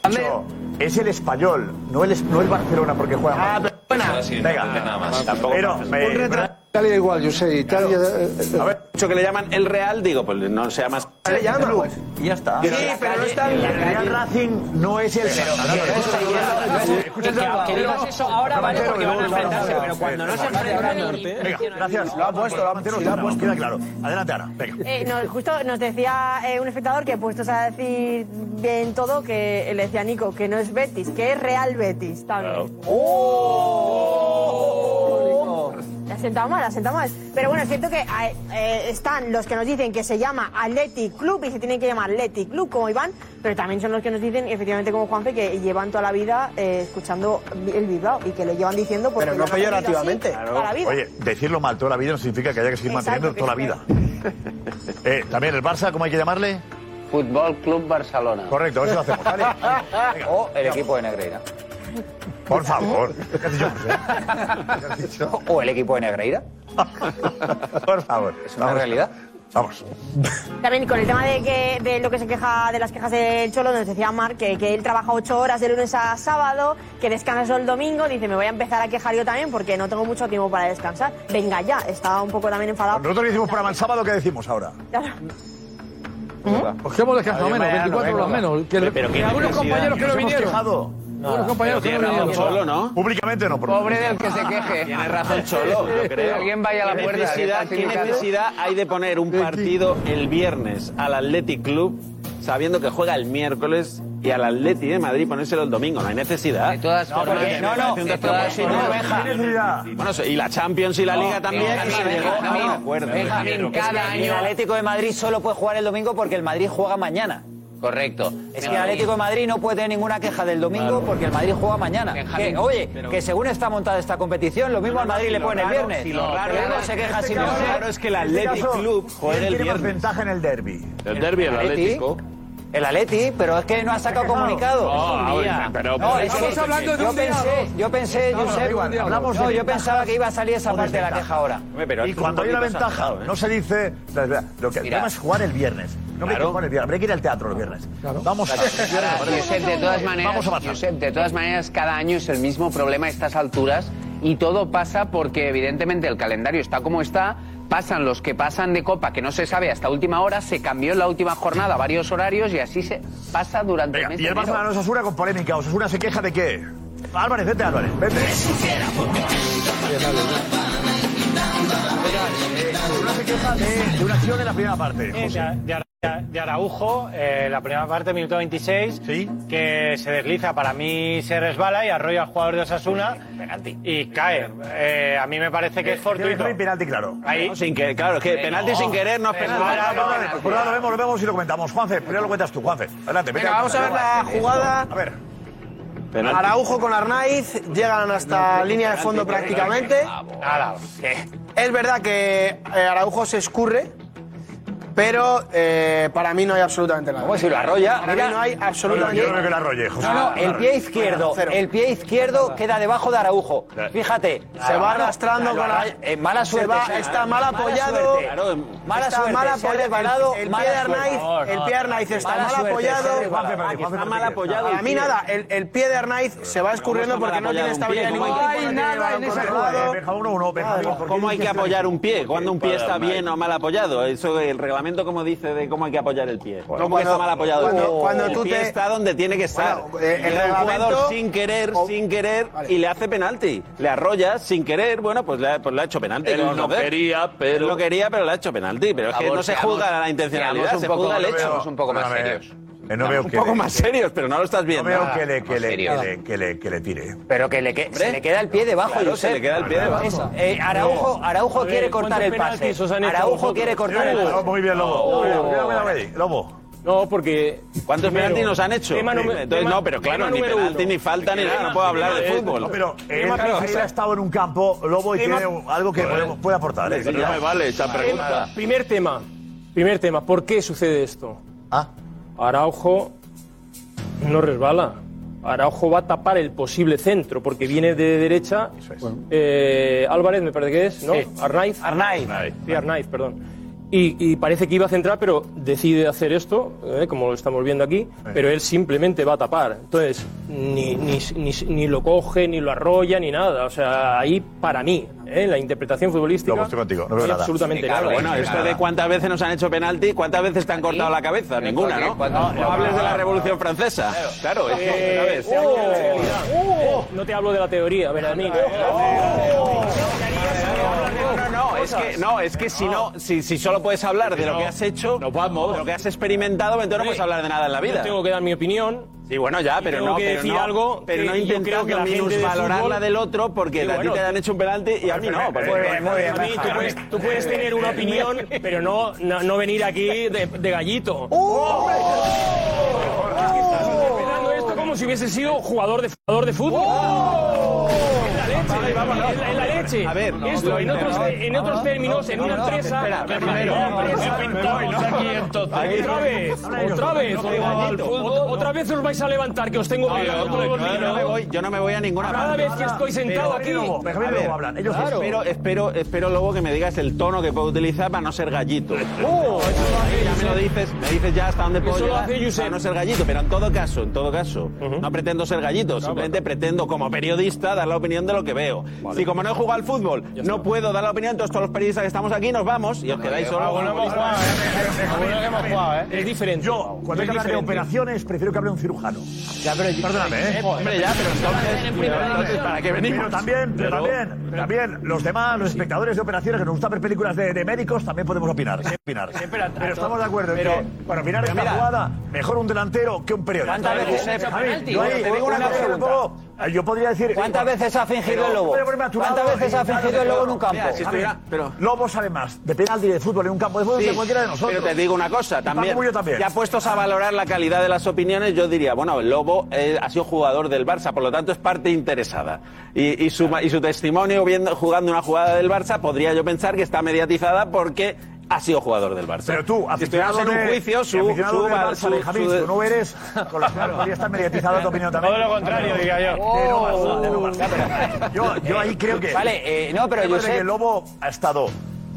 [SPEAKER 14] Dicho, es el español, no el, es- no el Barcelona porque juega Ah, pero buena. Venga, nada más. Pero, me-
[SPEAKER 9] Italia igual, yo sé, Italia... eh,
[SPEAKER 2] A ver, mucho que le llaman el Real, digo, pues no se llama.
[SPEAKER 9] Se le llama,
[SPEAKER 2] Club. Y ya está.
[SPEAKER 9] Sí, pero no está
[SPEAKER 14] el Real Racing no es el
[SPEAKER 24] Que, que digas eso ahora vale porque van a enfrentarse, pero cuando no se enfrentan... y-
[SPEAKER 14] Venga, gracias. Lo ha puesto, lo ha puesto. Queda claro. Adelante, Ana. Venga.
[SPEAKER 1] Eh, no, justo nos decía eh, un espectador que puestos a decir bien todo, que le decía a Nico que no es Betis, que es Real Betis también. ¡Oh! La ha sentado mal, la ha sentado mal. Pero bueno, es cierto que eh, eh, están los que nos dicen que se llama Athletic Club y se tienen que llamar Athletic Club como Iván, pero también son los que nos dicen, efectivamente como Juanfe, que llevan toda la vida eh, escuchando el Bilbao y que lo llevan diciendo porque
[SPEAKER 26] Pero no
[SPEAKER 1] lo han aprendido así
[SPEAKER 26] peyorativamente.
[SPEAKER 1] Toda la vida.
[SPEAKER 14] Oye, decirlo mal toda la vida no significa que haya que seguir
[SPEAKER 1] Exacto,
[SPEAKER 14] manteniendo toda la vida. Eh, también el Barça, ¿cómo hay que llamarle?
[SPEAKER 6] Fútbol Club Barcelona. Oh,
[SPEAKER 14] Correcto, eso lo hacemos. Vale.
[SPEAKER 6] O el equipo de Negreira.
[SPEAKER 14] Por favor.
[SPEAKER 6] O el equipo de Negreira.
[SPEAKER 14] Por favor.
[SPEAKER 6] Es una realidad.
[SPEAKER 14] Vamos.
[SPEAKER 1] También con el tema de, que, de lo que se queja de las quejas del Cholo, nos decía Marc que, que él trabaja ocho horas de lunes a sábado, que descansa solo el domingo. Dice, me voy a empezar a quejar yo también porque no tengo mucho tiempo para descansar. Venga ya, estaba un poco también enfadado.
[SPEAKER 14] Nosotros que hicimos programa el sábado, ¿qué decimos ahora?
[SPEAKER 13] Pues que hemos descansado menos, 24 horas menos. Que el- que algunos compañeros que no vinieron. Algunos compañeros que no vinieron.
[SPEAKER 14] ¿no? Públicamente no, por lo
[SPEAKER 26] Pobre del
[SPEAKER 14] menos.
[SPEAKER 26] que se queje.
[SPEAKER 2] Tiene razón Cholo, yo creo.
[SPEAKER 26] Alguien vaya a la
[SPEAKER 2] ¿Qué
[SPEAKER 26] puerta,
[SPEAKER 2] necesidad-
[SPEAKER 26] está
[SPEAKER 2] ¿Qué
[SPEAKER 26] criticando.
[SPEAKER 2] necesidad hay de poner un partido el viernes al Athletic Club sabiendo que juega el miércoles y al Atleti de Madrid ponérselo el domingo? No hay necesidad.
[SPEAKER 6] todas
[SPEAKER 2] no,
[SPEAKER 6] formas-
[SPEAKER 2] porque-
[SPEAKER 6] no,
[SPEAKER 2] no,
[SPEAKER 6] no,
[SPEAKER 2] no,
[SPEAKER 6] de todas formas-
[SPEAKER 2] Bueno, y la Champions y la Liga también.
[SPEAKER 6] Benjamín,
[SPEAKER 2] y se llegó-
[SPEAKER 6] Benjamín,
[SPEAKER 2] no, no, de acuerdo.
[SPEAKER 6] Benjamín, cada año. El Atlético de Madrid solo puede jugar el domingo porque el Madrid juega mañana. Correcto. Es que el Atlético de Madrid no puede tener ninguna queja del domingo porque el Madrid juega mañana.
[SPEAKER 23] Benjamín,
[SPEAKER 6] Que, oye,
[SPEAKER 23] pero-
[SPEAKER 6] que según está montada esta competición, lo mismo al Madrid le ponen el viernes.
[SPEAKER 2] lo raro,
[SPEAKER 6] Pero luego se queja
[SPEAKER 2] si
[SPEAKER 6] si
[SPEAKER 2] lo
[SPEAKER 6] no.
[SPEAKER 2] raro es que el
[SPEAKER 6] En este
[SPEAKER 2] Athletic
[SPEAKER 6] caso,
[SPEAKER 2] Club juega el
[SPEAKER 6] tiene más
[SPEAKER 2] viernes.
[SPEAKER 14] Ventaja en el derby.
[SPEAKER 2] El derbi, el
[SPEAKER 6] Atleti.
[SPEAKER 2] Atlético.
[SPEAKER 6] El Atleti, pero es que no ha sacado
[SPEAKER 2] quejado?
[SPEAKER 6] comunicado.
[SPEAKER 2] No,
[SPEAKER 6] Es un día.
[SPEAKER 2] ahora, pero-
[SPEAKER 6] No,
[SPEAKER 2] pero-
[SPEAKER 6] es que
[SPEAKER 2] Estamos hablando de
[SPEAKER 6] yo
[SPEAKER 2] un día,
[SPEAKER 6] pensé, yo pensé,
[SPEAKER 2] No, no,
[SPEAKER 6] Josep,
[SPEAKER 2] da igual,
[SPEAKER 6] no,
[SPEAKER 2] hablamos de
[SPEAKER 6] yo
[SPEAKER 2] ventajas
[SPEAKER 6] pensaba que iba a salir esa parte de la queja ahora.
[SPEAKER 14] y cuando hay una ventaja,
[SPEAKER 2] ¿eh?
[SPEAKER 14] no se dice. la verdad, Lo que el
[SPEAKER 6] Mira.
[SPEAKER 14] tema es jugar el viernes. No me hay que jugar el viernes, habría que ir al teatro el viernes. Vamos a.
[SPEAKER 6] Ahora, Josep, de todas maneras,
[SPEAKER 14] Vamos a avanzar.
[SPEAKER 6] Josep, de todas maneras, cada año es el mismo problema a estas alturas y todo pasa porque evidentemente el calendario está como está. Pasan los que pasan de copa, que no se sabe hasta última hora, se cambió en la última jornada varios horarios y así se pasa durante el mes
[SPEAKER 14] Y el
[SPEAKER 6] de enero.
[SPEAKER 14] Barcelona no Osasuna con polémica. Osasuna se queja de qué. Álvarez, vete, Álvarez, vete. Osasuna se queja de, de una acción en la primera parte. José.
[SPEAKER 29] Eh, de Araujo, eh, la primera parte, minuto 26, que se desliza, para mí se resbala y arrolla al jugador de Osasuna y cae. Eh, a mí me parece que es fortuito.
[SPEAKER 14] Hay penalti, claro.
[SPEAKER 29] Ahí.
[SPEAKER 2] No, sin que, claro, es que penalti sin querer no es penalti.
[SPEAKER 14] Pues nada, lo vemos, lo vemos y lo comentamos. Juanfe, primero lo cuentas tú, Juanfe. Adelante, vete
[SPEAKER 15] Venga,
[SPEAKER 14] al-
[SPEAKER 15] vamos a ver la jugada.
[SPEAKER 14] A ver. Penalti.
[SPEAKER 15] Araujo con Arnaiz llegan hasta línea de fondo
[SPEAKER 14] penalti,
[SPEAKER 15] prácticamente. Es verdad que eh, Araujo se escurre, pero eh, para mí no hay absolutamente nada.
[SPEAKER 5] Pues si lo arrolla,
[SPEAKER 15] Para
[SPEAKER 5] mira.
[SPEAKER 15] mí no hay absolutamente
[SPEAKER 5] Yo no creo que lo
[SPEAKER 14] arrolle,
[SPEAKER 5] No, no, el pie izquierdo,
[SPEAKER 15] Cero.
[SPEAKER 5] el pie izquierdo queda debajo de Araujo. Fíjate,
[SPEAKER 15] Se va arrastrando con la-
[SPEAKER 5] eh, mala
[SPEAKER 15] se
[SPEAKER 5] suerte.
[SPEAKER 15] va-
[SPEAKER 5] sí.
[SPEAKER 15] está mal apoyado.
[SPEAKER 5] suerte.
[SPEAKER 15] Claro,
[SPEAKER 5] mala
[SPEAKER 15] está
[SPEAKER 5] suerte,
[SPEAKER 15] mal
[SPEAKER 5] se ha
[SPEAKER 15] apoyado.
[SPEAKER 5] resbalado,
[SPEAKER 15] El pie
[SPEAKER 5] mala
[SPEAKER 15] de Arnaiz-
[SPEAKER 5] suerte.
[SPEAKER 15] el pie de
[SPEAKER 5] Mala
[SPEAKER 15] Arnaiz está
[SPEAKER 5] suerte,
[SPEAKER 15] mal
[SPEAKER 5] se ha
[SPEAKER 15] apoyado.
[SPEAKER 5] resbalado.
[SPEAKER 15] Está mal apoyado. A mí nada, el, el pie de Arnaiz se va escurriendo porque no tiene estabilidad ninguna.
[SPEAKER 14] Benja uno, uno, Benja uno. ¿Por qué
[SPEAKER 2] ¿Cómo hay que
[SPEAKER 14] dices que-
[SPEAKER 2] apoyar un pie? Cuando un pie
[SPEAKER 14] Para
[SPEAKER 2] está
[SPEAKER 14] Arnaiz.
[SPEAKER 2] bien o mal apoyado. Eso el reglamento como dice de cómo hay que apoyar el pie. ¿Cómo que
[SPEAKER 15] cuando-
[SPEAKER 2] está mal apoyado el
[SPEAKER 24] Oh,
[SPEAKER 15] cuando-
[SPEAKER 2] pie?
[SPEAKER 15] cuando
[SPEAKER 2] el
[SPEAKER 15] tú
[SPEAKER 2] pie
[SPEAKER 15] te-
[SPEAKER 2] está donde tiene que estar.
[SPEAKER 15] Bueno, eh, el
[SPEAKER 2] Llega un
[SPEAKER 15] reglamento-
[SPEAKER 2] jugador sin querer, sin querer y le hace penalti. Le arrolla sin querer, bueno, pues le ha, pues le ha hecho penalti.
[SPEAKER 20] Él
[SPEAKER 2] ¿qué vamos a
[SPEAKER 20] no
[SPEAKER 2] hacer?
[SPEAKER 20] quería, pero-
[SPEAKER 2] Él no quería, pero le ha hecho penalti. Pero es que no se juzga la intencionalidad, se juzga el hecho.
[SPEAKER 14] Perdóname, eh, No veo
[SPEAKER 2] un
[SPEAKER 14] que
[SPEAKER 2] poco
[SPEAKER 14] le-
[SPEAKER 2] más serios, pero no lo estás
[SPEAKER 14] No
[SPEAKER 2] viendo.
[SPEAKER 14] veo
[SPEAKER 2] Nada,
[SPEAKER 14] que le, que
[SPEAKER 2] más
[SPEAKER 14] le, que
[SPEAKER 2] serios.
[SPEAKER 14] le, que le, que le tire.
[SPEAKER 5] Pero que le, que, se le queda el pie debajo,
[SPEAKER 2] Claro,
[SPEAKER 5] Josep.
[SPEAKER 2] se le queda el pie debajo.
[SPEAKER 5] Eso. Eh, Araujo, Araujo quiere cortar el pase. Araujo quiere cortar el pase.
[SPEAKER 14] Muy bien, Lobo.
[SPEAKER 5] Oh.
[SPEAKER 14] Muy bien, cuidado, cuidado ahí, Lobo.
[SPEAKER 25] No, porque.
[SPEAKER 2] ¿Cuántos
[SPEAKER 14] Primero,
[SPEAKER 2] penaltis nos han hecho?
[SPEAKER 14] tema número-
[SPEAKER 2] Sí, Entonces,
[SPEAKER 14] tema-
[SPEAKER 2] no, pero claro,
[SPEAKER 14] tema
[SPEAKER 2] ni
[SPEAKER 14] número
[SPEAKER 2] penalti,
[SPEAKER 14] uno.
[SPEAKER 2] ni falta, ni
[SPEAKER 14] Tema-
[SPEAKER 2] nada. No puedo hablar de
[SPEAKER 14] tema-
[SPEAKER 2] fútbol.
[SPEAKER 14] No, pero él
[SPEAKER 2] Tema
[SPEAKER 14] claro,
[SPEAKER 2] principal.
[SPEAKER 14] ha estado en un campo, Lobo, y
[SPEAKER 21] Tema-
[SPEAKER 14] tiene algo que puede, puede aportar. ¿eh?
[SPEAKER 21] Tema- Tema- Primer tema. Primer tema. ¿Por qué sucede esto?
[SPEAKER 14] Ah.
[SPEAKER 21] Araujo no resbala. Araujo va a tapar el posible centro porque viene de derecha.
[SPEAKER 14] Pues,
[SPEAKER 21] eh, Álvarez, me parece que es, ¿no?
[SPEAKER 25] Sí.
[SPEAKER 21] Arnaiz. Arnaiz. Sí, Arnaiz, perdón. Y, y parece que iba a centrar, pero decide hacer esto, eh, como lo estamos viendo aquí, pero él simplemente va a tapar. Entonces, ni, ni- ni- ni lo coge, ni lo arrolla, ni nada. O sea, ahí para mí, eh, la interpretación futbolística.
[SPEAKER 2] Lobo,
[SPEAKER 14] estoy contigo,
[SPEAKER 2] no veo nada.
[SPEAKER 21] Absolutamente
[SPEAKER 2] claro,
[SPEAKER 21] nada.
[SPEAKER 2] bueno, esto de cuántas veces nos han hecho penalti, cuántas veces te han cortado la cabeza, ninguna, ¿no? No, no hables de la Revolución Francesa. Claro, es
[SPEAKER 21] Eh,
[SPEAKER 2] que,
[SPEAKER 5] Eh,
[SPEAKER 2] ¿sabes?
[SPEAKER 21] oh,
[SPEAKER 5] uh,
[SPEAKER 21] No te hablo de la teoría, ver a mí.
[SPEAKER 2] No, es que, no, es que si no, si, si solo puedes hablar de lo que has hecho, de lo que has experimentado, entonces no puedes hablar de nada en la vida.
[SPEAKER 21] Yo tengo que dar mi opinión.
[SPEAKER 2] Sí, bueno, ya, pero
[SPEAKER 21] tengo
[SPEAKER 2] no,
[SPEAKER 21] que
[SPEAKER 2] pero
[SPEAKER 21] decir
[SPEAKER 2] no,
[SPEAKER 21] algo
[SPEAKER 2] pero
[SPEAKER 21] que
[SPEAKER 2] no
[SPEAKER 21] yo creo
[SPEAKER 2] intentando
[SPEAKER 21] que la gente de
[SPEAKER 2] minusvalorar
[SPEAKER 21] fútbol-
[SPEAKER 2] la del otro porque
[SPEAKER 21] Sí,
[SPEAKER 2] a
[SPEAKER 21] bueno.
[SPEAKER 2] ti te han hecho un penalti y a mí no. porque-
[SPEAKER 21] A mí tú, puedes, tú puedes tener una opinión, pero no, no, no venir aquí de, de gallito. Interpretando esto como si hubiese sido jugador de, jugador de fútbol. Uh. Es la leche, es la- es la leche. A ver, esto en otros, en otros términos, en una empresa. Otra vez, otra vez, os vais al fútbol, otra vez os vais a levantar que os tengo que
[SPEAKER 2] Yo no me voy- Yo no me voy a ninguna
[SPEAKER 21] Cada
[SPEAKER 2] parte.
[SPEAKER 21] vez que estoy sentado aquí- Benjamín
[SPEAKER 2] A
[SPEAKER 21] y Lobo
[SPEAKER 2] ver,
[SPEAKER 21] hablan, ellos dos.
[SPEAKER 2] espero, espero, espero luego que me digas el tono que puedo utilizar para no ser gallito. Ahí ya me lo dices, me dices ya hasta dónde puedo
[SPEAKER 21] Eso lo
[SPEAKER 2] llegar
[SPEAKER 21] hace Josep.
[SPEAKER 2] para no ser gallito, pero en todo caso, en todo caso, no pretendo ser gallito, simplemente pretendo como periodista dar la opinión de lo que veo. Si como no he jugado al fútbol, no puedo dar la opinión, entonces todos los periodistas que estamos aquí nos vamos y os quedáis
[SPEAKER 21] Ah,
[SPEAKER 2] solos. con los
[SPEAKER 21] Es diferente.
[SPEAKER 14] Yo, cuando hay que hablar de operaciones, prefiero que hable un cirujano. Ya, pero Perdóname, ¿eh?
[SPEAKER 2] Hombre, ya, pero entonces, entonces, ¿para qué venimos?
[SPEAKER 14] Pero también, pero también, pero también, los demás, los espectadores de operaciones que nos gusta ver películas de, de médicos, también podemos opinar. opinar. Pero estamos de acuerdo en que, para opinar esta jugada, mejor un delantero que un periodista.
[SPEAKER 5] ¿Cuántas veces se ha hecho
[SPEAKER 14] A mí,
[SPEAKER 5] penalti?
[SPEAKER 14] yo ahí,
[SPEAKER 5] Te digo una
[SPEAKER 14] una cosa,
[SPEAKER 5] pregunta.
[SPEAKER 14] Lobo, eh, Yo podría decir.
[SPEAKER 5] ¿Cuántas veces ha fingido
[SPEAKER 14] Pero
[SPEAKER 5] el Lobo?
[SPEAKER 14] no puede ponerme a tu
[SPEAKER 5] ¿Cuántas
[SPEAKER 14] lado
[SPEAKER 5] veces
[SPEAKER 14] y
[SPEAKER 5] ha
[SPEAKER 14] tal,
[SPEAKER 5] fingido el Lobo en un campo?
[SPEAKER 14] Mira, si estuviera-
[SPEAKER 5] A ver,
[SPEAKER 14] pero- Lobo sabe más de penalti y de fútbol en un campo de fútbol que
[SPEAKER 2] Sí,
[SPEAKER 14] cualquiera de nosotros.
[SPEAKER 2] Pero te digo una cosa,
[SPEAKER 14] Y Paco
[SPEAKER 2] también,
[SPEAKER 14] Bullo también.
[SPEAKER 2] Ya puestos a valorar la calidad de las opiniones, yo diría, bueno, el Lobo eh, ha sido jugador del Barça, por lo tanto es parte interesada. Y, y su, ma- y su testimonio viendo, jugando una jugada del Barça, podría yo pensar que está mediatizada porque ha sido jugador del Barça.
[SPEAKER 14] Pero tú,
[SPEAKER 2] si estuviéramos
[SPEAKER 14] aficionado
[SPEAKER 2] en un
[SPEAKER 14] de-
[SPEAKER 2] juicio, su...
[SPEAKER 14] aficionado
[SPEAKER 2] su-
[SPEAKER 14] del Barça,
[SPEAKER 2] su-
[SPEAKER 14] Benjamín,
[SPEAKER 2] su-
[SPEAKER 14] tú no eres... Con lo cual podría estar mediatizada tu opinión también.
[SPEAKER 2] Todo lo contrario, diría yo.
[SPEAKER 14] De no
[SPEAKER 29] Oh.
[SPEAKER 14] Barça, de no Barça. Yo, yo ahí creo que...
[SPEAKER 5] Vale, eh, no, pero
[SPEAKER 14] Me parece
[SPEAKER 5] Josep-
[SPEAKER 14] que el Lobo ha estado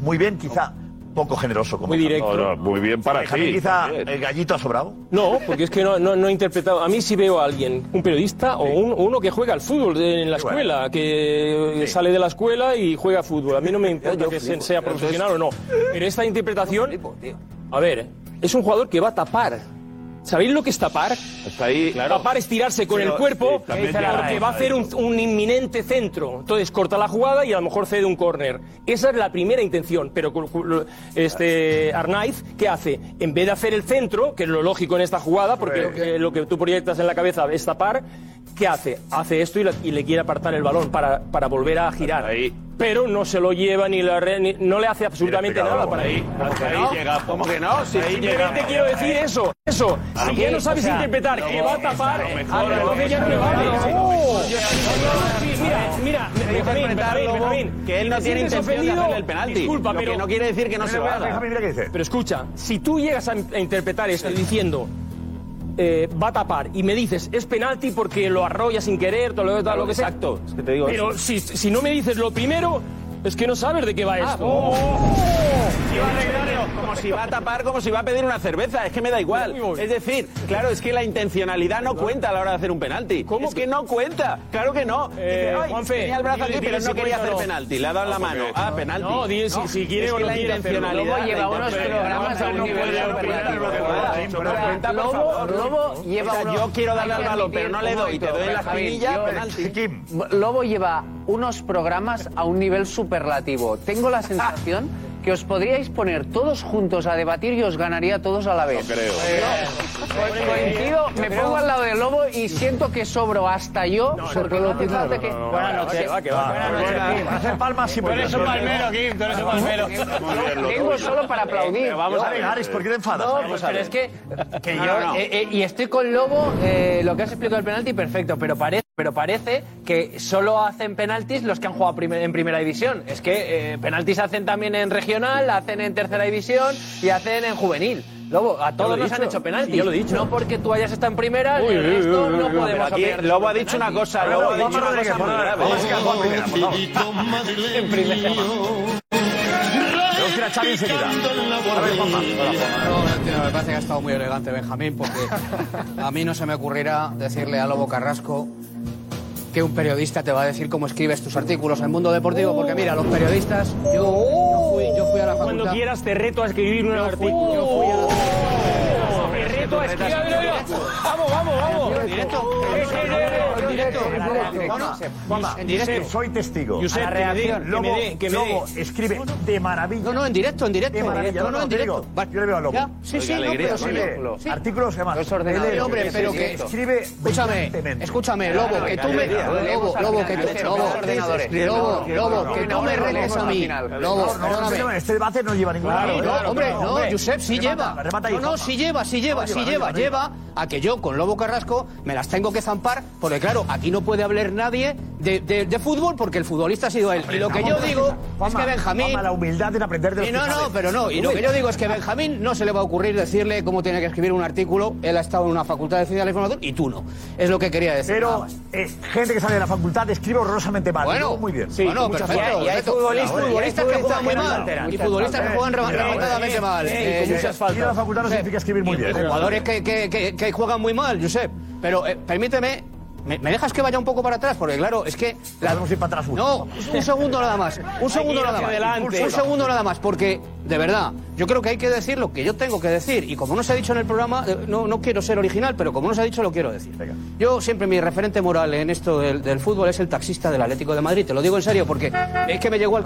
[SPEAKER 14] muy bien, quizá poco generoso. Como
[SPEAKER 21] Muy directo.
[SPEAKER 20] No, no, muy bien para
[SPEAKER 14] Benjamín,
[SPEAKER 20] ti.
[SPEAKER 14] quizá el gallito ha sobrado.
[SPEAKER 21] No, porque es que no, no, no he interpretado. A mí sí veo a alguien, un periodista o un- uno que juega al fútbol de- en la escuela, que eh, sale de la escuela y juega a fútbol. A mí no me importa que se- sea profesional o no. Pero esta interpretación, a ver, es un jugador que va a tapar. ¿Sabéis lo que es tapar? Tapar es tirarse con
[SPEAKER 12] Pero,
[SPEAKER 21] el cuerpo
[SPEAKER 12] sí, también te
[SPEAKER 21] porque
[SPEAKER 12] la-
[SPEAKER 21] va a hacer un, un inminente centro. Entonces corta la jugada y a lo mejor cede un córner. Esa es la primera intención. Pero cu- cu- este Arnaiz, ¿qué hace? En vez de hacer el centro, que es lo lógico en esta jugada, porque eh, lo que tú proyectas en la cabeza es tapar, ¿qué hace? Hace esto y, la- y le quiere apartar el balón para, para volver a girar. Pero no se lo lleva ni, la re- ni- no le hace absolutamente nada para ahí.
[SPEAKER 12] ahí llegamos.
[SPEAKER 2] ¿Cómo que no? Sí,
[SPEAKER 12] ahí
[SPEAKER 21] Simplemente
[SPEAKER 12] llegamos.
[SPEAKER 21] quiero decir eso, eso. Si
[SPEAKER 12] Aquí,
[SPEAKER 21] ya no sabes
[SPEAKER 12] o sea,
[SPEAKER 21] interpretar
[SPEAKER 12] lo
[SPEAKER 21] que va a
[SPEAKER 12] mejor,
[SPEAKER 21] tapar,
[SPEAKER 12] lo mejor,
[SPEAKER 21] ah, entonces ya no le vale.
[SPEAKER 12] lo mejor.
[SPEAKER 21] Oh. Sí, Mira, mira, Benjamín, Benjamín,
[SPEAKER 2] Lobo,
[SPEAKER 21] Benjamín,
[SPEAKER 2] que él no
[SPEAKER 21] ¿te
[SPEAKER 2] tiene
[SPEAKER 21] sientes
[SPEAKER 2] intención de
[SPEAKER 21] ofendido?
[SPEAKER 2] hacerle el penalti.
[SPEAKER 21] Disculpa,
[SPEAKER 2] Lo que
[SPEAKER 21] pero
[SPEAKER 2] no quiere decir que no se lo haga. Benjamín,
[SPEAKER 21] Pero escucha, si tú llegas a a interpretar esto diciendo eh, va a tapar y me dices es penalti porque lo arrolla sin querer, todo lo, tal, lo que sea.
[SPEAKER 2] Exacto, es que te digo
[SPEAKER 21] Pero
[SPEAKER 2] eso.
[SPEAKER 21] si, si no me dices lo primero, es que no sabes de qué
[SPEAKER 2] Ah,
[SPEAKER 21] va esto.
[SPEAKER 2] Como si va a tapar, como si va a pedir una cerveza, es que me da igual. Es decir, claro, es que la intencionalidad no cuenta a la hora de hacer un penalti. ¿Cómo? Es que no cuenta, claro que no. Dice, "Ay, tenía el brazo aquí, pero no quería hacer penalti, le ha dado la mano. Ah, penalti.
[SPEAKER 21] No, di si, si quiere
[SPEAKER 2] Es
[SPEAKER 21] o
[SPEAKER 2] que
[SPEAKER 21] no
[SPEAKER 2] la
[SPEAKER 21] quiere hacerlo.
[SPEAKER 2] intencionalidad, Lobo lleva la unos intencionalidad.
[SPEAKER 23] programas a un nivel Lobo, Lobo lleva
[SPEAKER 2] O sea,
[SPEAKER 23] unos-
[SPEAKER 2] yo quiero darle
[SPEAKER 23] hay que
[SPEAKER 2] al balón, pero no le doy, te
[SPEAKER 23] admitirlo,
[SPEAKER 2] doy en la
[SPEAKER 23] Benjamín,
[SPEAKER 2] espinilla,
[SPEAKER 23] yo-
[SPEAKER 2] penalti.
[SPEAKER 23] Lobo lleva unos programas a un nivel superlativo. Tengo la sensación que os podríais poner todos juntos a debatir y os ganaría a todos a la vez.
[SPEAKER 12] creo.
[SPEAKER 23] Pues coincido, me pongo al lado del Lobo y siento que sobro hasta yo porque no hace falta que...
[SPEAKER 12] Buenas noches.
[SPEAKER 14] Ah, Hacer palmas siempre.
[SPEAKER 23] Tú eres un palmero, Kim, tú eres un palmero. Tengo solo para aplaudir.
[SPEAKER 14] Pero vamos
[SPEAKER 23] Yo-
[SPEAKER 14] a ver, Aris, ¿por qué te enfadas?
[SPEAKER 23] No,
[SPEAKER 14] Vamos
[SPEAKER 23] pues,
[SPEAKER 14] a
[SPEAKER 23] pero
[SPEAKER 14] ver.
[SPEAKER 23] es que...
[SPEAKER 14] Que
[SPEAKER 23] No,
[SPEAKER 14] yo-
[SPEAKER 23] no, no.
[SPEAKER 24] Eh, eh, y estoy con Lobo, eh, lo que has explicado el penalti, perfecto, pero parece, pero parece que solo hacen penaltis los que han jugado primer- en primera división. Es que eh, penaltis hacen también en regional, hacen en tercera división y hacen en juvenil. Lobo, a
[SPEAKER 23] lo
[SPEAKER 24] todos
[SPEAKER 23] he
[SPEAKER 24] nos han
[SPEAKER 23] dicho,
[SPEAKER 24] hecho penaltis.
[SPEAKER 23] sí, yo lo he dicho.
[SPEAKER 24] No porque tú hayas estado en primera,
[SPEAKER 23] Uy,
[SPEAKER 24] el
[SPEAKER 23] uy,
[SPEAKER 24] resto
[SPEAKER 23] uy, uy,
[SPEAKER 24] no
[SPEAKER 23] uy,
[SPEAKER 24] podemos
[SPEAKER 2] Aquí
[SPEAKER 24] opinar.
[SPEAKER 2] Lobo ha dicho una cosa, Lobo ha dicho una cosa muy grave.
[SPEAKER 24] En primera.
[SPEAKER 14] Tenemos que ir a Xavi enseguida. A ver, Juanma.
[SPEAKER 30] No, no, tío, me parece que ha estado muy elegante Benjamín porque a mí no se me ocurrirá decirle a Lobo Carrasco que un periodista te va a decir cómo escribes tus artículos en Mundo Deportivo porque mira, los periodistas, yo, yo fui, yo fui a la facultad...
[SPEAKER 21] Cuando quieras te reto a escribir un artículo. Te reto a escribir. Vamos, vamos, vamos. En directo. En directo.
[SPEAKER 14] En directo. Soy testigo.
[SPEAKER 21] Josep,
[SPEAKER 14] A la
[SPEAKER 21] que me dé, que
[SPEAKER 14] reacción. Lobo,
[SPEAKER 21] me dé, que me
[SPEAKER 14] Lobo
[SPEAKER 21] dé.
[SPEAKER 14] escribe de maravilla. No, no, en directo, en directo. De maravilla.
[SPEAKER 30] No, no, en
[SPEAKER 14] te
[SPEAKER 30] directo.
[SPEAKER 14] digo, Yo le veo a Lobo.
[SPEAKER 30] Ya, sí, sí, no, pero sí,
[SPEAKER 14] Escribe
[SPEAKER 30] sí.
[SPEAKER 14] Artículos, además. Él
[SPEAKER 30] Sí,
[SPEAKER 14] es-
[SPEAKER 30] hombre, pero que
[SPEAKER 14] Escribe
[SPEAKER 30] escúchame, escúchame,
[SPEAKER 14] Claro,
[SPEAKER 30] lobo, que tú me
[SPEAKER 14] galería, ¿no?
[SPEAKER 30] lobo, lobo, que tú
[SPEAKER 14] Galería,
[SPEAKER 30] lobo,
[SPEAKER 14] ordenadores.
[SPEAKER 30] lobo,
[SPEAKER 14] No, no,
[SPEAKER 30] lobo,
[SPEAKER 14] no,
[SPEAKER 30] que
[SPEAKER 14] no,
[SPEAKER 30] tú me
[SPEAKER 14] no, no,
[SPEAKER 30] retes a
[SPEAKER 14] no,
[SPEAKER 30] mí,
[SPEAKER 14] no, no,
[SPEAKER 30] lobo,
[SPEAKER 14] no, no,
[SPEAKER 30] perdóname.
[SPEAKER 14] no, Este debate no lleva a ningún
[SPEAKER 30] Sí,
[SPEAKER 14] lado.
[SPEAKER 30] no, hombre, no, Josep sí lleva.
[SPEAKER 14] Remata ahí,
[SPEAKER 30] no, no,
[SPEAKER 14] Juanma. Ah,
[SPEAKER 30] sí lleva, sí lleva,
[SPEAKER 14] No,
[SPEAKER 30] sí
[SPEAKER 14] no
[SPEAKER 30] lleva,
[SPEAKER 14] no
[SPEAKER 30] lleva a que yo con Lobo Carrasco me las tengo que zampar, porque claro, aquí no puede hablar nadie de, de- de fútbol porque el futbolista ha sido él. Y lo que yo
[SPEAKER 14] Juanma,
[SPEAKER 30] digo es
[SPEAKER 14] Juanma,
[SPEAKER 30] que Benjamín.
[SPEAKER 14] Juanma, la humildad de aprender de los
[SPEAKER 30] Y no,
[SPEAKER 14] que
[SPEAKER 30] no,
[SPEAKER 14] saben.
[SPEAKER 30] pero no. Y lo que yo digo es que Benjamín no se le va a ocurrir decirle cómo tiene que escribir un artículo. Él ha estado en una facultad de ciencia de la información y tú no. Es lo que quería decir. nada
[SPEAKER 14] Pero
[SPEAKER 30] más.
[SPEAKER 14] eh, gente que sale de la facultad escribe horrorosamente mal.
[SPEAKER 30] Bueno,
[SPEAKER 14] Luego, muy bien.
[SPEAKER 30] sí, bueno,
[SPEAKER 14] Mucha
[SPEAKER 30] perfecto,
[SPEAKER 14] suerte.
[SPEAKER 30] y hay
[SPEAKER 14] Perfecto.
[SPEAKER 30] futbolistas-
[SPEAKER 14] Ahora,
[SPEAKER 30] futbolistas
[SPEAKER 14] y hay
[SPEAKER 30] que juegan muy
[SPEAKER 14] futbolistas
[SPEAKER 30] mal,
[SPEAKER 14] no alteran.
[SPEAKER 30] y futbolistas que
[SPEAKER 14] Eh,
[SPEAKER 30] juegan
[SPEAKER 14] eh,
[SPEAKER 30] rematadamente
[SPEAKER 14] eh,
[SPEAKER 30] mal,
[SPEAKER 14] eh,
[SPEAKER 30] eh,
[SPEAKER 14] y con
[SPEAKER 30] muchas
[SPEAKER 14] muchas
[SPEAKER 30] faltas.
[SPEAKER 14] faltas. Ir a la facultad no significa escribir muy bien.
[SPEAKER 30] Jugadores que, que- que- que juegan muy mal, Josep. Pero eh, permíteme, ¿me, me dejas que vaya un poco para atrás? Porque claro, es que... La...
[SPEAKER 14] Vamos a ir para atrás.
[SPEAKER 30] No, un segundo nada más. Un segundo
[SPEAKER 14] ir
[SPEAKER 30] nada
[SPEAKER 14] hacia
[SPEAKER 30] más.
[SPEAKER 14] adelante.
[SPEAKER 30] Un segundo nada más, porque de verdad, yo creo que hay que decir lo que yo tengo que decir. Y como no se ha dicho en el programa, eh, no, no quiero ser original, pero como no se ha dicho, lo quiero decir. Yo siempre mi referente moral en esto del, del fútbol es el taxista del Atlético de Madrid. Te lo digo en serio, porque es que me llegó al.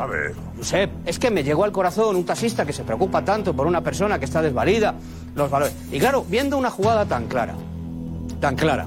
[SPEAKER 30] Josep, es que me llegó al corazón un taxista que se preocupa tanto por una persona que está desvalida, los valores. Y claro, viendo una jugada tan clara, tan clara,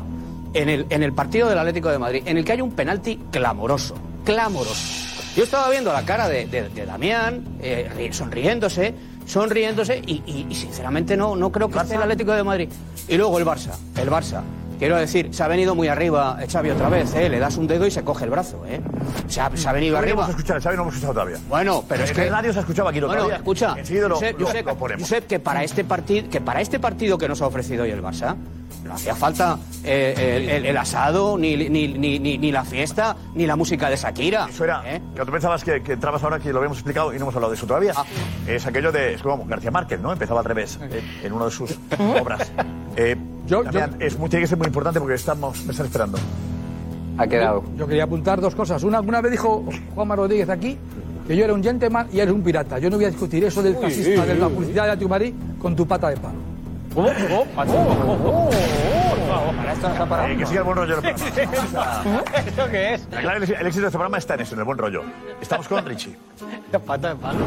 [SPEAKER 30] en el, en el partido del Atlético de Madrid, en el que hay un penalti clamoroso, clamoroso. Yo estaba viendo la cara de, de- de Damián, eh, ri- sonriéndose, sonriéndose, y, y- y sinceramente no, no creo que esté el Atlético de Madrid. Y luego el Barça, el Barça. Quiero decir, se ha venido muy arriba eh, Xavi otra vez, ¿eh? le das un dedo y se coge el brazo. ¿eh? Se, ha, se ha
[SPEAKER 14] Xavi
[SPEAKER 30] venido
[SPEAKER 14] no
[SPEAKER 30] arriba.
[SPEAKER 14] hemos escuchado, Xavi no hemos escuchado todavía.
[SPEAKER 30] Bueno, pero es
[SPEAKER 14] En
[SPEAKER 30] que
[SPEAKER 14] el radio se escuchaba aquí no
[SPEAKER 30] Bueno,
[SPEAKER 14] todavía.
[SPEAKER 30] escucha,
[SPEAKER 14] Enseguida lo-
[SPEAKER 30] Josep,
[SPEAKER 14] lo-
[SPEAKER 30] Josep,
[SPEAKER 14] lo ponemos.
[SPEAKER 30] Josep, que para este partido que para este partido que nos ha ofrecido hoy el Barça no hacía falta eh, el, el- el asado ni, ni, ni- ni- ni la fiesta ni la música de Shakira. ¿Eh?
[SPEAKER 14] Eso era. Que tú pensabas que, que entrabas ahora que lo habíamos explicado y no hemos hablado de eso todavía.
[SPEAKER 30] Ah.
[SPEAKER 14] Es aquello de. Es como García Márquez, ¿no? Empezaba al revés eh, en una de sus obras. Eh, Damián, Es muy, tiene que ser muy importante porque estamos, me están esperando.
[SPEAKER 23] Ha quedado.
[SPEAKER 13] Yo quería apuntar dos cosas. Una, una vez dijo Juanma Rodríguez aquí que yo era un gentleman y eres un pirata. Yo no voy a discutir eso del
[SPEAKER 31] Uy,
[SPEAKER 13] taxista,
[SPEAKER 31] uy,
[SPEAKER 13] de la
[SPEAKER 31] uy.
[SPEAKER 13] publicidad de Atlético de Madrid con tu pata de palo.
[SPEAKER 23] ¿Cómo?
[SPEAKER 30] Oh,
[SPEAKER 14] Eh, que siga el buen rollo del programa.
[SPEAKER 29] ¿Esto qué es?
[SPEAKER 14] La clave del el éxito de este programa está en eso, en el buen rollo. Estamos con Richie.
[SPEAKER 29] Pata de palo.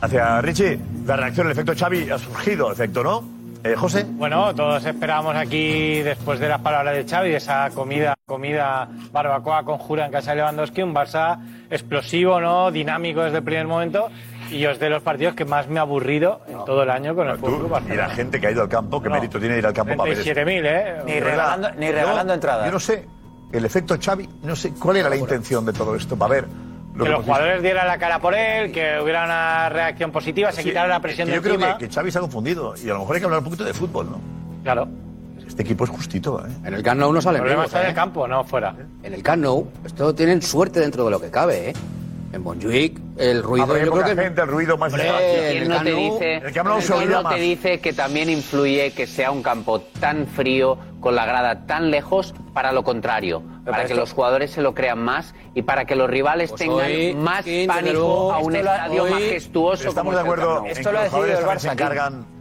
[SPEAKER 14] Hacia Richie, la reacción, el efecto Xavi ha surgido, efecto, ¿no? Eh, José.
[SPEAKER 29] Bueno, todos esperábamos aquí, después de las palabras de Xavi, de esa comida, comida barbacoa conjura en casa de Lewandowski, un Barça explosivo, ¿no? Dinámico desde el primer momento. Y es de los partidos que más me ha aburrido en todo el año con el Fútbol Club
[SPEAKER 14] Y
[SPEAKER 29] Barcelona.
[SPEAKER 14] la gente que ha ido al campo, ¿qué mérito tiene ir al campo para ver esto?
[SPEAKER 29] 37.000, ¿eh? Ni
[SPEAKER 14] De verdad.
[SPEAKER 29] regalando- ni
[SPEAKER 14] Yo-
[SPEAKER 29] regalando entradas.
[SPEAKER 14] Yo no sé, el efecto Xavi, no sé cuál era la intención de todo esto. Para ver lo
[SPEAKER 29] que
[SPEAKER 14] que
[SPEAKER 29] los
[SPEAKER 14] hemos visto.
[SPEAKER 29] jugadores dieran la cara por él, que hubiera una reacción positiva, se
[SPEAKER 14] Sí,
[SPEAKER 29] quitara la
[SPEAKER 14] es
[SPEAKER 29] presión
[SPEAKER 14] que
[SPEAKER 29] de
[SPEAKER 14] Yo creo
[SPEAKER 29] encima.
[SPEAKER 14] que, que Xavi se ha confundido y a lo mejor hay que hablar un poquito de fútbol, ¿no?
[SPEAKER 29] Claro.
[SPEAKER 14] Este equipo es justito, ¿eh?
[SPEAKER 30] En el Camp Nou no
[SPEAKER 29] El
[SPEAKER 30] salen
[SPEAKER 29] problema
[SPEAKER 30] vivos,
[SPEAKER 29] está en
[SPEAKER 30] ¿eh?
[SPEAKER 29] el campo, no fuera.
[SPEAKER 30] En el Camp Nou, esto tienen suerte dentro de lo que cabe, ¿eh? En Montjuic, el ruido...
[SPEAKER 14] Ah, pero hay
[SPEAKER 30] yo creo
[SPEAKER 14] poca
[SPEAKER 30] que...
[SPEAKER 14] gente, el ruido más...
[SPEAKER 30] Hombre, en el
[SPEAKER 23] ¿Quién no
[SPEAKER 30] Camp
[SPEAKER 23] te
[SPEAKER 30] Nou-
[SPEAKER 23] dice,
[SPEAKER 30] el Camp Nou se
[SPEAKER 23] quién
[SPEAKER 30] oía
[SPEAKER 23] no te
[SPEAKER 30] más.
[SPEAKER 23] dice que también influye que sea un campo tan frío, con la grada tan lejos, para lo contrario? Para que
[SPEAKER 30] esto-
[SPEAKER 23] los jugadores se lo crean más y para que los rivales
[SPEAKER 30] Pues
[SPEAKER 23] tengan
[SPEAKER 30] hoy,
[SPEAKER 23] más
[SPEAKER 30] King, desde
[SPEAKER 23] pánico
[SPEAKER 30] luego,
[SPEAKER 23] a un
[SPEAKER 30] esto lo ha-
[SPEAKER 23] estadio
[SPEAKER 30] hoy-
[SPEAKER 23] majestuoso.
[SPEAKER 14] Estamos
[SPEAKER 23] como
[SPEAKER 14] de
[SPEAKER 23] es el
[SPEAKER 14] acuerdo
[SPEAKER 23] Camp Nou.
[SPEAKER 14] en que los jugadores también se encargan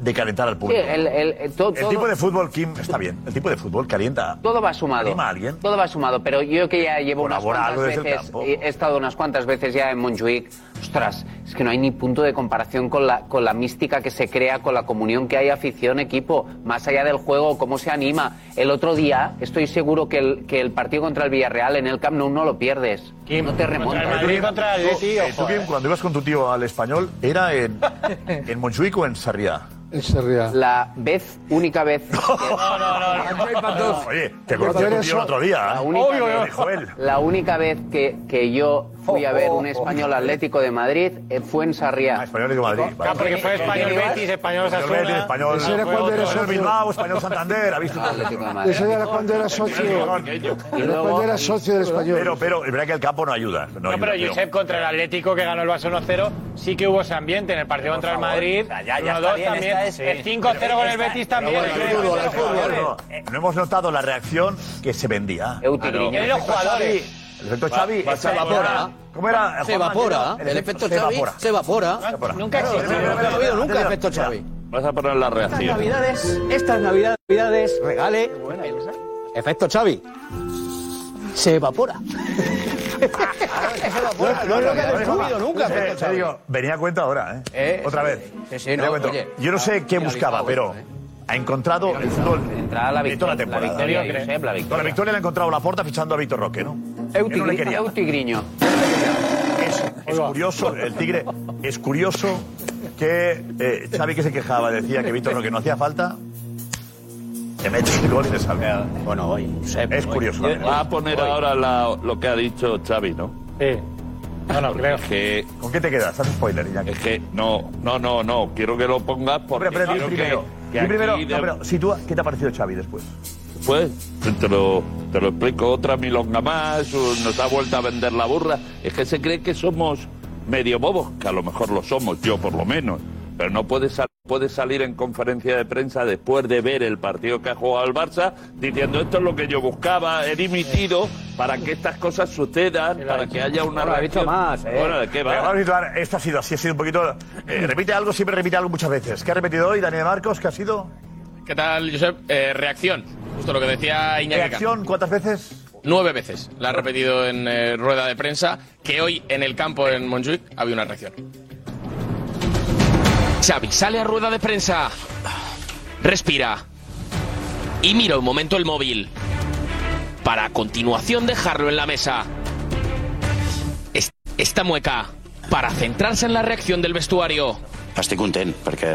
[SPEAKER 14] de calentar al público.
[SPEAKER 23] Sí, el- el- el- todo- todo-
[SPEAKER 14] tipo de fútbol, Kim, está bien. El tipo de fútbol calienta.
[SPEAKER 23] Todo va sumado.
[SPEAKER 14] Anima a alguien.
[SPEAKER 23] Todo va sumado, pero yo que ya llevo unas
[SPEAKER 14] Colabora
[SPEAKER 23] cuantas
[SPEAKER 14] algo desde el
[SPEAKER 23] veces,
[SPEAKER 14] campo.
[SPEAKER 23] he estado unas cuantas veces ya en Montjuic, ostras, es que no hay ni punto de comparación con la, con la mística que se crea, con la comunión que hay afición, equipo, más allá del juego, cómo se anima. El otro día, estoy seguro que el, que el partido contra el Villarreal en el Camp Nou no lo pierdes. no te remontas.
[SPEAKER 14] Tú, eh, tú, Kim, cuando ibas con tu tío al español, ¿era en, en Montjuic o en Sarriá?
[SPEAKER 13] En Sarriá.
[SPEAKER 23] La vez, única vez. No,
[SPEAKER 29] no, no.
[SPEAKER 14] Oye, te conocí a tu tío el otro día.
[SPEAKER 23] La
[SPEAKER 14] ¿eh?
[SPEAKER 23] única,
[SPEAKER 14] Obvio,
[SPEAKER 23] vez,
[SPEAKER 14] dijo él.
[SPEAKER 23] la única vez que, que yo fui a ver un español Atlético de Madrid eh, fue en Sarriá.
[SPEAKER 14] español de Madrid.
[SPEAKER 23] Ah, porque fue
[SPEAKER 29] Español Betis, español Osasuna.
[SPEAKER 14] Betis, español.
[SPEAKER 29] Ese era cuando era
[SPEAKER 14] español
[SPEAKER 29] socio.
[SPEAKER 14] Bilbao, español Santander, ha visto.
[SPEAKER 23] Atlético de
[SPEAKER 9] Eso era cuando era socio. Era cuando era socio del español.
[SPEAKER 14] Pero, pero, es verdad que el campo no ayuda. No,
[SPEAKER 29] No,
[SPEAKER 14] ayuda,
[SPEAKER 29] pero
[SPEAKER 14] creo.
[SPEAKER 29] Josep contra el Atlético que ganó el Barça 1-0, sí que hubo ese ambiente en el partido contra el
[SPEAKER 14] favor,
[SPEAKER 29] Madrid.
[SPEAKER 14] o sea, ya- ya
[SPEAKER 29] 1-2
[SPEAKER 14] está bien,
[SPEAKER 29] también.
[SPEAKER 14] esta es-
[SPEAKER 29] el
[SPEAKER 14] sí.
[SPEAKER 29] 5-0 con el
[SPEAKER 14] Pero
[SPEAKER 29] Betis
[SPEAKER 14] está-
[SPEAKER 29] también.
[SPEAKER 30] ¿eh?
[SPEAKER 14] pero bueno, el fútbol, el fútbol, no, no hemos notado la reacción que se
[SPEAKER 30] Ah,
[SPEAKER 14] vendía.
[SPEAKER 23] Eutiquiño.
[SPEAKER 14] El
[SPEAKER 29] Tienen los
[SPEAKER 14] efecto
[SPEAKER 29] jugadores.
[SPEAKER 14] Xavi- El efecto
[SPEAKER 30] Va-
[SPEAKER 14] Xavi
[SPEAKER 30] va-
[SPEAKER 14] es-
[SPEAKER 30] se evapora.
[SPEAKER 14] ¿Cómo era?
[SPEAKER 30] Se
[SPEAKER 14] Juanma,
[SPEAKER 30] evapora.
[SPEAKER 14] ¿qué era?
[SPEAKER 30] El efecto Xavi se evapora.
[SPEAKER 14] Nunca
[SPEAKER 30] existió. No ha habido nunca efecto Xavi.
[SPEAKER 20] Vas a poner la reacción.
[SPEAKER 30] Navidades, estas navidades, regale. Efecto Xavi. Se evapora.
[SPEAKER 14] No, no, no, no, no,
[SPEAKER 30] habido nunca,
[SPEAKER 14] no,
[SPEAKER 30] Pedro
[SPEAKER 14] eh,
[SPEAKER 30] Chávez.
[SPEAKER 14] digo, venía a cuenta ahora, ¿eh?
[SPEAKER 30] Eh,
[SPEAKER 14] Otra
[SPEAKER 30] sí,
[SPEAKER 14] vez.
[SPEAKER 30] sí, sí,
[SPEAKER 14] Venía
[SPEAKER 30] no,
[SPEAKER 14] a cuenta.
[SPEAKER 30] oye,
[SPEAKER 14] Yo no sé qué buscaba, pero ha encontrado el fútbol
[SPEAKER 23] la
[SPEAKER 14] de toda la
[SPEAKER 23] victoria,
[SPEAKER 14] temporada.
[SPEAKER 23] la victoria, Josep, la victoria.
[SPEAKER 14] No, la victoria la ha encontrado la porta fichando a Víctor Roque, ¿no?
[SPEAKER 23] Euti-
[SPEAKER 14] Que no le quería.
[SPEAKER 23] Eutigriño.
[SPEAKER 14] Es, es curioso, el Tigre, es curioso que eh, Xavi que se quejaba, decía que Víctor Roque no hacía falta. Te mete el gol y te salva. Bueno, hoy. Es curioso. ¿eh? la verdad.
[SPEAKER 20] Va a poner ahora la- lo que ha dicho Xavi, ¿no?
[SPEAKER 29] Sí. No, no, creo.
[SPEAKER 14] ¿Con qué te quedas? Haz spoiler ya.
[SPEAKER 20] Es que no, no, no, no. Quiero que lo pongas porque
[SPEAKER 14] Hombre, pero di
[SPEAKER 20] quiero
[SPEAKER 14] primero.
[SPEAKER 20] que, que
[SPEAKER 14] Di primero,
[SPEAKER 20] aquí
[SPEAKER 14] no,
[SPEAKER 20] de-
[SPEAKER 14] pero sitúa, ¿qué te ha parecido Xavi después?
[SPEAKER 20] Pues te lo, te lo explico otra milonga más, un- nos ha vuelto a vender la burra. Es que se cree que somos medio bobos, que a lo mejor lo somos, yo por lo menos. Pero no puede, sal- puede salir en conferencia de prensa después de ver el partido que ha jugado el Barça diciendo esto es lo que yo buscaba, he dimitido para que estas cosas sucedan, para que haya una reacción.
[SPEAKER 23] eh.
[SPEAKER 14] ¿eh?
[SPEAKER 20] Bueno, ¿de qué va?
[SPEAKER 14] Venga, vamos a situar. Esto ha sido así, ha sido un poquito. eh, repite algo, siempre repite algo muchas veces. ¿Qué ha repetido hoy, Daniel Marcos? ¿Qué ha sido?
[SPEAKER 1] ¿Qué tal, Josep? Eh, reacción. Justo lo que decía Iñaki. Castro.
[SPEAKER 14] ¿Reacción? ¿Cuántas veces?
[SPEAKER 1] Nueve veces. La ha repetido en eh, rueda de prensa que hoy en el campo en Montjuic había una reacción. Xavi sale a rueda de prensa. Respira. Y mira un momento el móvil. Para a continuación dejarlo en la mesa. Es- Esta mueca. Para centrarse en la reacción del vestuario.
[SPEAKER 11] Estic content perquè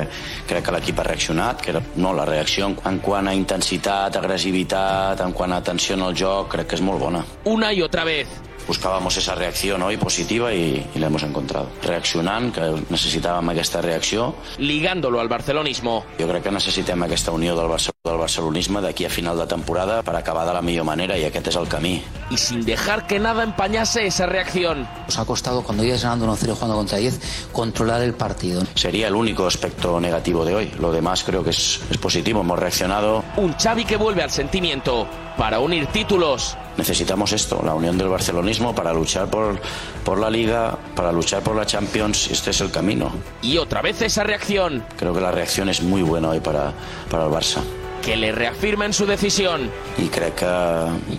[SPEAKER 11] crec que l'equip ha reaccionat, que era, no, la reacció en- en quant a intensitat, agressivitat, en quant a atenció en el joc, crec que és molt bona.
[SPEAKER 1] Una y otra vez.
[SPEAKER 11] Buscábamos esa reacció no? i positiva i, i la hemos encontrado. Reaccionant, que necessitàvem aquesta reacció.
[SPEAKER 1] Ligándolo al barcelonismo.
[SPEAKER 11] Jo crec que necessitem aquesta unió del Barcelona del barcelonisme d'aquí a final de temporada per acabar de la millor manera i aquest és el camí.
[SPEAKER 1] Y sin dejar que nada empañase esa reacción.
[SPEAKER 28] Nos ha costado, cuando ibas ganando 1-0 jugando contra 10, controlar el partido.
[SPEAKER 11] Sería el único aspecto negativo de hoy. Lo demás creo que es, es positivo. Hemos reaccionado.
[SPEAKER 1] Un Xavi que vuelve al sentimiento para unir títulos.
[SPEAKER 11] Necesitamos esto, la unión del barcelonismo para luchar por, por la Liga, para luchar por la Champions. Este es el camino.
[SPEAKER 1] Y otra vez esa reacción
[SPEAKER 11] Creo que la reacción es muy buena hoy para, para el Barça.
[SPEAKER 1] que le reafirma en su decisión.
[SPEAKER 11] I crec que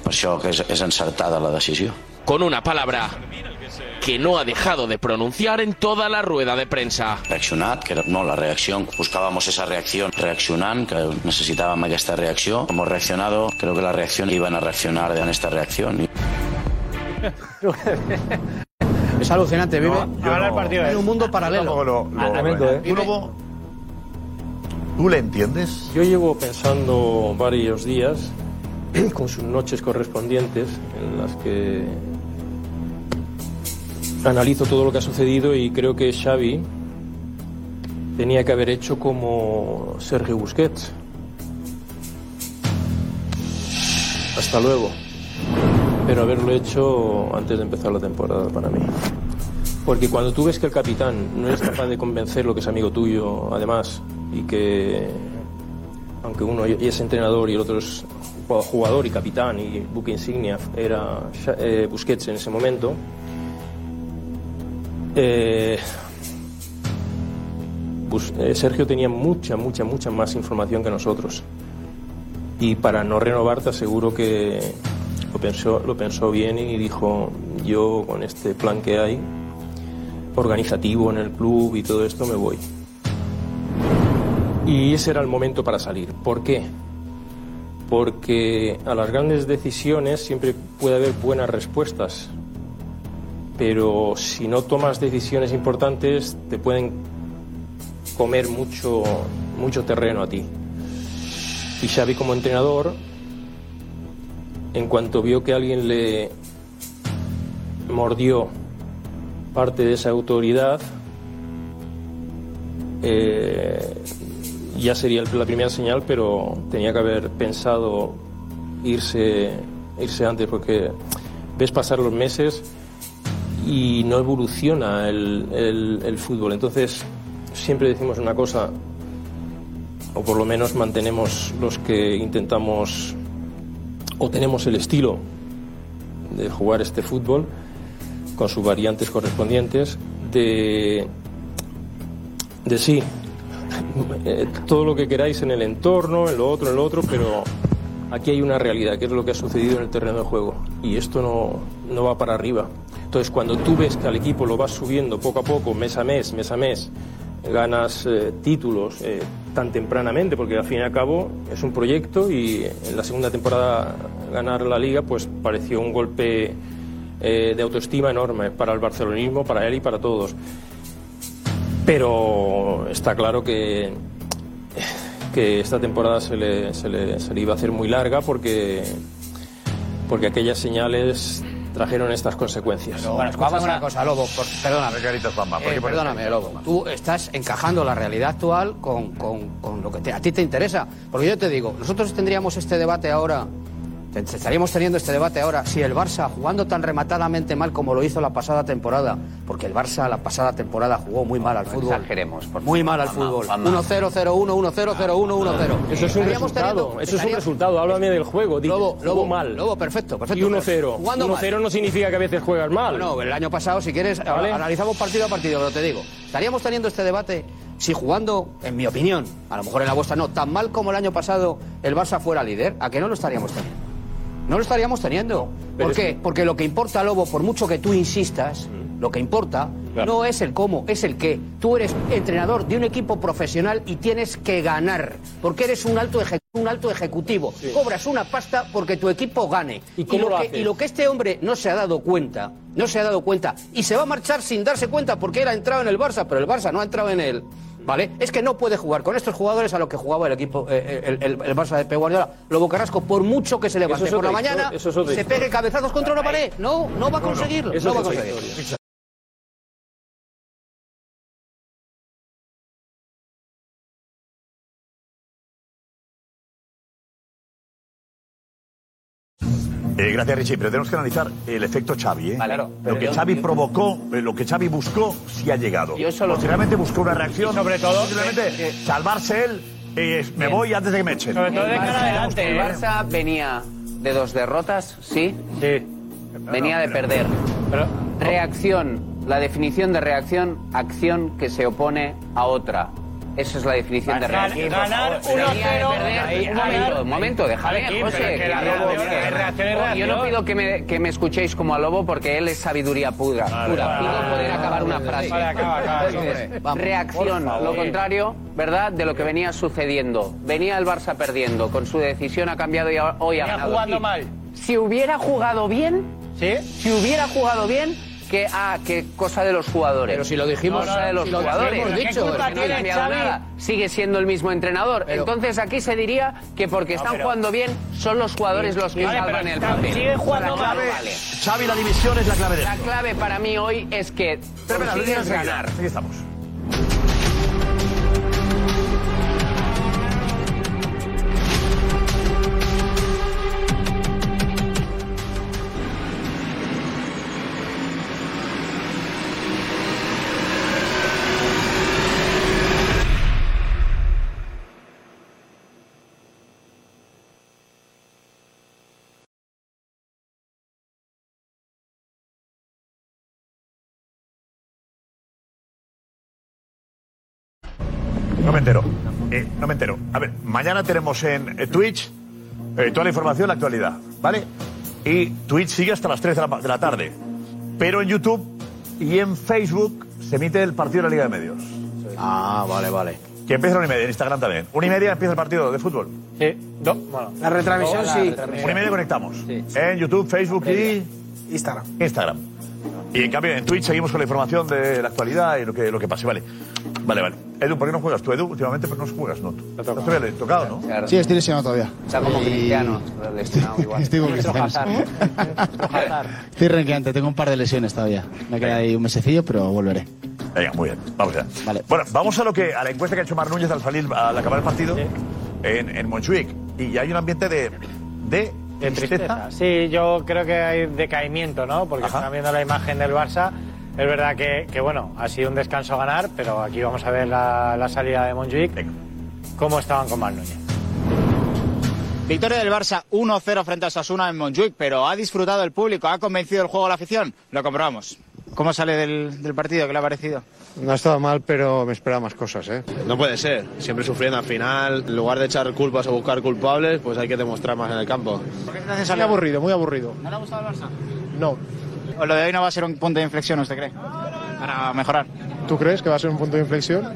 [SPEAKER 11] per això que és, és encertada la decisió.
[SPEAKER 1] Con una palabra que no ha dejado de pronunciar en toda la rueda de prensa.
[SPEAKER 11] Reaccionat, que era- no, la reacció, buscábamos esa reacción reaccionant, que necesitàvem aquesta reacció. Hemos reaccionado, creo que la reacción iban a reaccionar en esta reacción.
[SPEAKER 30] Es alucinante, vive
[SPEAKER 14] Ahora el partido
[SPEAKER 30] en un mundo paralelo.
[SPEAKER 14] Tremendo, ¿eh?
[SPEAKER 30] Vive-
[SPEAKER 14] ¿Tú le entiendes?
[SPEAKER 21] Yo llevo pensando varios días, con sus noches correspondientes, en las que analizo todo lo que ha sucedido y creo que Xavi tenía que haber hecho como Sergio Busquets. Hasta luego. Pero haberlo hecho antes de empezar la temporada para mí. Porque cuando tú ves que el capitán no es capaz de convencerlo que es amigo tuyo, además, y que aunque uno y- es entrenador y el otro es jugador y capitán y buque insignia, era Xa- eh, Busquets en ese momento, eh, Bus- eh, Sergio tenía mucha, mucha, mucha más información que nosotros. Y para no renovarte aseguro que lo pensó, lo pensó bien y dijo, yo con este plan que hay, organizativo en el club y todo esto, me voy. Y ese era el momento para salir. ¿Por qué? Porque a las grandes decisiones siempre puede haber buenas respuestas, pero si no tomas decisiones importantes te pueden comer mucho, mucho terreno a ti. Y Xavi como entrenador, en cuanto vio que alguien le mordió parte de esa autoridad, eh, ya sería el- la primera señal, pero tenía que haber pensado irse, irse antes, porque ves pasar los meses y no evoluciona el, el- el fútbol. Entonces, siempre decimos una cosa, o por lo menos mantenemos los que intentamos o tenemos el estilo de jugar este fútbol con sus variantes correspondientes de de sí eh, todo lo que queráis en el entorno, en lo otro, en lo otro, pero aquí hay una realidad, que es lo que ha sucedido en el terreno de juego. Y esto no, no va para arriba. Entonces, cuando tú ves que al equipo lo vas subiendo poco a poco, mes a mes, mes a mes, ganas eh, títulos eh, tan tempranamente, porque al fin y al cabo es un proyecto y en la segunda temporada ganar la liga, pues pareció un golpe eh, de autoestima enorme para el barcelonismo, para él y para todos. Pero está claro que, que esta temporada se le, se, le, se le iba a hacer muy larga porque, porque aquellas señales trajeron estas consecuencias.
[SPEAKER 30] Bueno, escúchame una cosa, Lobo, por- perdóname.
[SPEAKER 14] ¿por qué
[SPEAKER 30] Eh,
[SPEAKER 14] pones
[SPEAKER 30] perdóname,
[SPEAKER 14] caritas,
[SPEAKER 30] Lobo. Tú estás encajando la realidad actual con, con- con lo que te- a ti te interesa. Porque yo te digo, nosotros tendríamos este debate ahora, te- te estaríamos teniendo este debate ahora, si el Barça, jugando tan rematadamente mal como lo hizo la pasada temporada, porque el Barça la pasada temporada jugó muy mal al fútbol.
[SPEAKER 23] exageremos, por
[SPEAKER 30] Muy mal al
[SPEAKER 23] Juanma,
[SPEAKER 30] fútbol.
[SPEAKER 23] Juanma.
[SPEAKER 30] 1-0, 0-1, 1-0, 0-1, 1-0.
[SPEAKER 21] Eso es un
[SPEAKER 30] Estaríamos
[SPEAKER 21] resultado,
[SPEAKER 30] teniendo-
[SPEAKER 21] eso es un
[SPEAKER 30] estaríamos-
[SPEAKER 21] resultado, háblame del juego, dices,
[SPEAKER 30] Lobo,
[SPEAKER 21] jugó
[SPEAKER 30] Lobo,
[SPEAKER 21] mal.
[SPEAKER 30] Lobo, perfecto, perfecto.
[SPEAKER 21] Y 1-0.
[SPEAKER 30] Jugando mal.
[SPEAKER 21] 1-0 no significa que a veces juegas mal.
[SPEAKER 30] No, el año pasado, si quieres, a-
[SPEAKER 21] ¿Vale?
[SPEAKER 30] analizamos partido a partido, pero te digo, estaríamos teniendo este debate si jugando, en mi opinión, a lo mejor en la vuestra no, tan mal como el año pasado el Barça fuera líder, ¿a que no lo estaríamos teniendo? No lo estaríamos teniendo.
[SPEAKER 23] pero
[SPEAKER 30] ¿Por
[SPEAKER 23] es
[SPEAKER 30] qué?
[SPEAKER 23] que-
[SPEAKER 30] Porque lo que importa, Lobo, por mucho que tú insistas,
[SPEAKER 21] Mm.
[SPEAKER 30] lo que importa no es el cómo, es el qué. Tú eres entrenador de un equipo profesional y tienes que ganar, porque eres un alto, eje- un alto ejecutivo. Cobras una pasta porque tu equipo gane.
[SPEAKER 21] ¿Y cómo
[SPEAKER 30] lo
[SPEAKER 21] lo
[SPEAKER 30] que-
[SPEAKER 21] haces?
[SPEAKER 30] y lo que este hombre no se ha dado cuenta, no se ha dado cuenta, y se va a marchar sin darse cuenta porque él ha entrado en el Barça, pero el Barça no ha entrado en él. ¿Vale? Es que no puede jugar con estos jugadores a los que jugaba el equipo, eh, el, el- el Barça de Pep Guardiola. Lobo Carrasco, por mucho que se
[SPEAKER 21] Eso
[SPEAKER 30] levante
[SPEAKER 21] es
[SPEAKER 30] por la
[SPEAKER 21] otra histo-
[SPEAKER 30] mañana,
[SPEAKER 21] eso es otra
[SPEAKER 30] se
[SPEAKER 21] historia.
[SPEAKER 30] pegue cabezazos contra una pared. No, no va a conseguirlo.
[SPEAKER 21] Eso
[SPEAKER 30] no
[SPEAKER 21] es
[SPEAKER 30] va a
[SPEAKER 21] otra
[SPEAKER 30] conseguirlo.
[SPEAKER 21] historia.
[SPEAKER 14] Eh, gracias Richie, pero tenemos que analizar el efecto Xavi, ¿eh? lo que
[SPEAKER 32] yo-
[SPEAKER 14] Xavi provocó, eh, lo que Xavi buscó, sí ha llegado.
[SPEAKER 32] Yo solo-
[SPEAKER 14] Posteriormente buscó una reacción,
[SPEAKER 32] Y sobre todo-
[SPEAKER 14] simplemente salvarse él, eh, me voy antes de que me echen.
[SPEAKER 23] El Barça venía de dos derrotas, ¿sí? Sí. Venía de perder. Reacción, la definición de reacción, acción que se opone a otra. Esa es la definición de
[SPEAKER 24] Ganar
[SPEAKER 23] reacción. Venía de perder. Un momento, un momento, déjame, José. que yo no- Oh, Yo no pido que me, que me escuchéis como a Lobo porque él es sabiduría pura. pura. Pido poder acabar una frase. Entonces, reacción, lo contrario, ¿verdad? De lo que venía sucediendo. Venía el Barça perdiendo, con su decisión ha cambiado y ahora- hoy ha
[SPEAKER 24] Venía
[SPEAKER 23] ganado.
[SPEAKER 24] jugando
[SPEAKER 23] Sí.
[SPEAKER 24] mal.
[SPEAKER 23] Si hubiera jugado bien, si hubiera jugado bien, que ah, que cosa de los jugadores. Pero si lo
[SPEAKER 33] dijimos-
[SPEAKER 23] cosa de los
[SPEAKER 33] si lo
[SPEAKER 23] jugadores.
[SPEAKER 33] hemos
[SPEAKER 23] ¿Qué
[SPEAKER 33] dicho,
[SPEAKER 23] culpa
[SPEAKER 33] es que no
[SPEAKER 23] tiene
[SPEAKER 33] ha cambiado
[SPEAKER 23] Xavi?
[SPEAKER 33] nada.
[SPEAKER 23] Sigue siendo el mismo entrenador. Entonces aquí se diría que porque están
[SPEAKER 14] pero-
[SPEAKER 23] jugando bien son los jugadores los que Vale, pero salvan el Xavi papel. sigue jugando Para mal. Vale.
[SPEAKER 14] Xavi, la división es la clave de
[SPEAKER 23] La
[SPEAKER 14] esto.
[SPEAKER 23] clave para mí hoy es que
[SPEAKER 14] Espera, espera,
[SPEAKER 23] consigues
[SPEAKER 14] enseguida,
[SPEAKER 23] ganar.
[SPEAKER 14] Aquí estamos. No me entero. Eh, no me entero. A ver, mañana tenemos en eh, Twitch eh, toda la información, la actualidad, ¿vale? Y Twitch sigue hasta las 3 de la, pa- de la tarde. Pero en YouTube y en Facebook se emite el partido de la Liga de Medios. Ah, vale, vale. Que empieza a la una y media, en Instagram también. Una y media empieza el partido de fútbol. Sí,
[SPEAKER 20] Eh, La retransmisión, sí.
[SPEAKER 14] Una y media conectamos. En YouTube, Facebook y. Instagram. Instagram. Y en cambio en Twitch seguimos con la información de la actualidad y lo que, lo que pase, vale. Vale, vale. Edu, ¿por qué no juegas tú, Edu? Últimamente, pero no juegas, ¿no? Te has tocado, ¿no?
[SPEAKER 26] Sí, estoy lesionado todavía.
[SPEAKER 23] Está como
[SPEAKER 26] Y-
[SPEAKER 23] cristiano, lesionado igual.
[SPEAKER 26] Estoy como
[SPEAKER 23] Nuestro
[SPEAKER 26] Cristiano.
[SPEAKER 23] Hazard.
[SPEAKER 26] Estoy renqueante, tengo un par de lesiones todavía. Me queda ahí un mesecillo, pero volveré.
[SPEAKER 14] Venga, muy bien. Vamos ya. Bueno, vamos a lo que a la encuesta que ha hecho Mar Núñez al salir al acabar el partido en, en Montjuic. Y hay un ambiente de, de
[SPEAKER 29] De tristeza. Sí, yo creo que hay decaimiento, ¿no? Porque están viendo la imagen del Barça. Es verdad que, que, bueno, ha sido un descanso ganar, pero aquí vamos a ver la, la salida de Montjuic. ¿Cómo estaban con Manuel?
[SPEAKER 26] Victoria del Barça 1-0 frente a Osasuna en Montjuic, pero ha disfrutado el público, ha convencido el juego a la afición. Lo comprobamos. ¿Cómo sale del, del partido? ¿Qué le ha parecido?
[SPEAKER 9] No ha estado mal, pero me esperaba más cosas, ¿eh?
[SPEAKER 30] No puede ser, siempre sufriendo al final, en lugar de echar culpas o buscar culpables, pues hay que demostrar más en el campo.
[SPEAKER 26] Muy aburrido, muy aburrido. ¿No le ha gustado el Barça?
[SPEAKER 9] No.
[SPEAKER 26] ¿O lo de hoy no va a ser un punto de inflexión, usted cree? Para mejorar.
[SPEAKER 9] ¿Tú crees que va a ser un punto de inflexión?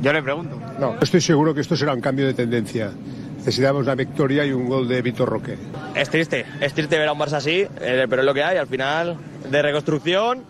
[SPEAKER 26] Yo le pregunto.
[SPEAKER 9] No. Estoy seguro que esto será un cambio de tendencia. Necesitamos la victoria y un gol de Vitor Roque.
[SPEAKER 6] Es triste, es triste ver a un Barça así, eh, pero es lo que hay, al final de reconstrucción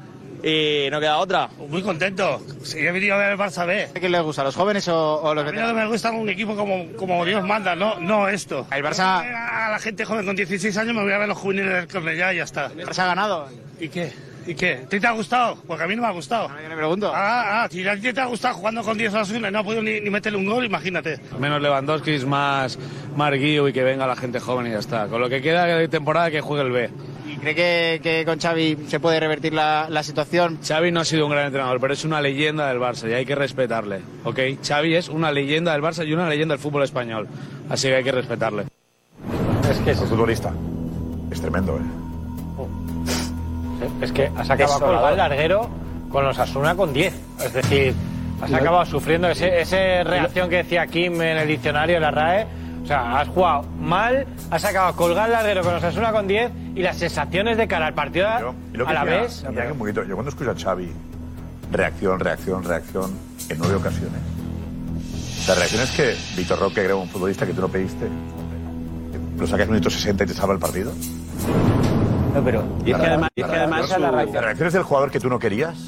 [SPEAKER 6] y no queda otra.
[SPEAKER 15] Muy contento. Sí, he venido a ver el Barça B.
[SPEAKER 26] ¿Qué les gusta, los jóvenes o, o los
[SPEAKER 15] A mí lo que
[SPEAKER 26] veteranos?
[SPEAKER 15] me gusta es un equipo como, como Dios manda, no, no esto.
[SPEAKER 26] El Barça-
[SPEAKER 15] A la gente joven con 16 años me voy a ver los juveniles del Cornellá y ya está. El
[SPEAKER 26] Barça ha ganado.
[SPEAKER 15] ¿Y qué? ¿Y qué? ¿A ti te ha gustado? Porque a mí no me ha gustado.
[SPEAKER 26] yo le pregunto.
[SPEAKER 15] Ah, ah, si a ti te ha gustado jugando con 10 azules, no ha podido ni, ni meterle un gol, imagínate.
[SPEAKER 30] Menos Lewandowski, más Marguiu y que venga la gente joven y ya está. Con lo que queda de temporada que juegue el B.
[SPEAKER 26] ¿Y cree que, que con Xavi se puede revertir la, la situación?
[SPEAKER 30] Xavi no ha sido un gran entrenador, pero es una leyenda del Barça y hay que respetarle, ¿ok? Xavi es una leyenda del Barça y una leyenda del fútbol español, así que hay que respetarle.
[SPEAKER 14] Es que es futbolista. Es tremendo, ¿eh?
[SPEAKER 29] Es que has acabado Desolador. colgado el larguero con los Asuna con 10. Es decir, has acabado sufriendo ese, ese reacción que decía Kim en el diccionario de la RAE. O sea, has jugado mal, has acabado colgado el larguero con los Asuna con 10 y las sensaciones de cara al partido a-
[SPEAKER 14] Y lo que
[SPEAKER 29] a la
[SPEAKER 14] decía-
[SPEAKER 29] vez.
[SPEAKER 14] mira que un poquito, yo cuando escucho a Xavi, reacción, reacción, reacción, en nueve ocasiones. La reacción es que Víctor Roque, creo, un futbolista que tú no pediste, lo sacas en el minuto 60 y te salva el partido.
[SPEAKER 6] No, pero.
[SPEAKER 14] La
[SPEAKER 6] que
[SPEAKER 14] rea-
[SPEAKER 6] además-
[SPEAKER 14] la
[SPEAKER 6] y es que
[SPEAKER 14] reacción
[SPEAKER 6] además-
[SPEAKER 14] su- la reacción es del jugador que tú no querías.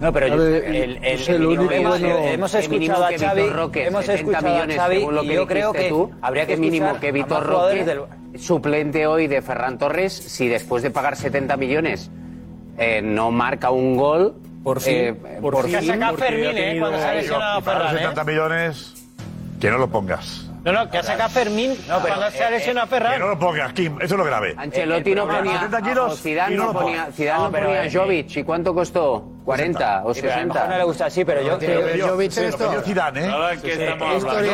[SPEAKER 6] No, pero
[SPEAKER 14] yo- el-
[SPEAKER 6] el-
[SPEAKER 14] el único bueno-
[SPEAKER 23] hemos
[SPEAKER 6] el
[SPEAKER 23] escuchado
[SPEAKER 6] mínimo
[SPEAKER 23] a
[SPEAKER 6] que
[SPEAKER 23] Xavi,
[SPEAKER 6] Vitor Roque,
[SPEAKER 23] hemos
[SPEAKER 6] 70
[SPEAKER 23] escuchado a
[SPEAKER 6] millones,
[SPEAKER 23] Xavi
[SPEAKER 6] según lo
[SPEAKER 23] y
[SPEAKER 6] que
[SPEAKER 23] yo creo dijiste que tú, habría que mínimo escuchar que a más Vitor Roque jugadores del- suplente hoy de Ferran Torres si después de pagar 70 millones eh, no marca un gol por
[SPEAKER 14] fin, por fin.
[SPEAKER 6] eh,
[SPEAKER 29] Fermín, ¿eh? Cuando se ha lesionado
[SPEAKER 14] Y para los
[SPEAKER 29] Ferran, ¿eh?
[SPEAKER 14] 70 millones, que no lo pongas.
[SPEAKER 29] No, no, que ha sacado Fermín cuando se ha
[SPEAKER 14] eh,
[SPEAKER 29] lesionado Ferran.
[SPEAKER 14] Que no lo pongas, Kim, eso es lo grave.
[SPEAKER 6] eh,
[SPEAKER 23] Ancelotti no ponía.
[SPEAKER 14] 70 kilos
[SPEAKER 23] o Zidane
[SPEAKER 14] y Eh, no eh,
[SPEAKER 23] no
[SPEAKER 14] lo
[SPEAKER 23] ponía,
[SPEAKER 14] pongas.
[SPEAKER 23] Zidane no, ponía Jovic. ¿Y cuánto costó? ¿40 o 60?
[SPEAKER 6] no le gusta así, eh, pero yo creo que
[SPEAKER 14] Jovic esto. Zidane, ¿eh?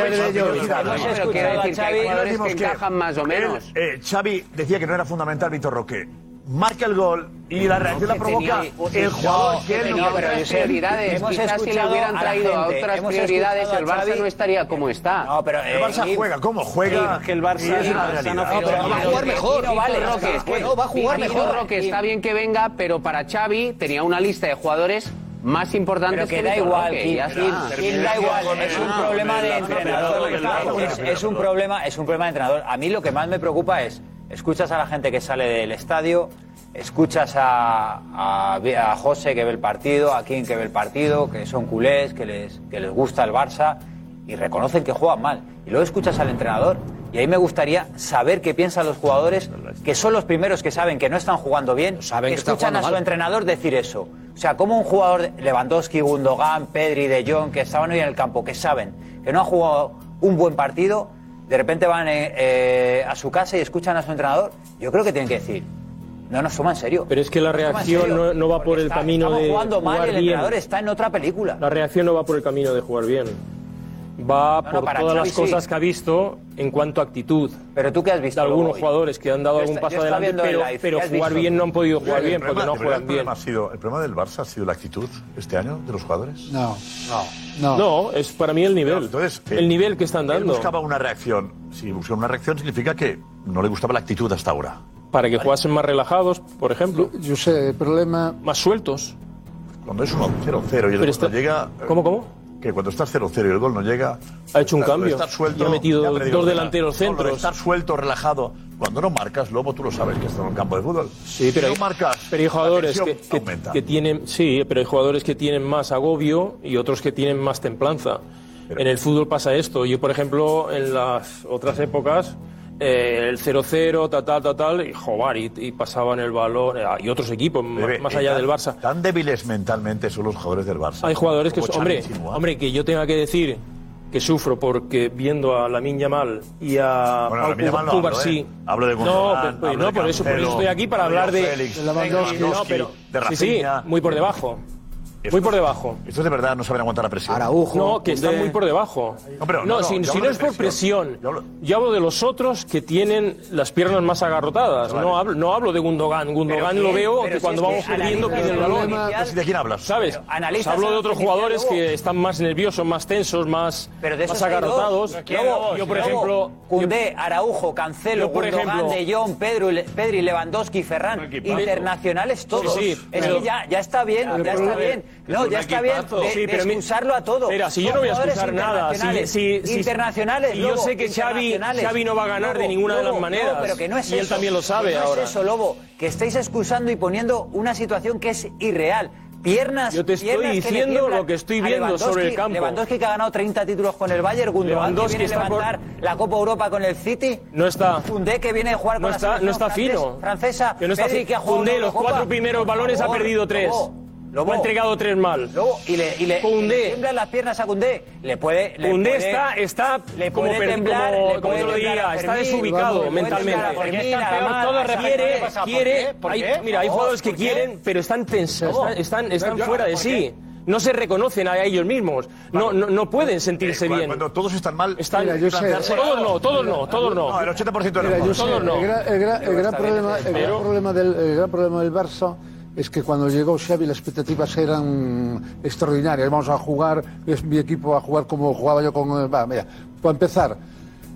[SPEAKER 23] Pero quiero decir que hay jugadores que
[SPEAKER 14] que
[SPEAKER 23] encajan más o menos.
[SPEAKER 14] él, eh, Xavi decía que no era fundamental Víctor Roque. Marca el gol y la reacción la provoca el jugador que él
[SPEAKER 23] no, pero
[SPEAKER 14] conoce.
[SPEAKER 23] en prioridades. Quizás si le hubieran traído a otras prioridades, el Barça no estaría como está. No, pero eh,
[SPEAKER 14] El Barça juega, ¿cómo juega?
[SPEAKER 23] que el Barça-
[SPEAKER 14] Y es una
[SPEAKER 23] el Barça no
[SPEAKER 14] realidad.
[SPEAKER 23] juega.
[SPEAKER 30] Va a jugar mejor.
[SPEAKER 23] No, vale, Roque, es que
[SPEAKER 30] No, va a jugar
[SPEAKER 23] Vitor
[SPEAKER 30] mejor.
[SPEAKER 23] Roque está bien que venga, pero para Xavi tenía una lista de jugadores más importantes
[SPEAKER 6] Pero que da
[SPEAKER 23] Vitor
[SPEAKER 6] igual,
[SPEAKER 23] Roque,
[SPEAKER 6] Kim,
[SPEAKER 23] ya
[SPEAKER 6] Kim,
[SPEAKER 23] está.
[SPEAKER 6] Kim, da igual, es un problema de entrenador. Es, es un problema, es un problema de entrenador. A mí lo que más me preocupa es, escuchas a la gente que sale del estadio, escuchas a, a, a José que ve el partido, a Kim que ve el partido, que son culés, que les, que les gusta el Barça y reconocen que juegan mal. Y luego escuchas al entrenador. Y ahí me gustaría saber qué piensan los jugadores, que son los primeros que saben que no están jugando bien, saben
[SPEAKER 30] que están
[SPEAKER 6] escuchan a
[SPEAKER 30] jugando
[SPEAKER 6] su
[SPEAKER 30] mal.
[SPEAKER 6] entrenador decir eso. O sea, como un jugador, de- Lewandowski, Gundogan, Pedri, De Jong, que estaban hoy en el campo, que saben que no han jugado un buen partido, de repente van eh, eh, a su casa y escuchan a su entrenador, yo creo que tienen que decir, no nos toma en serio.
[SPEAKER 21] Pero es que la reacción no, no va por el camino
[SPEAKER 6] Estamos
[SPEAKER 21] de
[SPEAKER 6] jugando mal,
[SPEAKER 21] jugar
[SPEAKER 6] el
[SPEAKER 21] bien.
[SPEAKER 6] entrenador está en otra película.
[SPEAKER 21] La reacción no va por el camino de jugar bien. Va
[SPEAKER 6] No, no,
[SPEAKER 21] por
[SPEAKER 6] para
[SPEAKER 21] todas
[SPEAKER 6] Xavi
[SPEAKER 21] las cosas
[SPEAKER 6] sí.
[SPEAKER 21] que ha visto en cuanto a actitud.
[SPEAKER 6] Pero tú qué has visto.
[SPEAKER 21] De algunos
[SPEAKER 6] luego hoy?
[SPEAKER 21] jugadores que han dado
[SPEAKER 6] Yo
[SPEAKER 21] algún
[SPEAKER 6] esta-
[SPEAKER 21] paso
[SPEAKER 6] yo estaba
[SPEAKER 21] adelante,
[SPEAKER 6] viendo el
[SPEAKER 21] pero,
[SPEAKER 6] live,
[SPEAKER 21] pero
[SPEAKER 6] ¿qué has
[SPEAKER 21] jugar
[SPEAKER 6] visto?
[SPEAKER 21] bien no han podido jugar
[SPEAKER 14] El
[SPEAKER 21] bien porque
[SPEAKER 14] problema-
[SPEAKER 21] no
[SPEAKER 14] el problema-
[SPEAKER 21] juegan bien.
[SPEAKER 14] El problema, ha sido, el problema del Barça ha sido la actitud este año de los jugadores.
[SPEAKER 21] No.
[SPEAKER 14] No. eh.
[SPEAKER 21] No. es para mí el nivel. el nivel que están
[SPEAKER 14] Él
[SPEAKER 21] dando.
[SPEAKER 14] buscaba una reacción. Si buscaba una reacción significa que no le gustaba la actitud hasta ahora.
[SPEAKER 21] Para que jugasen más relajados, por ejemplo.
[SPEAKER 14] Yo sé, el problema...
[SPEAKER 21] Más sueltos.
[SPEAKER 14] Cuando es 1-0-0 y el gol
[SPEAKER 21] está-
[SPEAKER 14] no llega...
[SPEAKER 21] ¿Cómo, cómo?
[SPEAKER 14] Que cuando estás 0-0 y el gol no llega...
[SPEAKER 21] Ha hecho un
[SPEAKER 14] estar-
[SPEAKER 21] cambio.
[SPEAKER 14] estar
[SPEAKER 21] Y
[SPEAKER 14] suelto,
[SPEAKER 21] ha metido
[SPEAKER 14] ya ha perdido
[SPEAKER 21] dos
[SPEAKER 14] la-
[SPEAKER 21] delanteros
[SPEAKER 14] no, lo de
[SPEAKER 21] centros.
[SPEAKER 14] Estar suelto, relajado. Cuando no marcas, Lobo, tú lo sabes que estás en un campo de fútbol.
[SPEAKER 21] Sí, pero
[SPEAKER 14] Si
[SPEAKER 21] hay,
[SPEAKER 14] no marcas,
[SPEAKER 21] pero hay jugadores
[SPEAKER 14] la
[SPEAKER 21] que,
[SPEAKER 14] tensión
[SPEAKER 21] que-
[SPEAKER 14] aumenta.
[SPEAKER 21] que tienen, sí, pero hay jugadores que tienen más agobio y otros que tienen más templanza. en el fútbol pasa esto. Yo, por ejemplo, en las otras épocas, eh, el 0-0, tal, tal, tal, tal, y jobar, y, y pasaban el balón, eh, y otros equipos, más-
[SPEAKER 14] Bebé,
[SPEAKER 21] más allá
[SPEAKER 14] tan-
[SPEAKER 21] del Barça.
[SPEAKER 14] Tan débiles mentalmente son los jugadores del Barça.
[SPEAKER 21] Hay jugadores que,
[SPEAKER 14] Como
[SPEAKER 21] son-
[SPEAKER 14] Xavi
[SPEAKER 21] hombre,
[SPEAKER 14] insinúa.
[SPEAKER 21] hombre, que yo tenga que decir que sufro porque viendo a Lamin Yamal y a
[SPEAKER 14] Bueno,
[SPEAKER 21] Pau
[SPEAKER 14] Lamine Yamal no hablo,
[SPEAKER 21] Cubarsí-
[SPEAKER 14] ¿eh? Hablo de
[SPEAKER 21] No,
[SPEAKER 14] Gundogan,
[SPEAKER 21] pues, pues,
[SPEAKER 14] hablo
[SPEAKER 21] no, por
[SPEAKER 14] de
[SPEAKER 21] eso, por eso
[SPEAKER 14] Cancelo,
[SPEAKER 21] estoy aquí para
[SPEAKER 14] de
[SPEAKER 21] hablar de,
[SPEAKER 14] Félix,
[SPEAKER 21] de
[SPEAKER 14] de Lewandowski,
[SPEAKER 21] no, pero-
[SPEAKER 14] de
[SPEAKER 21] sí, sí,
[SPEAKER 14] Rafinha.
[SPEAKER 21] muy por debajo. Muy por debajo.
[SPEAKER 14] Estos de verdad no saben aguantar la presión.
[SPEAKER 21] No, que están muy por debajo.
[SPEAKER 14] No, pero no,
[SPEAKER 21] no,
[SPEAKER 14] no,
[SPEAKER 21] si,
[SPEAKER 14] yo
[SPEAKER 21] si
[SPEAKER 14] hablo
[SPEAKER 21] no
[SPEAKER 14] de
[SPEAKER 21] es por presión. Yo hablo... de los otros que tienen las piernas más agarrotadas. No hablo, no hablo de Gundogan. Gundogan
[SPEAKER 6] Pero
[SPEAKER 21] lo
[SPEAKER 6] quién-
[SPEAKER 21] veo
[SPEAKER 6] pero
[SPEAKER 21] que
[SPEAKER 6] si
[SPEAKER 21] cuando
[SPEAKER 6] es que
[SPEAKER 21] vamos perdiendo
[SPEAKER 6] analizas
[SPEAKER 21] pide el
[SPEAKER 6] el
[SPEAKER 21] balón.
[SPEAKER 6] problema- Pero si
[SPEAKER 14] pues, ¿De quién hablas?
[SPEAKER 21] ¿Sabes?
[SPEAKER 6] Pero analizas
[SPEAKER 21] Os hablo
[SPEAKER 6] al
[SPEAKER 21] de otros
[SPEAKER 6] principio,
[SPEAKER 21] jugadores
[SPEAKER 6] luego.
[SPEAKER 21] que están más nerviosos, más tensos, más,
[SPEAKER 6] Pero de
[SPEAKER 21] más
[SPEAKER 6] esos hay
[SPEAKER 21] agarrotados.
[SPEAKER 6] dos.
[SPEAKER 21] Luego, yo, por ejemplo,
[SPEAKER 6] Cundé, Araujo, Cancelo,
[SPEAKER 21] Yo, por
[SPEAKER 6] Gundogan,
[SPEAKER 21] ejemplo-
[SPEAKER 6] De Jong, Pedro, Pedri, Lewandowski, Ferran,
[SPEAKER 21] equipazo.
[SPEAKER 6] internacionales todos.
[SPEAKER 21] Sí, sí,
[SPEAKER 6] es
[SPEAKER 21] pero-
[SPEAKER 6] que ya, ya está bien,
[SPEAKER 21] Pero
[SPEAKER 6] ya está
[SPEAKER 21] problema-
[SPEAKER 6] bien. No,
[SPEAKER 21] es
[SPEAKER 6] ya
[SPEAKER 21] un
[SPEAKER 6] está bien
[SPEAKER 21] equipazo.
[SPEAKER 6] de,
[SPEAKER 21] Sí,
[SPEAKER 6] de
[SPEAKER 21] pero mi-
[SPEAKER 6] excusarlo a todo.
[SPEAKER 21] Mira, si yo
[SPEAKER 6] Son
[SPEAKER 21] no voy a
[SPEAKER 6] jugadores
[SPEAKER 21] excusar nada, si,
[SPEAKER 6] internacionales,
[SPEAKER 21] si, si-
[SPEAKER 6] internacionales,
[SPEAKER 21] si yo
[SPEAKER 6] Lobo,
[SPEAKER 21] sé que Xavi,
[SPEAKER 6] internacionales.
[SPEAKER 21] Xavi no va a ganar de
[SPEAKER 6] Lobo,
[SPEAKER 21] ninguna de las
[SPEAKER 6] Lobo,
[SPEAKER 21] maneras.
[SPEAKER 6] no, pero que no es
[SPEAKER 21] y él
[SPEAKER 6] eso,
[SPEAKER 21] también lo
[SPEAKER 6] que
[SPEAKER 21] sabe
[SPEAKER 6] no
[SPEAKER 21] ahora.
[SPEAKER 6] es eso, Lobo, que estáis excusando y poniendo una situación que es irreal. Piernas,
[SPEAKER 21] Yo te estoy
[SPEAKER 6] piernas que le
[SPEAKER 21] diciendo
[SPEAKER 6] tiemblan
[SPEAKER 21] lo que estoy
[SPEAKER 6] a
[SPEAKER 21] viendo sobre el
[SPEAKER 6] Lewandowski,
[SPEAKER 21] campo.
[SPEAKER 6] Lewandowski que ha ganado 30 títulos con el Bayern, Gundogan que
[SPEAKER 21] Lewandowski
[SPEAKER 6] viene a
[SPEAKER 21] está
[SPEAKER 6] levantar la Copa Europa con el City.
[SPEAKER 21] No está.
[SPEAKER 6] Fundé que viene a jugar
[SPEAKER 21] No
[SPEAKER 6] con la
[SPEAKER 21] está- no
[SPEAKER 6] selección
[SPEAKER 21] está fino.
[SPEAKER 6] francés- francesa.
[SPEAKER 21] Que no está
[SPEAKER 6] Pedri
[SPEAKER 21] fi-
[SPEAKER 6] que ha jugado
[SPEAKER 21] Koundé,
[SPEAKER 6] una
[SPEAKER 21] los
[SPEAKER 6] Eurocopa.
[SPEAKER 21] cuatro primeros
[SPEAKER 6] Por
[SPEAKER 21] balones ha
[SPEAKER 6] favor,
[SPEAKER 21] perdido tres.
[SPEAKER 6] Lobo, Lobo.
[SPEAKER 21] Lo ha entregado tres mal.
[SPEAKER 6] Lobo, y le, y le, y le tiemblan las piernas a Cundé. Le puede. le
[SPEAKER 21] Koundé
[SPEAKER 6] puede-
[SPEAKER 21] está- está
[SPEAKER 6] le
[SPEAKER 21] como
[SPEAKER 6] puede
[SPEAKER 21] per-
[SPEAKER 6] temblar,
[SPEAKER 21] como-
[SPEAKER 6] le
[SPEAKER 21] como
[SPEAKER 6] puede
[SPEAKER 21] te lo
[SPEAKER 6] temblar
[SPEAKER 21] diga,
[SPEAKER 6] a
[SPEAKER 21] está
[SPEAKER 6] Fermín,
[SPEAKER 21] desubicado
[SPEAKER 6] le puede temblar
[SPEAKER 21] mentalmente.
[SPEAKER 6] a
[SPEAKER 21] Porque
[SPEAKER 6] Fermín,
[SPEAKER 21] están
[SPEAKER 6] a
[SPEAKER 21] peor
[SPEAKER 6] Mar,
[SPEAKER 21] todos
[SPEAKER 6] a Saca-
[SPEAKER 21] quiere,
[SPEAKER 6] ¿Qué pasa? ¿Por
[SPEAKER 21] quiere,
[SPEAKER 6] qué? ¿Por
[SPEAKER 21] hay-
[SPEAKER 6] qué?
[SPEAKER 21] mira, hay
[SPEAKER 6] ¿Por
[SPEAKER 21] jugadores
[SPEAKER 6] qué?
[SPEAKER 21] que quieren, pero están tensos,
[SPEAKER 6] ¿Cómo?
[SPEAKER 21] están, están,
[SPEAKER 6] Pero
[SPEAKER 21] están
[SPEAKER 6] yo-
[SPEAKER 21] fuera de
[SPEAKER 6] ¿por
[SPEAKER 21] sí. No se reconocen a ellos mismos. No, no, no
[SPEAKER 6] Eh,
[SPEAKER 21] pueden sentirse bien. Cuando
[SPEAKER 14] todos están mal,
[SPEAKER 21] están
[SPEAKER 9] Mira, yo sé-
[SPEAKER 21] plantearse- todos no, todos no, todos no.
[SPEAKER 14] No, el 80% de
[SPEAKER 9] Mira,
[SPEAKER 14] los
[SPEAKER 9] yo
[SPEAKER 14] jugadores.
[SPEAKER 9] sé, el, gran, el gran- el gran problema, el gran
[SPEAKER 14] Pero-
[SPEAKER 9] problema del, el gran problema del Barça es que cuando llegó Xavi las expectativas eran extraordinarias. Vamos a jugar, es mi equipo va a jugar como jugaba yo con... eh, Va, mira, para empezar,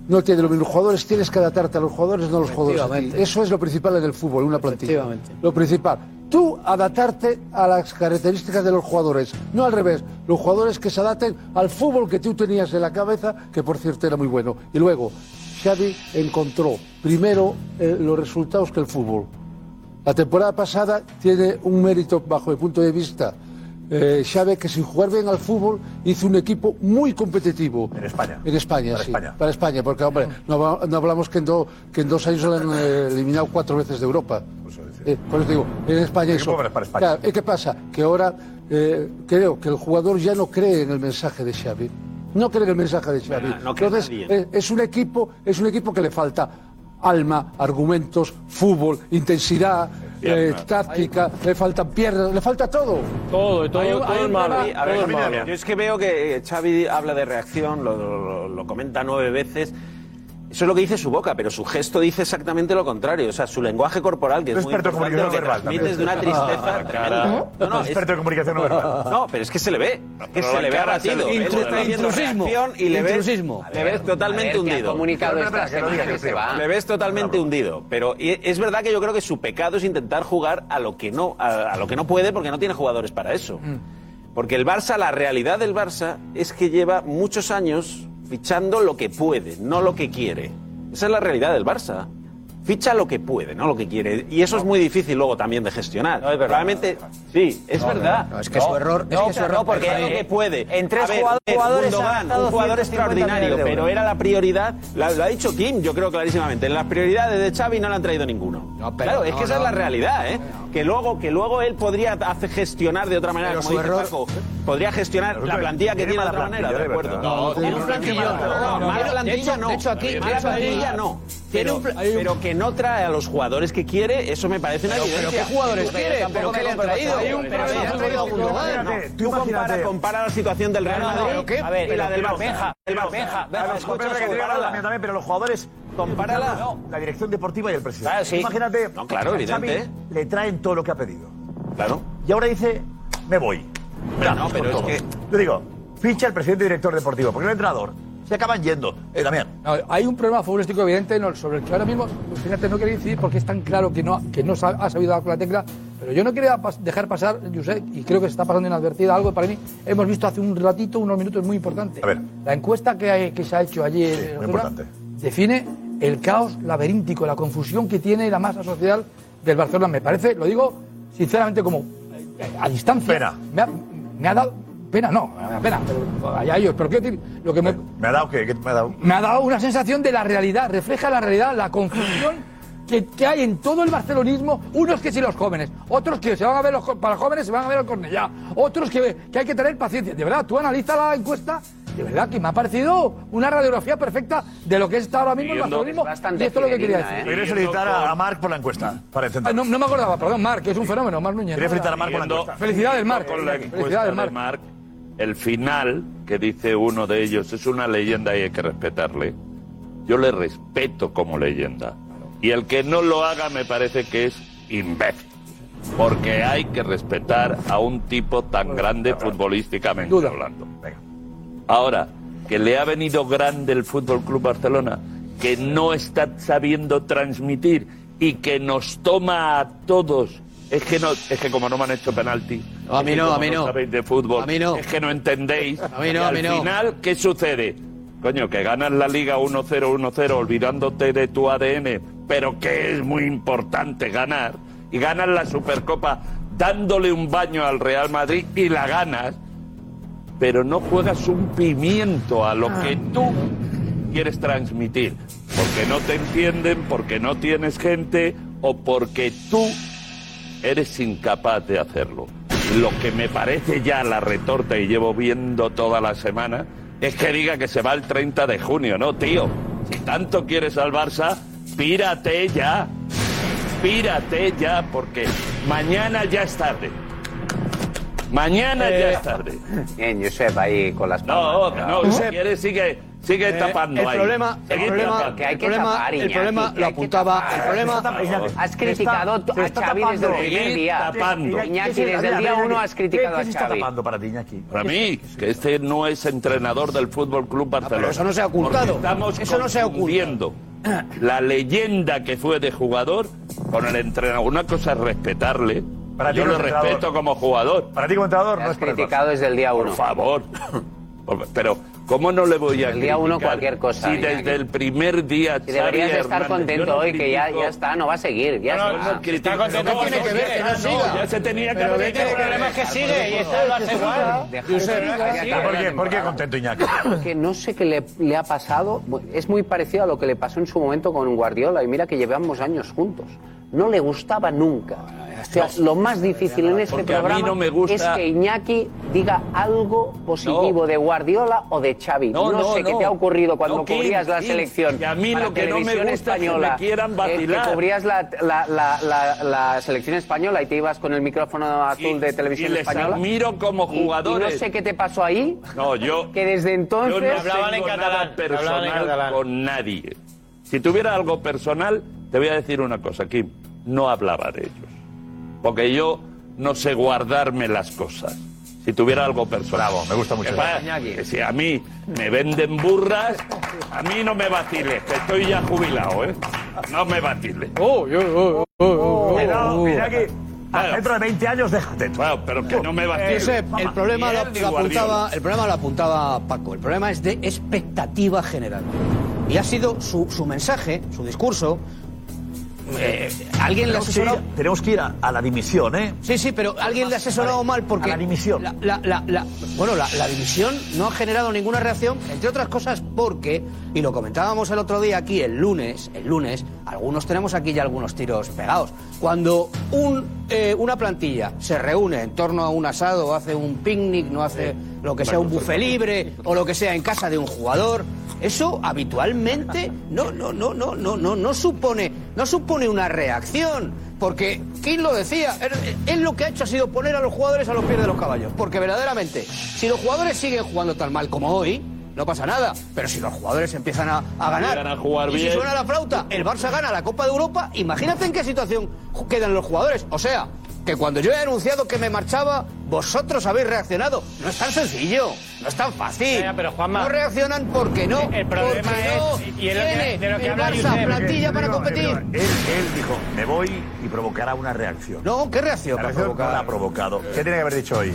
[SPEAKER 9] no tiene los mismos jugadores, tienes que adaptarte a los jugadores, no los jugadores a ti.
[SPEAKER 30] Efectivamente.
[SPEAKER 9] Eso es lo principal en el fútbol, una plantilla.
[SPEAKER 30] Efectivamente.
[SPEAKER 9] Lo principal. Tú adaptarte a las características de los jugadores, no al revés. Los jugadores que se adapten al fútbol que tú tenías en la cabeza, que por cierto era muy bueno. Y luego, Xavi encontró primero eh, los resultados que el fútbol. La temporada pasada tiene un mérito bajo mi punto de vista. Eh, Xavi que sin jugar bien al fútbol hizo un equipo muy competitivo. En
[SPEAKER 14] España.
[SPEAKER 9] En España,
[SPEAKER 14] Para
[SPEAKER 9] sí.
[SPEAKER 14] España.
[SPEAKER 9] Para España, porque hombre, no, va- no hablamos que en, do- que en dos años lo han eh, eliminado cuatro veces de Europa. Eh, por eso digo, en España
[SPEAKER 14] Qué
[SPEAKER 9] eso.
[SPEAKER 14] pobres para España.
[SPEAKER 9] Claro, ¿y qué pasa? Que ahora eh, creo que el jugador ya no cree en el mensaje de Xavi. No creen el mensaje de Xavi.
[SPEAKER 2] Nah, no cree
[SPEAKER 9] Entonces,
[SPEAKER 2] nadie.
[SPEAKER 9] eh, es un equipo, es un equipo que le falta alma, argumentos, fútbol, intensidad,
[SPEAKER 20] Piernas.
[SPEAKER 9] eh, táctica, le faltan piernas, le falta todo.
[SPEAKER 21] Todo, todo,
[SPEAKER 2] Hay un-
[SPEAKER 21] todo
[SPEAKER 2] hay
[SPEAKER 21] es
[SPEAKER 2] un
[SPEAKER 21] malo.
[SPEAKER 2] problema- a ver,
[SPEAKER 21] todo es
[SPEAKER 2] Javier,
[SPEAKER 21] malo.
[SPEAKER 2] Yo es que veo que eh, Xavi habla de reacción, lo, lo- lo comenta nueve veces. Eso es lo que dice su boca, pero su gesto dice exactamente lo contrario. O sea, su lenguaje corporal, que es,
[SPEAKER 14] Un
[SPEAKER 2] muy
[SPEAKER 14] experto en
[SPEAKER 2] importante, lo
[SPEAKER 14] comunicación
[SPEAKER 2] que
[SPEAKER 14] verbal
[SPEAKER 2] transmite es de una
[SPEAKER 14] también.
[SPEAKER 2] tristeza
[SPEAKER 14] Ah,
[SPEAKER 2] tremenda.
[SPEAKER 14] carajo. Experto en comunicación no verbal.
[SPEAKER 2] No, pero es que se le ve. Que
[SPEAKER 14] pero
[SPEAKER 2] se
[SPEAKER 14] la
[SPEAKER 2] le ve
[SPEAKER 14] cara se
[SPEAKER 2] abatido.
[SPEAKER 14] le-
[SPEAKER 2] Él está
[SPEAKER 14] Intrusismo.
[SPEAKER 2] haciendo reacción y le ves,
[SPEAKER 16] Intrusismo.
[SPEAKER 2] le ves totalmente
[SPEAKER 23] Joder, que ha
[SPEAKER 2] hundido.
[SPEAKER 23] comunicado Pero, espera, esta que lo semana diga, que que se lo va. diga.
[SPEAKER 2] Le ves totalmente hundido. Pero y- es verdad que yo creo que su pecado es intentar jugar a lo que no, a, a lo que no puede porque no tiene jugadores para eso.
[SPEAKER 23] Mm.
[SPEAKER 2] Porque el Barça, la realidad del Barça es que lleva muchos años fichando lo que puede, no lo que quiere. Esa es la realidad del Barça. Ficha lo que puede, no lo que quiere. Y eso es muy difícil luego también de gestionar. Realmente, sí, es
[SPEAKER 12] No,
[SPEAKER 2] verdad.
[SPEAKER 12] no, no, es que su error- es que su error-
[SPEAKER 2] No, porque
[SPEAKER 12] Javi,
[SPEAKER 2] es lo que puede.
[SPEAKER 12] en tres
[SPEAKER 2] A ver,
[SPEAKER 12] jugadores-
[SPEAKER 2] Ter,
[SPEAKER 12] jugadores
[SPEAKER 2] Gundogan,
[SPEAKER 12] ha gastado
[SPEAKER 2] un jugador
[SPEAKER 12] 150
[SPEAKER 2] extraordinario,
[SPEAKER 12] millones de
[SPEAKER 2] pero
[SPEAKER 12] euros.
[SPEAKER 2] era la prioridad. la- lo ha dicho Kim, yo creo clarísimamente. En las prioridades de Xavi no le han traído ninguno.
[SPEAKER 12] pero
[SPEAKER 2] claro, es
[SPEAKER 12] no,
[SPEAKER 2] que esa
[SPEAKER 12] no,
[SPEAKER 2] es la
[SPEAKER 12] no.
[SPEAKER 2] realidad, ¿eh? Que luego, que luego él podría hacer gestionar de otra manera,
[SPEAKER 12] Pero
[SPEAKER 2] como
[SPEAKER 12] su
[SPEAKER 2] dice
[SPEAKER 12] error-
[SPEAKER 2] Paco, podría gestionar la plantilla que tiene de otra manera, de acuerdo. No, no, Mala plantilla no.
[SPEAKER 16] De hecho, aquí,
[SPEAKER 2] mala plantilla no. Pero, pero que no trae a los jugadores que quiere, eso me parece una
[SPEAKER 16] Pero- pero
[SPEAKER 2] evidencia.
[SPEAKER 16] ¿qué jugadores quiere? ¿Pero qué le han traído?
[SPEAKER 2] Hay un-
[SPEAKER 16] Pero
[SPEAKER 2] pero
[SPEAKER 16] si
[SPEAKER 2] no,
[SPEAKER 16] han traído a Gundogan.
[SPEAKER 2] no,
[SPEAKER 16] Espérate,
[SPEAKER 2] tú compara, compara la situación del Real
[SPEAKER 12] No, no,
[SPEAKER 2] Madrid
[SPEAKER 12] pero ¿qué?
[SPEAKER 2] a ver, y
[SPEAKER 12] Pero-
[SPEAKER 2] la del
[SPEAKER 12] pero-
[SPEAKER 2] Barça. Benja,
[SPEAKER 12] pero-
[SPEAKER 2] Benja, Benja,
[SPEAKER 12] pero-
[SPEAKER 2] Benja,
[SPEAKER 12] escucha,
[SPEAKER 2] escucha,
[SPEAKER 12] que-
[SPEAKER 2] compárala.
[SPEAKER 14] También, también, pero los jugadores, compárala la dirección deportiva y el presidente.
[SPEAKER 2] Claro, Ah, sí.
[SPEAKER 14] Imagínate,
[SPEAKER 2] No, claro,
[SPEAKER 14] a Xavi
[SPEAKER 2] evidente, ¿eh?
[SPEAKER 14] le traen todo lo que ha pedido.
[SPEAKER 2] Claro.
[SPEAKER 14] Y ahora dice, me voy. Gracias
[SPEAKER 2] no, pero
[SPEAKER 14] por
[SPEAKER 2] es
[SPEAKER 14] todo. Yo digo, ficha el presidente y director deportivo, porque el entrenador se acaban yendo. Eh, Damián.
[SPEAKER 13] No, hay un problema futbolístico evidente no, sobre el que ahora mismo, pues, fíjate, no quería decidir porque es tan claro que no, que no sa- ha sabido dar con la tecla, pero yo no quería pas- dejar pasar, Josep, y creo que se está pasando inadvertida algo que para mí hemos visto hace un ratito, unos minutos muy importante.
[SPEAKER 14] A ver.
[SPEAKER 13] La encuesta que, hay- que se ha hecho allí en Barcelona
[SPEAKER 14] importante.
[SPEAKER 13] define el caos laberíntico, la confusión que tiene la masa social del Barcelona. Me parece, lo digo sinceramente como eh, a distancia. Me ha, me ha dado pena, no, me da pena, pero allá ellos, pero quiero decir, lo que me,
[SPEAKER 14] Me ha dado que, me ha dado.
[SPEAKER 13] me ha dado una sensación de la realidad, refleja la realidad, la confusión que, que hay en todo el barcelonismo, unos que sí los jóvenes, otros que se van a ver los, jo- para los jóvenes se van a ver al Cornellá, otros que, que hay que tener paciencia. De verdad, tú analiza la encuesta, de verdad que me ha parecido una radiografía perfecta de lo que está ahora mismo el
[SPEAKER 14] Siguiendo-
[SPEAKER 13] barcelonismo. y esto es lo que quería decir.
[SPEAKER 20] ¿eh?
[SPEAKER 14] Quería felicitar a, a Marc por la encuesta. Para
[SPEAKER 13] Ah, no, no me acordaba, perdón, Marc, que es un fenómeno, Marc Núñez.
[SPEAKER 14] Quería felicitar a Marc por la
[SPEAKER 13] Nada.
[SPEAKER 14] encuesta.
[SPEAKER 13] Felicidades, Marc.
[SPEAKER 20] Con la encuesta de
[SPEAKER 13] Felicidades, Marc.
[SPEAKER 20] Marc, el final que dice uno de ellos es una leyenda y hay que respetarle. Yo le respeto como leyenda. Y el que no lo haga me parece que es imbécil. Porque hay que respetar a un tipo tan grande futbolísticamente hablando. Ahora, que le ha venido grande el Fútbol Club Barcelona, que no está sabiendo transmitir y que nos toma a todos. Es que no, es que como no me han hecho penalti.
[SPEAKER 30] A mí
[SPEAKER 20] es que
[SPEAKER 30] no, a
[SPEAKER 20] como
[SPEAKER 30] mí no.
[SPEAKER 20] sabéis de fútbol. Es que no entendéis.
[SPEAKER 30] A mí no,
[SPEAKER 20] Y
[SPEAKER 30] a
[SPEAKER 20] al
[SPEAKER 30] mí no.
[SPEAKER 20] final, ¿qué sucede? Coño, que ganas la liga 1-0, 1-0, olvidándote de tu ADN, pero que es muy importante ganar. Y ganas la Supercopa dándole un baño al Real Madrid y la ganas pero no juegas un pimiento a lo
[SPEAKER 19] Ah.
[SPEAKER 20] que
[SPEAKER 2] Ah.
[SPEAKER 20] tú quieres transmitir. Porque no te entienden, porque no tienes gente o porque tú eres incapaz de hacerlo. Lo que me parece ya la retorta y llevo viendo toda la semana es que diga que se va el 30 de junio. No, tío, si tanto quieres al Barça, pírate ya. Pírate ya, porque mañana ya es tarde. Mañana ya es tarde.
[SPEAKER 23] Eh, Bien, Josep, ahí con las
[SPEAKER 20] No,
[SPEAKER 23] palmas.
[SPEAKER 20] no, si quieres sigue, sigue
[SPEAKER 23] Eh,
[SPEAKER 20] tapando
[SPEAKER 23] el
[SPEAKER 20] ahí.
[SPEAKER 23] problema- el
[SPEAKER 20] Seguid
[SPEAKER 23] problema-
[SPEAKER 20] tapando.
[SPEAKER 23] que hay que El problema- tapar, el Iñaki, problema que lo hay que apuntaba- tapar. el problema- Has criticado
[SPEAKER 14] Se está-
[SPEAKER 23] a
[SPEAKER 14] se está
[SPEAKER 23] Xavi
[SPEAKER 14] tapando.
[SPEAKER 23] desde el primer
[SPEAKER 20] Seguid
[SPEAKER 23] día.
[SPEAKER 20] tapando.
[SPEAKER 23] Iñaki, desde el día uno has criticado
[SPEAKER 14] ¿Qué-
[SPEAKER 23] a
[SPEAKER 14] qué se está
[SPEAKER 23] Xavi.
[SPEAKER 14] tapando para ti, Iñaki?
[SPEAKER 20] Para mí, que este no es entrenador del Fútbol Club Barcelona.
[SPEAKER 16] pero eso no se ha ocultado.
[SPEAKER 20] Porque Estamos
[SPEAKER 16] Eso no se ha
[SPEAKER 20] confundiendo la leyenda que fue de jugador con el entrenador. Una cosa es respetarle.
[SPEAKER 14] Para ti
[SPEAKER 20] Yo
[SPEAKER 14] como
[SPEAKER 20] le
[SPEAKER 14] entrenador.
[SPEAKER 20] respeto como jugador.
[SPEAKER 14] Para ti como entrenador
[SPEAKER 20] no es
[SPEAKER 23] criticado desde el día uno.
[SPEAKER 20] Por favor. Pero, ¿cómo no le voy a
[SPEAKER 23] El día uno
[SPEAKER 20] criticar
[SPEAKER 23] cualquier cosa,
[SPEAKER 20] Si desde
[SPEAKER 23] Iñaki.
[SPEAKER 20] el primer día.
[SPEAKER 23] Y deberías
[SPEAKER 20] Xavi
[SPEAKER 23] de estar
[SPEAKER 20] Hernández, yo
[SPEAKER 23] contento
[SPEAKER 20] no
[SPEAKER 23] hoy, que ya,
[SPEAKER 20] critico-
[SPEAKER 23] ya está, no va a seguir. Ya
[SPEAKER 20] No, no,
[SPEAKER 23] está.
[SPEAKER 20] no critico. Está contento, No, ¿qué tiene no, que ver? Que no no, siga. ya se tenía que Pero haber que hecho. el problema es que sigue, y está el Barça igual.
[SPEAKER 14] ¿Por qué, ¿Por qué contento Iñaki?
[SPEAKER 23] Porque no sé qué le, le ha pasado. Es muy parecido a lo que le pasó en su momento con Guardiola. Y mira que llevamos años juntos. No le gustaba nunca. O sea, lo más difícil en este
[SPEAKER 20] Ah, Porque a mí
[SPEAKER 23] programa
[SPEAKER 20] no me gusta-
[SPEAKER 23] es que Iñaki diga algo positivo de Guardiola o de Xavi. No, sé qué te ha ocurrido cuando
[SPEAKER 20] No, Kim,
[SPEAKER 23] cubrías la
[SPEAKER 20] Kim.
[SPEAKER 23] selección.
[SPEAKER 20] Y a mí
[SPEAKER 23] para
[SPEAKER 20] lo que no me
[SPEAKER 23] televisión
[SPEAKER 20] gusta es que me
[SPEAKER 23] española,
[SPEAKER 20] quieran
[SPEAKER 23] eh,
[SPEAKER 20] vacilar.
[SPEAKER 23] que cubrías la, la- la- la- la selección española y te ibas con el micrófono azul de televisión
[SPEAKER 20] y les
[SPEAKER 23] española.
[SPEAKER 20] admiro como
[SPEAKER 23] Y- y
[SPEAKER 20] jugadores.
[SPEAKER 23] no sé qué te pasó ahí.
[SPEAKER 20] No, yo.
[SPEAKER 23] Que desde entonces-
[SPEAKER 20] yo no
[SPEAKER 23] Hablaban
[SPEAKER 20] tengo
[SPEAKER 23] en
[SPEAKER 20] nada
[SPEAKER 23] catalán,
[SPEAKER 20] personal
[SPEAKER 23] hablaban en catalán.
[SPEAKER 20] con nadie. Si tuviera algo personal, te voy a decir una cosa, Kim. No hablaba de ellos. Porque yo no sé guardarme las cosas. Si tuviera algo personal. Bravo, me gusta
[SPEAKER 14] mucho eso.
[SPEAKER 20] si a mí me venden burras, a mí no me vaciles, que estoy ya jubilado, ¿eh? No me vaciles.
[SPEAKER 13] Oh, yo, oh, oh, oh, oh.
[SPEAKER 14] Cuidado, mira que
[SPEAKER 20] dentro
[SPEAKER 14] de 20 años déjate.
[SPEAKER 20] Claro, pero que no me vaciles.
[SPEAKER 30] Josep, el problema lo,
[SPEAKER 20] Mierda,
[SPEAKER 30] lo apuntaba,
[SPEAKER 20] Guardiola.
[SPEAKER 30] el problema lo apuntaba Paco. El problema es de expectativa general. Y ha sido su, su mensaje, su discurso. eh, alguien le
[SPEAKER 14] tenemos, que ir,
[SPEAKER 30] ha asesorado.
[SPEAKER 14] tenemos que ir a, a la dimisión, ¿eh?
[SPEAKER 30] Sí, sí, pero alguien le ha asesorado mal porque.
[SPEAKER 14] A la dimisión.
[SPEAKER 30] La, la- la- la- bueno, la, la dimisión no ha generado ninguna reacción, entre otras cosas porque, y lo comentábamos el otro día aquí, el lunes, el lunes, algunos tenemos aquí ya algunos tiros pegados. Cuando un, eh, una plantilla se reúne en torno a un asado, hace un picnic, no hace lo que sea un buffet libre o lo que sea en casa de un jugador, eso habitualmente no, no, no, no, no, no, no supone, no supone una reacción. Porque, ¿quién lo decía? Él, él lo que ha hecho ha sido poner a los jugadores a los pies de los caballos. Porque verdaderamente, si los jugadores siguen jugando tan mal como hoy, no pasa nada. Pero si los jugadores empiezan a, a ganar,
[SPEAKER 20] Llegan a jugar
[SPEAKER 30] y si
[SPEAKER 20] bien.
[SPEAKER 30] suena la flauta, el Barça gana la Copa de Europa, imagínate en qué situación ju- quedan los jugadores. O sea, que cuando yo he anunciado que me marchaba, vosotros habéis reaccionado. No es tan sencillo, no es tan fácil. pero no reaccionan porque no. El
[SPEAKER 29] problema
[SPEAKER 30] porque
[SPEAKER 29] es-
[SPEAKER 30] no
[SPEAKER 29] y es lo que-
[SPEAKER 30] tiene
[SPEAKER 29] de lo que
[SPEAKER 30] el
[SPEAKER 29] habla
[SPEAKER 30] Barça
[SPEAKER 29] Josep,
[SPEAKER 30] plantilla
[SPEAKER 14] Te
[SPEAKER 30] para
[SPEAKER 14] digo,
[SPEAKER 30] competir.
[SPEAKER 14] te digo, Él, él dijo, me voy y provocará una reacción.
[SPEAKER 30] No, ¿qué reacción?
[SPEAKER 14] La reacción no la ha provocado. ¿Qué tiene que haber dicho hoy?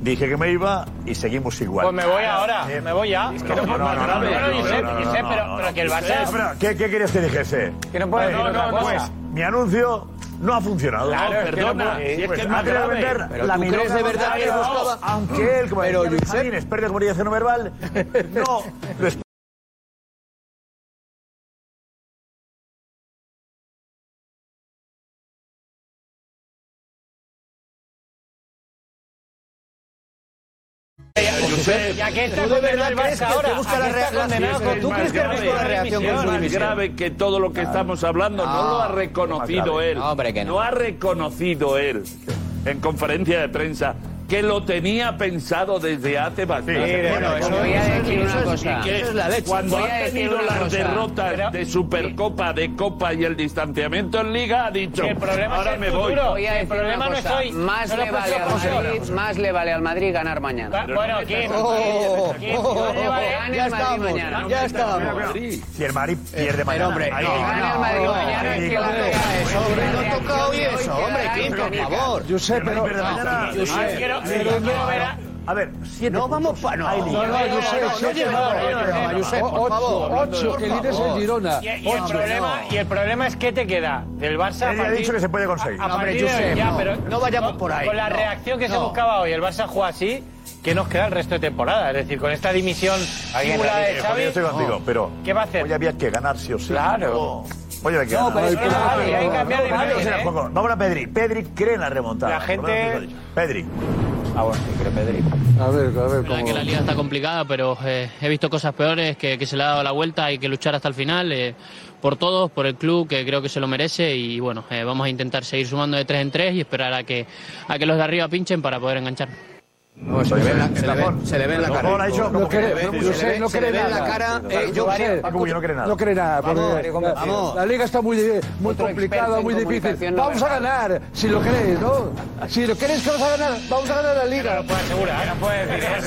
[SPEAKER 14] Dije que me iba y seguimos igual.
[SPEAKER 29] Pues me voy ahora, me voy ya.
[SPEAKER 14] No, no, no, no, no, no,
[SPEAKER 29] Bueno,
[SPEAKER 14] no,
[SPEAKER 29] Josep,
[SPEAKER 14] no, no,
[SPEAKER 29] Josep,
[SPEAKER 14] no,
[SPEAKER 29] pero-
[SPEAKER 14] no,
[SPEAKER 29] pero
[SPEAKER 14] no.
[SPEAKER 29] que el Barça-
[SPEAKER 14] Espera, ¿qué, ¿Qué quieres que dijese?
[SPEAKER 29] Que no puede
[SPEAKER 14] Oye,
[SPEAKER 29] decir otra cosa.
[SPEAKER 14] Pues mi anuncio no ha funcionado.
[SPEAKER 29] Claro,
[SPEAKER 14] No,
[SPEAKER 29] es que no puede- si es
[SPEAKER 14] pues
[SPEAKER 29] que es más
[SPEAKER 14] ha querido
[SPEAKER 29] grave.
[SPEAKER 14] vender
[SPEAKER 29] Pero
[SPEAKER 14] la
[SPEAKER 29] ¿tú
[SPEAKER 14] milonga
[SPEAKER 29] crees de verdad que
[SPEAKER 14] González,
[SPEAKER 29] buscaba-
[SPEAKER 14] Aunque él, como
[SPEAKER 29] Pero,
[SPEAKER 14] decía Luis Javín, experto en comunicación no verbal, no lo es-
[SPEAKER 29] Ya que está
[SPEAKER 30] ¿Tú de verdad
[SPEAKER 29] condenado el
[SPEAKER 30] crees
[SPEAKER 29] Barça
[SPEAKER 30] que
[SPEAKER 29] ahora,
[SPEAKER 30] te busca
[SPEAKER 29] aquí
[SPEAKER 30] la
[SPEAKER 29] está
[SPEAKER 30] reacción?
[SPEAKER 29] condenado
[SPEAKER 30] ¿Tú
[SPEAKER 29] con-
[SPEAKER 30] crees que
[SPEAKER 20] Grave,
[SPEAKER 30] busca la reacción con su
[SPEAKER 20] Es más
[SPEAKER 30] dimisión?
[SPEAKER 20] grave que todo lo que estamos hablando. No,
[SPEAKER 30] No,
[SPEAKER 20] lo ha
[SPEAKER 30] es más
[SPEAKER 20] reconocido
[SPEAKER 30] grave.
[SPEAKER 20] él.
[SPEAKER 30] No, hombre, que no.
[SPEAKER 20] ha reconocido él en conferencia de prensa que lo tenía pensado desde hace bastante
[SPEAKER 23] Sí,
[SPEAKER 20] tiempo.
[SPEAKER 23] bueno, eso- Voy a decir una cosa.
[SPEAKER 20] Y que
[SPEAKER 23] Eso es la leche.
[SPEAKER 20] Cuando
[SPEAKER 23] Voy a
[SPEAKER 20] ha
[SPEAKER 23] decir
[SPEAKER 20] tenido
[SPEAKER 23] una
[SPEAKER 20] las
[SPEAKER 23] cosa.
[SPEAKER 20] derrotas de Supercopa, de Copa y el distanciamiento en Liga, ha dicho,
[SPEAKER 23] Que el problema es
[SPEAKER 20] ahora
[SPEAKER 23] el
[SPEAKER 20] me
[SPEAKER 23] futuro.
[SPEAKER 20] voy.
[SPEAKER 23] Voy a decir una cosa. Más, le vale al Madrid, más le vale al Madrid ganar mañana. Bueno, ¿qué?
[SPEAKER 30] Oh,
[SPEAKER 23] ¿Qué?
[SPEAKER 30] oh, oh,
[SPEAKER 23] Vale, vale,
[SPEAKER 30] oh,
[SPEAKER 23] gane
[SPEAKER 30] ya
[SPEAKER 23] el Madrid
[SPEAKER 30] estamos,
[SPEAKER 23] mañana.
[SPEAKER 30] ya estamos.
[SPEAKER 14] Si el Madrid
[SPEAKER 29] Eh,
[SPEAKER 14] pierde mañana.
[SPEAKER 30] hombre,
[SPEAKER 14] ahí-
[SPEAKER 30] no,
[SPEAKER 23] Gane el Madrid mañana, es que la pega es,
[SPEAKER 30] hombre, no toca hoy eso, hombre, Kim, por favor.
[SPEAKER 14] Yo sé, pero. mañana.
[SPEAKER 30] Josep,
[SPEAKER 14] Ay,
[SPEAKER 30] pero-
[SPEAKER 14] sí,
[SPEAKER 30] pero quiero ver
[SPEAKER 14] a. ver, siete
[SPEAKER 30] No vamos para. No,
[SPEAKER 14] Hay
[SPEAKER 30] no,
[SPEAKER 14] liga.
[SPEAKER 30] no,
[SPEAKER 14] No, no,
[SPEAKER 30] Josep,
[SPEAKER 14] no,
[SPEAKER 30] no,
[SPEAKER 14] no, no,
[SPEAKER 30] lleves la
[SPEAKER 14] no,
[SPEAKER 30] broma,
[SPEAKER 14] no,
[SPEAKER 30] Josep,
[SPEAKER 14] no,
[SPEAKER 30] por favor.
[SPEAKER 13] Ocho,
[SPEAKER 30] Por
[SPEAKER 13] que líder es el
[SPEAKER 30] favor.
[SPEAKER 13] Girona.
[SPEAKER 29] Y, y el
[SPEAKER 13] Ocho.
[SPEAKER 29] problema, y el problema es que te queda del Barça. a
[SPEAKER 14] Él ya ha
[SPEAKER 29] partir-
[SPEAKER 14] dicho que se puede conseguir.
[SPEAKER 29] a- a
[SPEAKER 14] No, hombre,
[SPEAKER 29] partir de-
[SPEAKER 14] Josep,
[SPEAKER 29] ya,
[SPEAKER 14] no.
[SPEAKER 29] pero
[SPEAKER 30] No vayamos por ahí.
[SPEAKER 29] Con la
[SPEAKER 30] no,
[SPEAKER 29] reacción que se
[SPEAKER 30] no.
[SPEAKER 29] buscaba hoy, el Barça juega así, ¿qué nos queda el resto de temporada? Es decir, con esta dimisión
[SPEAKER 14] Alguien
[SPEAKER 29] simulada
[SPEAKER 14] realista.
[SPEAKER 29] de
[SPEAKER 14] Joder,
[SPEAKER 29] eh, Xavi...
[SPEAKER 14] yo estoy contigo, pero
[SPEAKER 29] ¿Qué va a hacer?
[SPEAKER 14] Hoy había que ganar sí o sí.
[SPEAKER 29] Claro.
[SPEAKER 14] Hoy había que
[SPEAKER 29] No,
[SPEAKER 14] ganar.
[SPEAKER 29] pero es que no, hay que
[SPEAKER 14] no,
[SPEAKER 29] cambiar
[SPEAKER 14] no,
[SPEAKER 29] el
[SPEAKER 14] no,
[SPEAKER 29] orden,
[SPEAKER 14] no, será
[SPEAKER 29] ¿eh?
[SPEAKER 14] poco. Vamos a Pedri. Pedri cree en la remontada.
[SPEAKER 29] La gente-
[SPEAKER 14] Por lo menos lo ha dicho. Pedri.
[SPEAKER 6] Ah, bueno, sí, creo Pedri.
[SPEAKER 9] A ver, a ver
[SPEAKER 25] verdad
[SPEAKER 9] cómo.
[SPEAKER 25] que la liga está complicada, pero eh, he visto cosas peores, que, que se le ha dado la vuelta, hay que luchar hasta el final, eh, por todos, por el club, que creo que se lo merece, y bueno, eh, vamos a intentar seguir sumando de tres en tres y esperar a que, a que los de arriba pinchen para poder enganchar.
[SPEAKER 30] No, se le ve en la- se le ve- se le ve en la cara.
[SPEAKER 14] Por ahí yo-
[SPEAKER 9] No
[SPEAKER 14] como que-
[SPEAKER 9] cree,
[SPEAKER 14] Pedri,
[SPEAKER 9] yo
[SPEAKER 14] se
[SPEAKER 9] sé,
[SPEAKER 14] le
[SPEAKER 9] no
[SPEAKER 14] ve- se
[SPEAKER 9] cree
[SPEAKER 14] le ve en
[SPEAKER 9] nada.
[SPEAKER 14] la cara, eh,
[SPEAKER 9] Paco,
[SPEAKER 14] yo-
[SPEAKER 9] Paco,
[SPEAKER 14] Josep,
[SPEAKER 9] Paco,
[SPEAKER 14] Cubillo no cree nada. eh,
[SPEAKER 9] No cree nada, porque
[SPEAKER 14] Vamos, Mario Gómez.
[SPEAKER 9] la- la liga está muy, muy
[SPEAKER 23] Otro experto
[SPEAKER 9] complicada,
[SPEAKER 23] en
[SPEAKER 9] muy
[SPEAKER 23] comunicación
[SPEAKER 9] difícil.
[SPEAKER 23] no
[SPEAKER 9] Vamos a
[SPEAKER 23] verbal.
[SPEAKER 9] ganar, si lo crees, ¿no? Si lo crees que vas a ganar, vamos a ganar la liga. No puedes
[SPEAKER 29] asegurar, no puedes decir eso.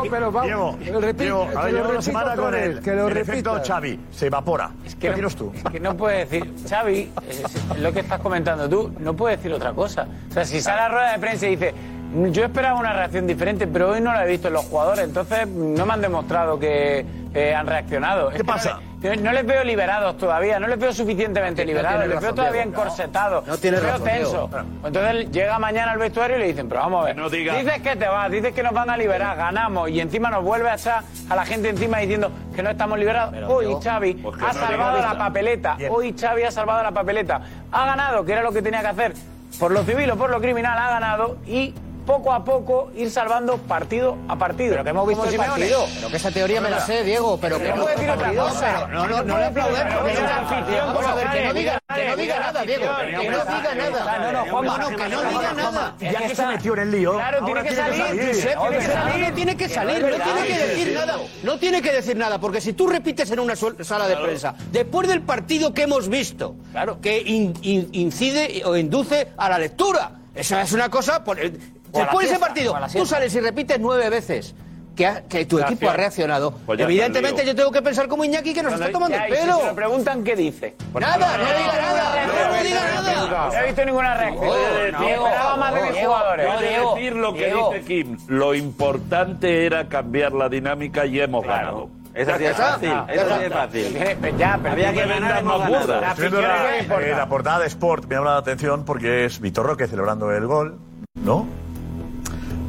[SPEAKER 9] Pero, pero vamos,
[SPEAKER 14] Diego,
[SPEAKER 9] repito,
[SPEAKER 14] Diego, a ver,
[SPEAKER 9] que lo
[SPEAKER 14] llevo una
[SPEAKER 9] repita
[SPEAKER 14] semana
[SPEAKER 9] otra
[SPEAKER 14] con
[SPEAKER 9] vez,
[SPEAKER 14] él.
[SPEAKER 9] que lo
[SPEAKER 14] el efecto
[SPEAKER 9] repita.
[SPEAKER 14] Xavi se evapora.
[SPEAKER 29] que
[SPEAKER 14] ¿Qué
[SPEAKER 29] no-
[SPEAKER 14] opinas tú?
[SPEAKER 29] es que no puede decir, Xavi, es- es lo que estás comentando tú, no puede decir otra cosa. O sea, si sale a la rueda de prensa y dice, "Mm, yo esperaba una reacción diferente, pero hoy no la he visto en los jugadores, entonces mm, no me han demostrado que eh, han reaccionado. ¿Qué pasa? No, les veo liberados todavía, no les veo suficientemente
[SPEAKER 30] No
[SPEAKER 29] liberados,
[SPEAKER 30] tiene
[SPEAKER 29] les veo
[SPEAKER 30] razón,
[SPEAKER 29] todavía
[SPEAKER 30] Diego.
[SPEAKER 29] encorsetados,
[SPEAKER 30] No tiene
[SPEAKER 29] les veo
[SPEAKER 30] razón,
[SPEAKER 29] tensos.
[SPEAKER 30] Diego.
[SPEAKER 29] Entonces llega mañana al vestuario y le dicen, pero vamos a ver,
[SPEAKER 20] Que no diga-
[SPEAKER 29] dices que te vas, dices que nos van a liberar, ganamos, y encima nos vuelve a echar a la gente encima diciendo que no estamos liberados. Uy, Xavi,
[SPEAKER 20] Pues que
[SPEAKER 29] ha
[SPEAKER 20] no
[SPEAKER 29] salvado
[SPEAKER 20] diga.
[SPEAKER 29] la papeleta. Hoy Xavi ha salvado la papeleta. Ha ganado, que era lo que tenía que hacer.
[SPEAKER 6] por lo civil o por lo criminal ha ganado y poco a poco ir salvando partido a partido. Pero que hemos
[SPEAKER 30] visto el partido. Pero que esa teoría me la sé, Diego, pero que
[SPEAKER 6] no
[SPEAKER 30] no-
[SPEAKER 6] puedo decir otra
[SPEAKER 30] partido,
[SPEAKER 6] cosa.
[SPEAKER 30] pero no, no, no le aplaudemos, que
[SPEAKER 6] Porque es
[SPEAKER 30] no-
[SPEAKER 6] un anfitrión.
[SPEAKER 30] Vamos a ver, que no diga-
[SPEAKER 6] Mira,
[SPEAKER 30] que no diga
[SPEAKER 6] mira,
[SPEAKER 30] nada, Diego,
[SPEAKER 6] mira,
[SPEAKER 30] que no
[SPEAKER 6] mira,
[SPEAKER 30] diga
[SPEAKER 6] mira,
[SPEAKER 30] nada.
[SPEAKER 6] No, no,
[SPEAKER 30] No,
[SPEAKER 6] Juanma,
[SPEAKER 30] no, que no
[SPEAKER 6] Juanma,
[SPEAKER 30] diga
[SPEAKER 6] Juanma,
[SPEAKER 30] nada.
[SPEAKER 6] ya que se metió
[SPEAKER 30] en el lío,
[SPEAKER 6] Claro, tiene que salir.
[SPEAKER 30] Josep,
[SPEAKER 6] Ahora
[SPEAKER 30] tiene que
[SPEAKER 6] tiene que
[SPEAKER 30] salir, no
[SPEAKER 6] salir.
[SPEAKER 30] tiene que
[SPEAKER 6] Que
[SPEAKER 30] salir,
[SPEAKER 6] no es
[SPEAKER 30] no tiene que
[SPEAKER 6] verdad.
[SPEAKER 30] decir nada. No tiene que decir nada, porque si tú repites en una suel- sala de
[SPEAKER 6] Claro.
[SPEAKER 30] prensa, después del partido que hemos visto, que in- in- incide o induce a la lectura, eso es una cosa... pues, por-
[SPEAKER 6] O a la
[SPEAKER 30] Después de ese
[SPEAKER 6] fiesta,
[SPEAKER 30] partido,
[SPEAKER 6] o a la
[SPEAKER 30] tú
[SPEAKER 6] siesta.
[SPEAKER 30] sales y repites nueve veces que, ha- que tu
[SPEAKER 6] La
[SPEAKER 30] equipo
[SPEAKER 6] acción.
[SPEAKER 30] ha reaccionado.
[SPEAKER 6] Pues ya está el
[SPEAKER 30] Evidentemente
[SPEAKER 6] lío.
[SPEAKER 30] yo tengo que pensar como Iñaki que nos está tomando el
[SPEAKER 6] Ya, y si
[SPEAKER 30] pelo.
[SPEAKER 6] se lo preguntan, ¿qué dice?
[SPEAKER 19] Pues
[SPEAKER 30] Nada, no diga nada, no diga nada.
[SPEAKER 6] No he visto ninguna reacción.
[SPEAKER 20] Puede decir-
[SPEAKER 6] Diego, esperaba más de mis
[SPEAKER 20] Puede
[SPEAKER 6] jugadores.
[SPEAKER 20] decir lo que
[SPEAKER 6] Diego.
[SPEAKER 20] dice Kim. Lo importante era cambiar la dinámica y hemos ganado.
[SPEAKER 5] Es así de fácil. Es así de fácil.
[SPEAKER 6] Ya,
[SPEAKER 5] pero
[SPEAKER 20] Había
[SPEAKER 5] tiene
[SPEAKER 20] que
[SPEAKER 5] que ganar,
[SPEAKER 20] vender
[SPEAKER 5] hemos
[SPEAKER 20] más
[SPEAKER 5] ganado.
[SPEAKER 20] burda.
[SPEAKER 5] La
[SPEAKER 14] Estoy viendo
[SPEAKER 5] afición
[SPEAKER 14] la,
[SPEAKER 5] es lo que importa.
[SPEAKER 14] eh, la portada de Sport me llama la atención porque es Vitor Roque celebrando el gol, ¿no?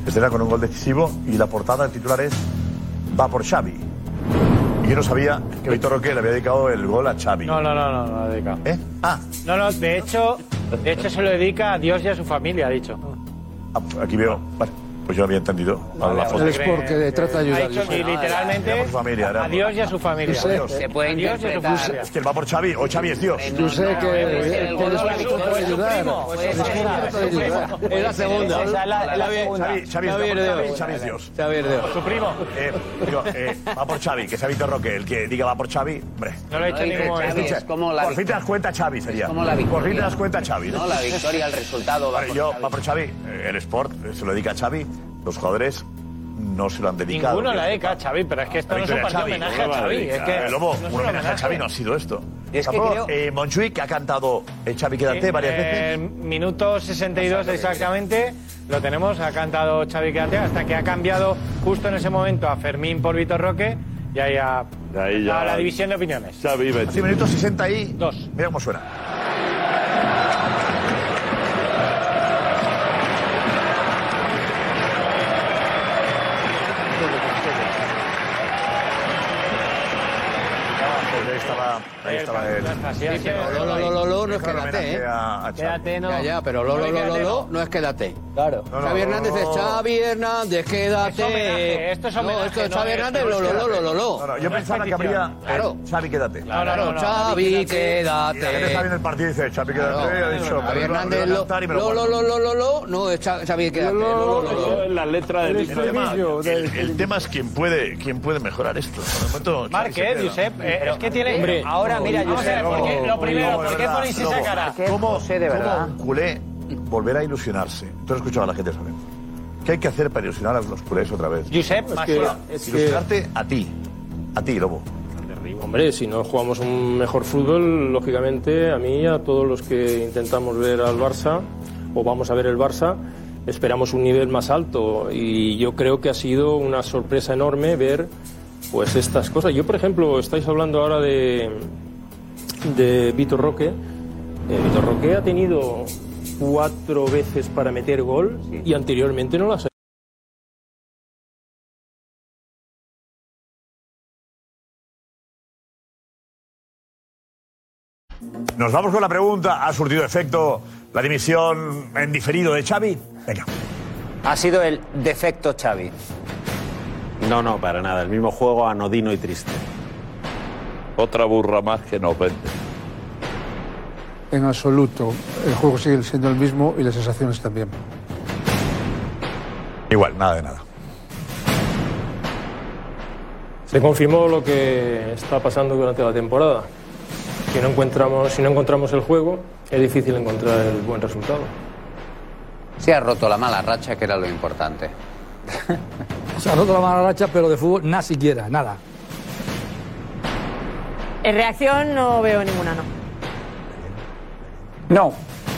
[SPEAKER 14] Se celebra con un gol decisivo y la portada, el titular es Va por Xavi. Y yo no sabía que Vitor Roque le había dedicado el gol a Xavi.
[SPEAKER 29] No, no, no, no, no lo dedica.
[SPEAKER 14] ¿Eh? Ah.
[SPEAKER 29] No, no, de hecho, de hecho se lo dedica a Dios y a su familia, ha dicho.
[SPEAKER 14] Ah, Aquí veo. Vale, pues yo lo había entendido. para la
[SPEAKER 29] vale.
[SPEAKER 14] foto.
[SPEAKER 29] El Sport que trata de ayudar. Ha dicho que
[SPEAKER 14] Ah,
[SPEAKER 29] literalmente,
[SPEAKER 14] era por su familia, era
[SPEAKER 29] a Dios y a su familia.
[SPEAKER 14] Yo sé.
[SPEAKER 29] Se puede
[SPEAKER 14] A Dios y a su
[SPEAKER 29] interpretar.
[SPEAKER 14] familia. Es que él va por Xavi o Xavi es Dios.
[SPEAKER 9] Yo sé que el
[SPEAKER 14] gol
[SPEAKER 9] Sport trata de ayudar. El Sport trata de ayudar.
[SPEAKER 14] Es la segunda.
[SPEAKER 9] Esa es la- la segunda.
[SPEAKER 14] Xavi, Xavi es
[SPEAKER 9] Xavi es
[SPEAKER 14] Dios.
[SPEAKER 9] Dios.
[SPEAKER 14] Xavi es Dios.
[SPEAKER 9] Xavi es Dios.
[SPEAKER 14] Su primo. Eh, digo, eh, va por Xavi, que sea Víctor Roque. El que diga va por Xavi, hombre.
[SPEAKER 20] No lo he hecho No lo ningún dice momento. Xavi,
[SPEAKER 14] Escucha,
[SPEAKER 20] es como la
[SPEAKER 14] Por fin te das cuenta Xavi, sería.
[SPEAKER 20] como la
[SPEAKER 14] Por fin te
[SPEAKER 20] victoria.
[SPEAKER 14] das cuenta Xavi.
[SPEAKER 20] No, la victoria,
[SPEAKER 14] el resultado va por Xavi. Va por Xavi. Eh, El Sport eh, se lo dedica a Xavi. Los jugadores no se lo han dedicado.
[SPEAKER 29] Ninguno la dedica a Xavi, pero es que esto
[SPEAKER 14] La
[SPEAKER 29] no es un
[SPEAKER 14] victoria de
[SPEAKER 29] partido
[SPEAKER 14] Xavi.
[SPEAKER 29] homenaje a
[SPEAKER 14] Ninguno la
[SPEAKER 29] Xavi.
[SPEAKER 14] dedica.
[SPEAKER 29] Es que
[SPEAKER 14] Eh, Lobo,
[SPEAKER 29] no es
[SPEAKER 14] un
[SPEAKER 29] un
[SPEAKER 14] homenaje a Xavi no ha sido esto.
[SPEAKER 29] Es que
[SPEAKER 14] Tampoco,
[SPEAKER 29] creo-
[SPEAKER 14] eh, Montjuic, que ha cantado eh, Xavi Quédate varias
[SPEAKER 29] Eh,
[SPEAKER 14] veces.
[SPEAKER 29] minuto 62 exactamente, lo tenemos, ha cantado Xavi Quédate, hasta que ha cambiado justo en ese momento a Fermín por Vitor Roque y ahí a,
[SPEAKER 20] ya-
[SPEAKER 29] a la división de opiniones.
[SPEAKER 20] Xavi, Betis.
[SPEAKER 14] Hace minutos 60 y... Dos. Mira cómo suena. Pues ahí estaba, ahí estaba el...
[SPEAKER 30] Sí, pero lo, lo, lo, lo, lo, no es quédate, ¿eh?
[SPEAKER 14] a- a Xavi. Quédate, no.
[SPEAKER 30] Ya, ya, pero
[SPEAKER 14] No,
[SPEAKER 30] lo, lo, lo, lo,
[SPEAKER 14] quédate,
[SPEAKER 30] lo, no es quédate.
[SPEAKER 6] Claro.
[SPEAKER 14] no,
[SPEAKER 30] Xavi
[SPEAKER 14] no,
[SPEAKER 30] Hernández
[SPEAKER 14] no,
[SPEAKER 30] es
[SPEAKER 14] no.
[SPEAKER 30] Xavi Hernández, quédate.
[SPEAKER 14] Es homenaje, esto es
[SPEAKER 30] No, esto
[SPEAKER 14] homenaje,
[SPEAKER 30] es
[SPEAKER 14] no
[SPEAKER 30] Xavi
[SPEAKER 14] es-
[SPEAKER 30] Hernández,
[SPEAKER 14] no es
[SPEAKER 30] lo, lo, lo, lo, lo, lo.
[SPEAKER 14] No, no, yo pensaba que habría... Claro. Xavi, quédate.
[SPEAKER 30] Claro, no, no, Xavi, quédate.
[SPEAKER 14] Y la gente está viendo el partido y dice, Xavi, quédate.
[SPEAKER 30] Claro.
[SPEAKER 14] ha dicho,
[SPEAKER 30] Xavi
[SPEAKER 14] pero no,
[SPEAKER 30] Hernández,
[SPEAKER 14] voy a
[SPEAKER 30] lo,
[SPEAKER 14] cantar y me
[SPEAKER 30] lo,
[SPEAKER 14] guardo.
[SPEAKER 30] lo, lo, lo, lo, no, es Xa- Xavi, quédate. Lo, lo, lo, lo.
[SPEAKER 20] Eso es la letra del
[SPEAKER 14] El tema, el, el tema es quién puede, quién puede mejorar esto. Por el momento,
[SPEAKER 29] Marque,
[SPEAKER 14] Xavi se queda.
[SPEAKER 29] Josep, eh, es que tiene...
[SPEAKER 14] Hombre,
[SPEAKER 29] ahora
[SPEAKER 14] no,
[SPEAKER 29] mira,
[SPEAKER 14] no,
[SPEAKER 29] Josep,
[SPEAKER 14] no,
[SPEAKER 29] ¿por qué?
[SPEAKER 14] no,
[SPEAKER 29] lo primero,
[SPEAKER 14] no,
[SPEAKER 29] ¿por
[SPEAKER 14] de
[SPEAKER 29] qué
[SPEAKER 14] verdad,
[SPEAKER 29] ponéis
[SPEAKER 14] no,
[SPEAKER 29] esa cara?
[SPEAKER 14] ¿Cómo, cómo un culé volver a ilusionarse? Tú has escuchado a la gente esa vez. ¿Qué hay que hacer para ilusionar a los culés otra vez?
[SPEAKER 29] Josep,
[SPEAKER 21] Es más que- claro. es que-
[SPEAKER 14] ilusionarte a ti. A ti, Lobo.
[SPEAKER 21] Hombre, si no jugamos un mejor fútbol, lógicamente a mí y a todos los que intentamos ver al Barça o vamos a ver el Barça, esperamos un nivel más alto y yo creo que ha sido una sorpresa enorme ver pues estas cosas. Yo, por ejemplo, estáis hablando ahora de de Vitor Roque. Eh, Vitor Roque ha tenido cuatro veces para meter gol y anteriormente no las ha
[SPEAKER 14] Nos vamos con la pregunta. ¿Ha surtido efecto la dimisión en diferido de Xavi? Venga.
[SPEAKER 6] Ha sido el defecto Xavi.
[SPEAKER 5] No, no, para nada. El mismo juego anodino y triste.
[SPEAKER 20] Otra burra más que nos vende.
[SPEAKER 9] En absoluto. El juego sigue siendo el mismo y las sensaciones también.
[SPEAKER 14] Igual, nada de nada.
[SPEAKER 21] Se confirmó lo que está pasando durante la temporada. Que no encontramos, si no encontramos el juego, es difícil encontrar el buen resultado.
[SPEAKER 23] Se ha roto la mala racha, que era lo importante.
[SPEAKER 13] O sea, roto la mala racha, pero de fútbol, nada siquiera, nada.
[SPEAKER 11] En reacción no veo ninguna, no.
[SPEAKER 6] No,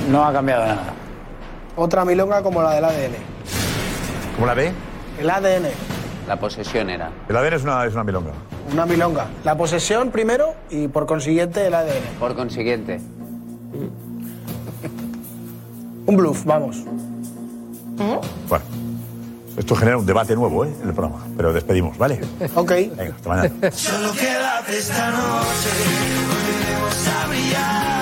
[SPEAKER 6] no ha cambiado nada.
[SPEAKER 15] Otra milonga como la del ADN.
[SPEAKER 14] ¿Cómo la ve?
[SPEAKER 15] El ADN,
[SPEAKER 23] La posesión era.
[SPEAKER 14] El haber es una, es una milonga.
[SPEAKER 15] una milonga. La posesión primero y por consiguiente el ADN.
[SPEAKER 23] Por consiguiente,
[SPEAKER 15] Un bluff, vamos.
[SPEAKER 14] Bueno, esto genera un debate nuevo, ¿eh? En el programa. Pero despedimos, ¿vale?
[SPEAKER 15] Ok.
[SPEAKER 14] Venga, hasta mañana.
[SPEAKER 28] Solo quédate esta noche, volveremos a brillar.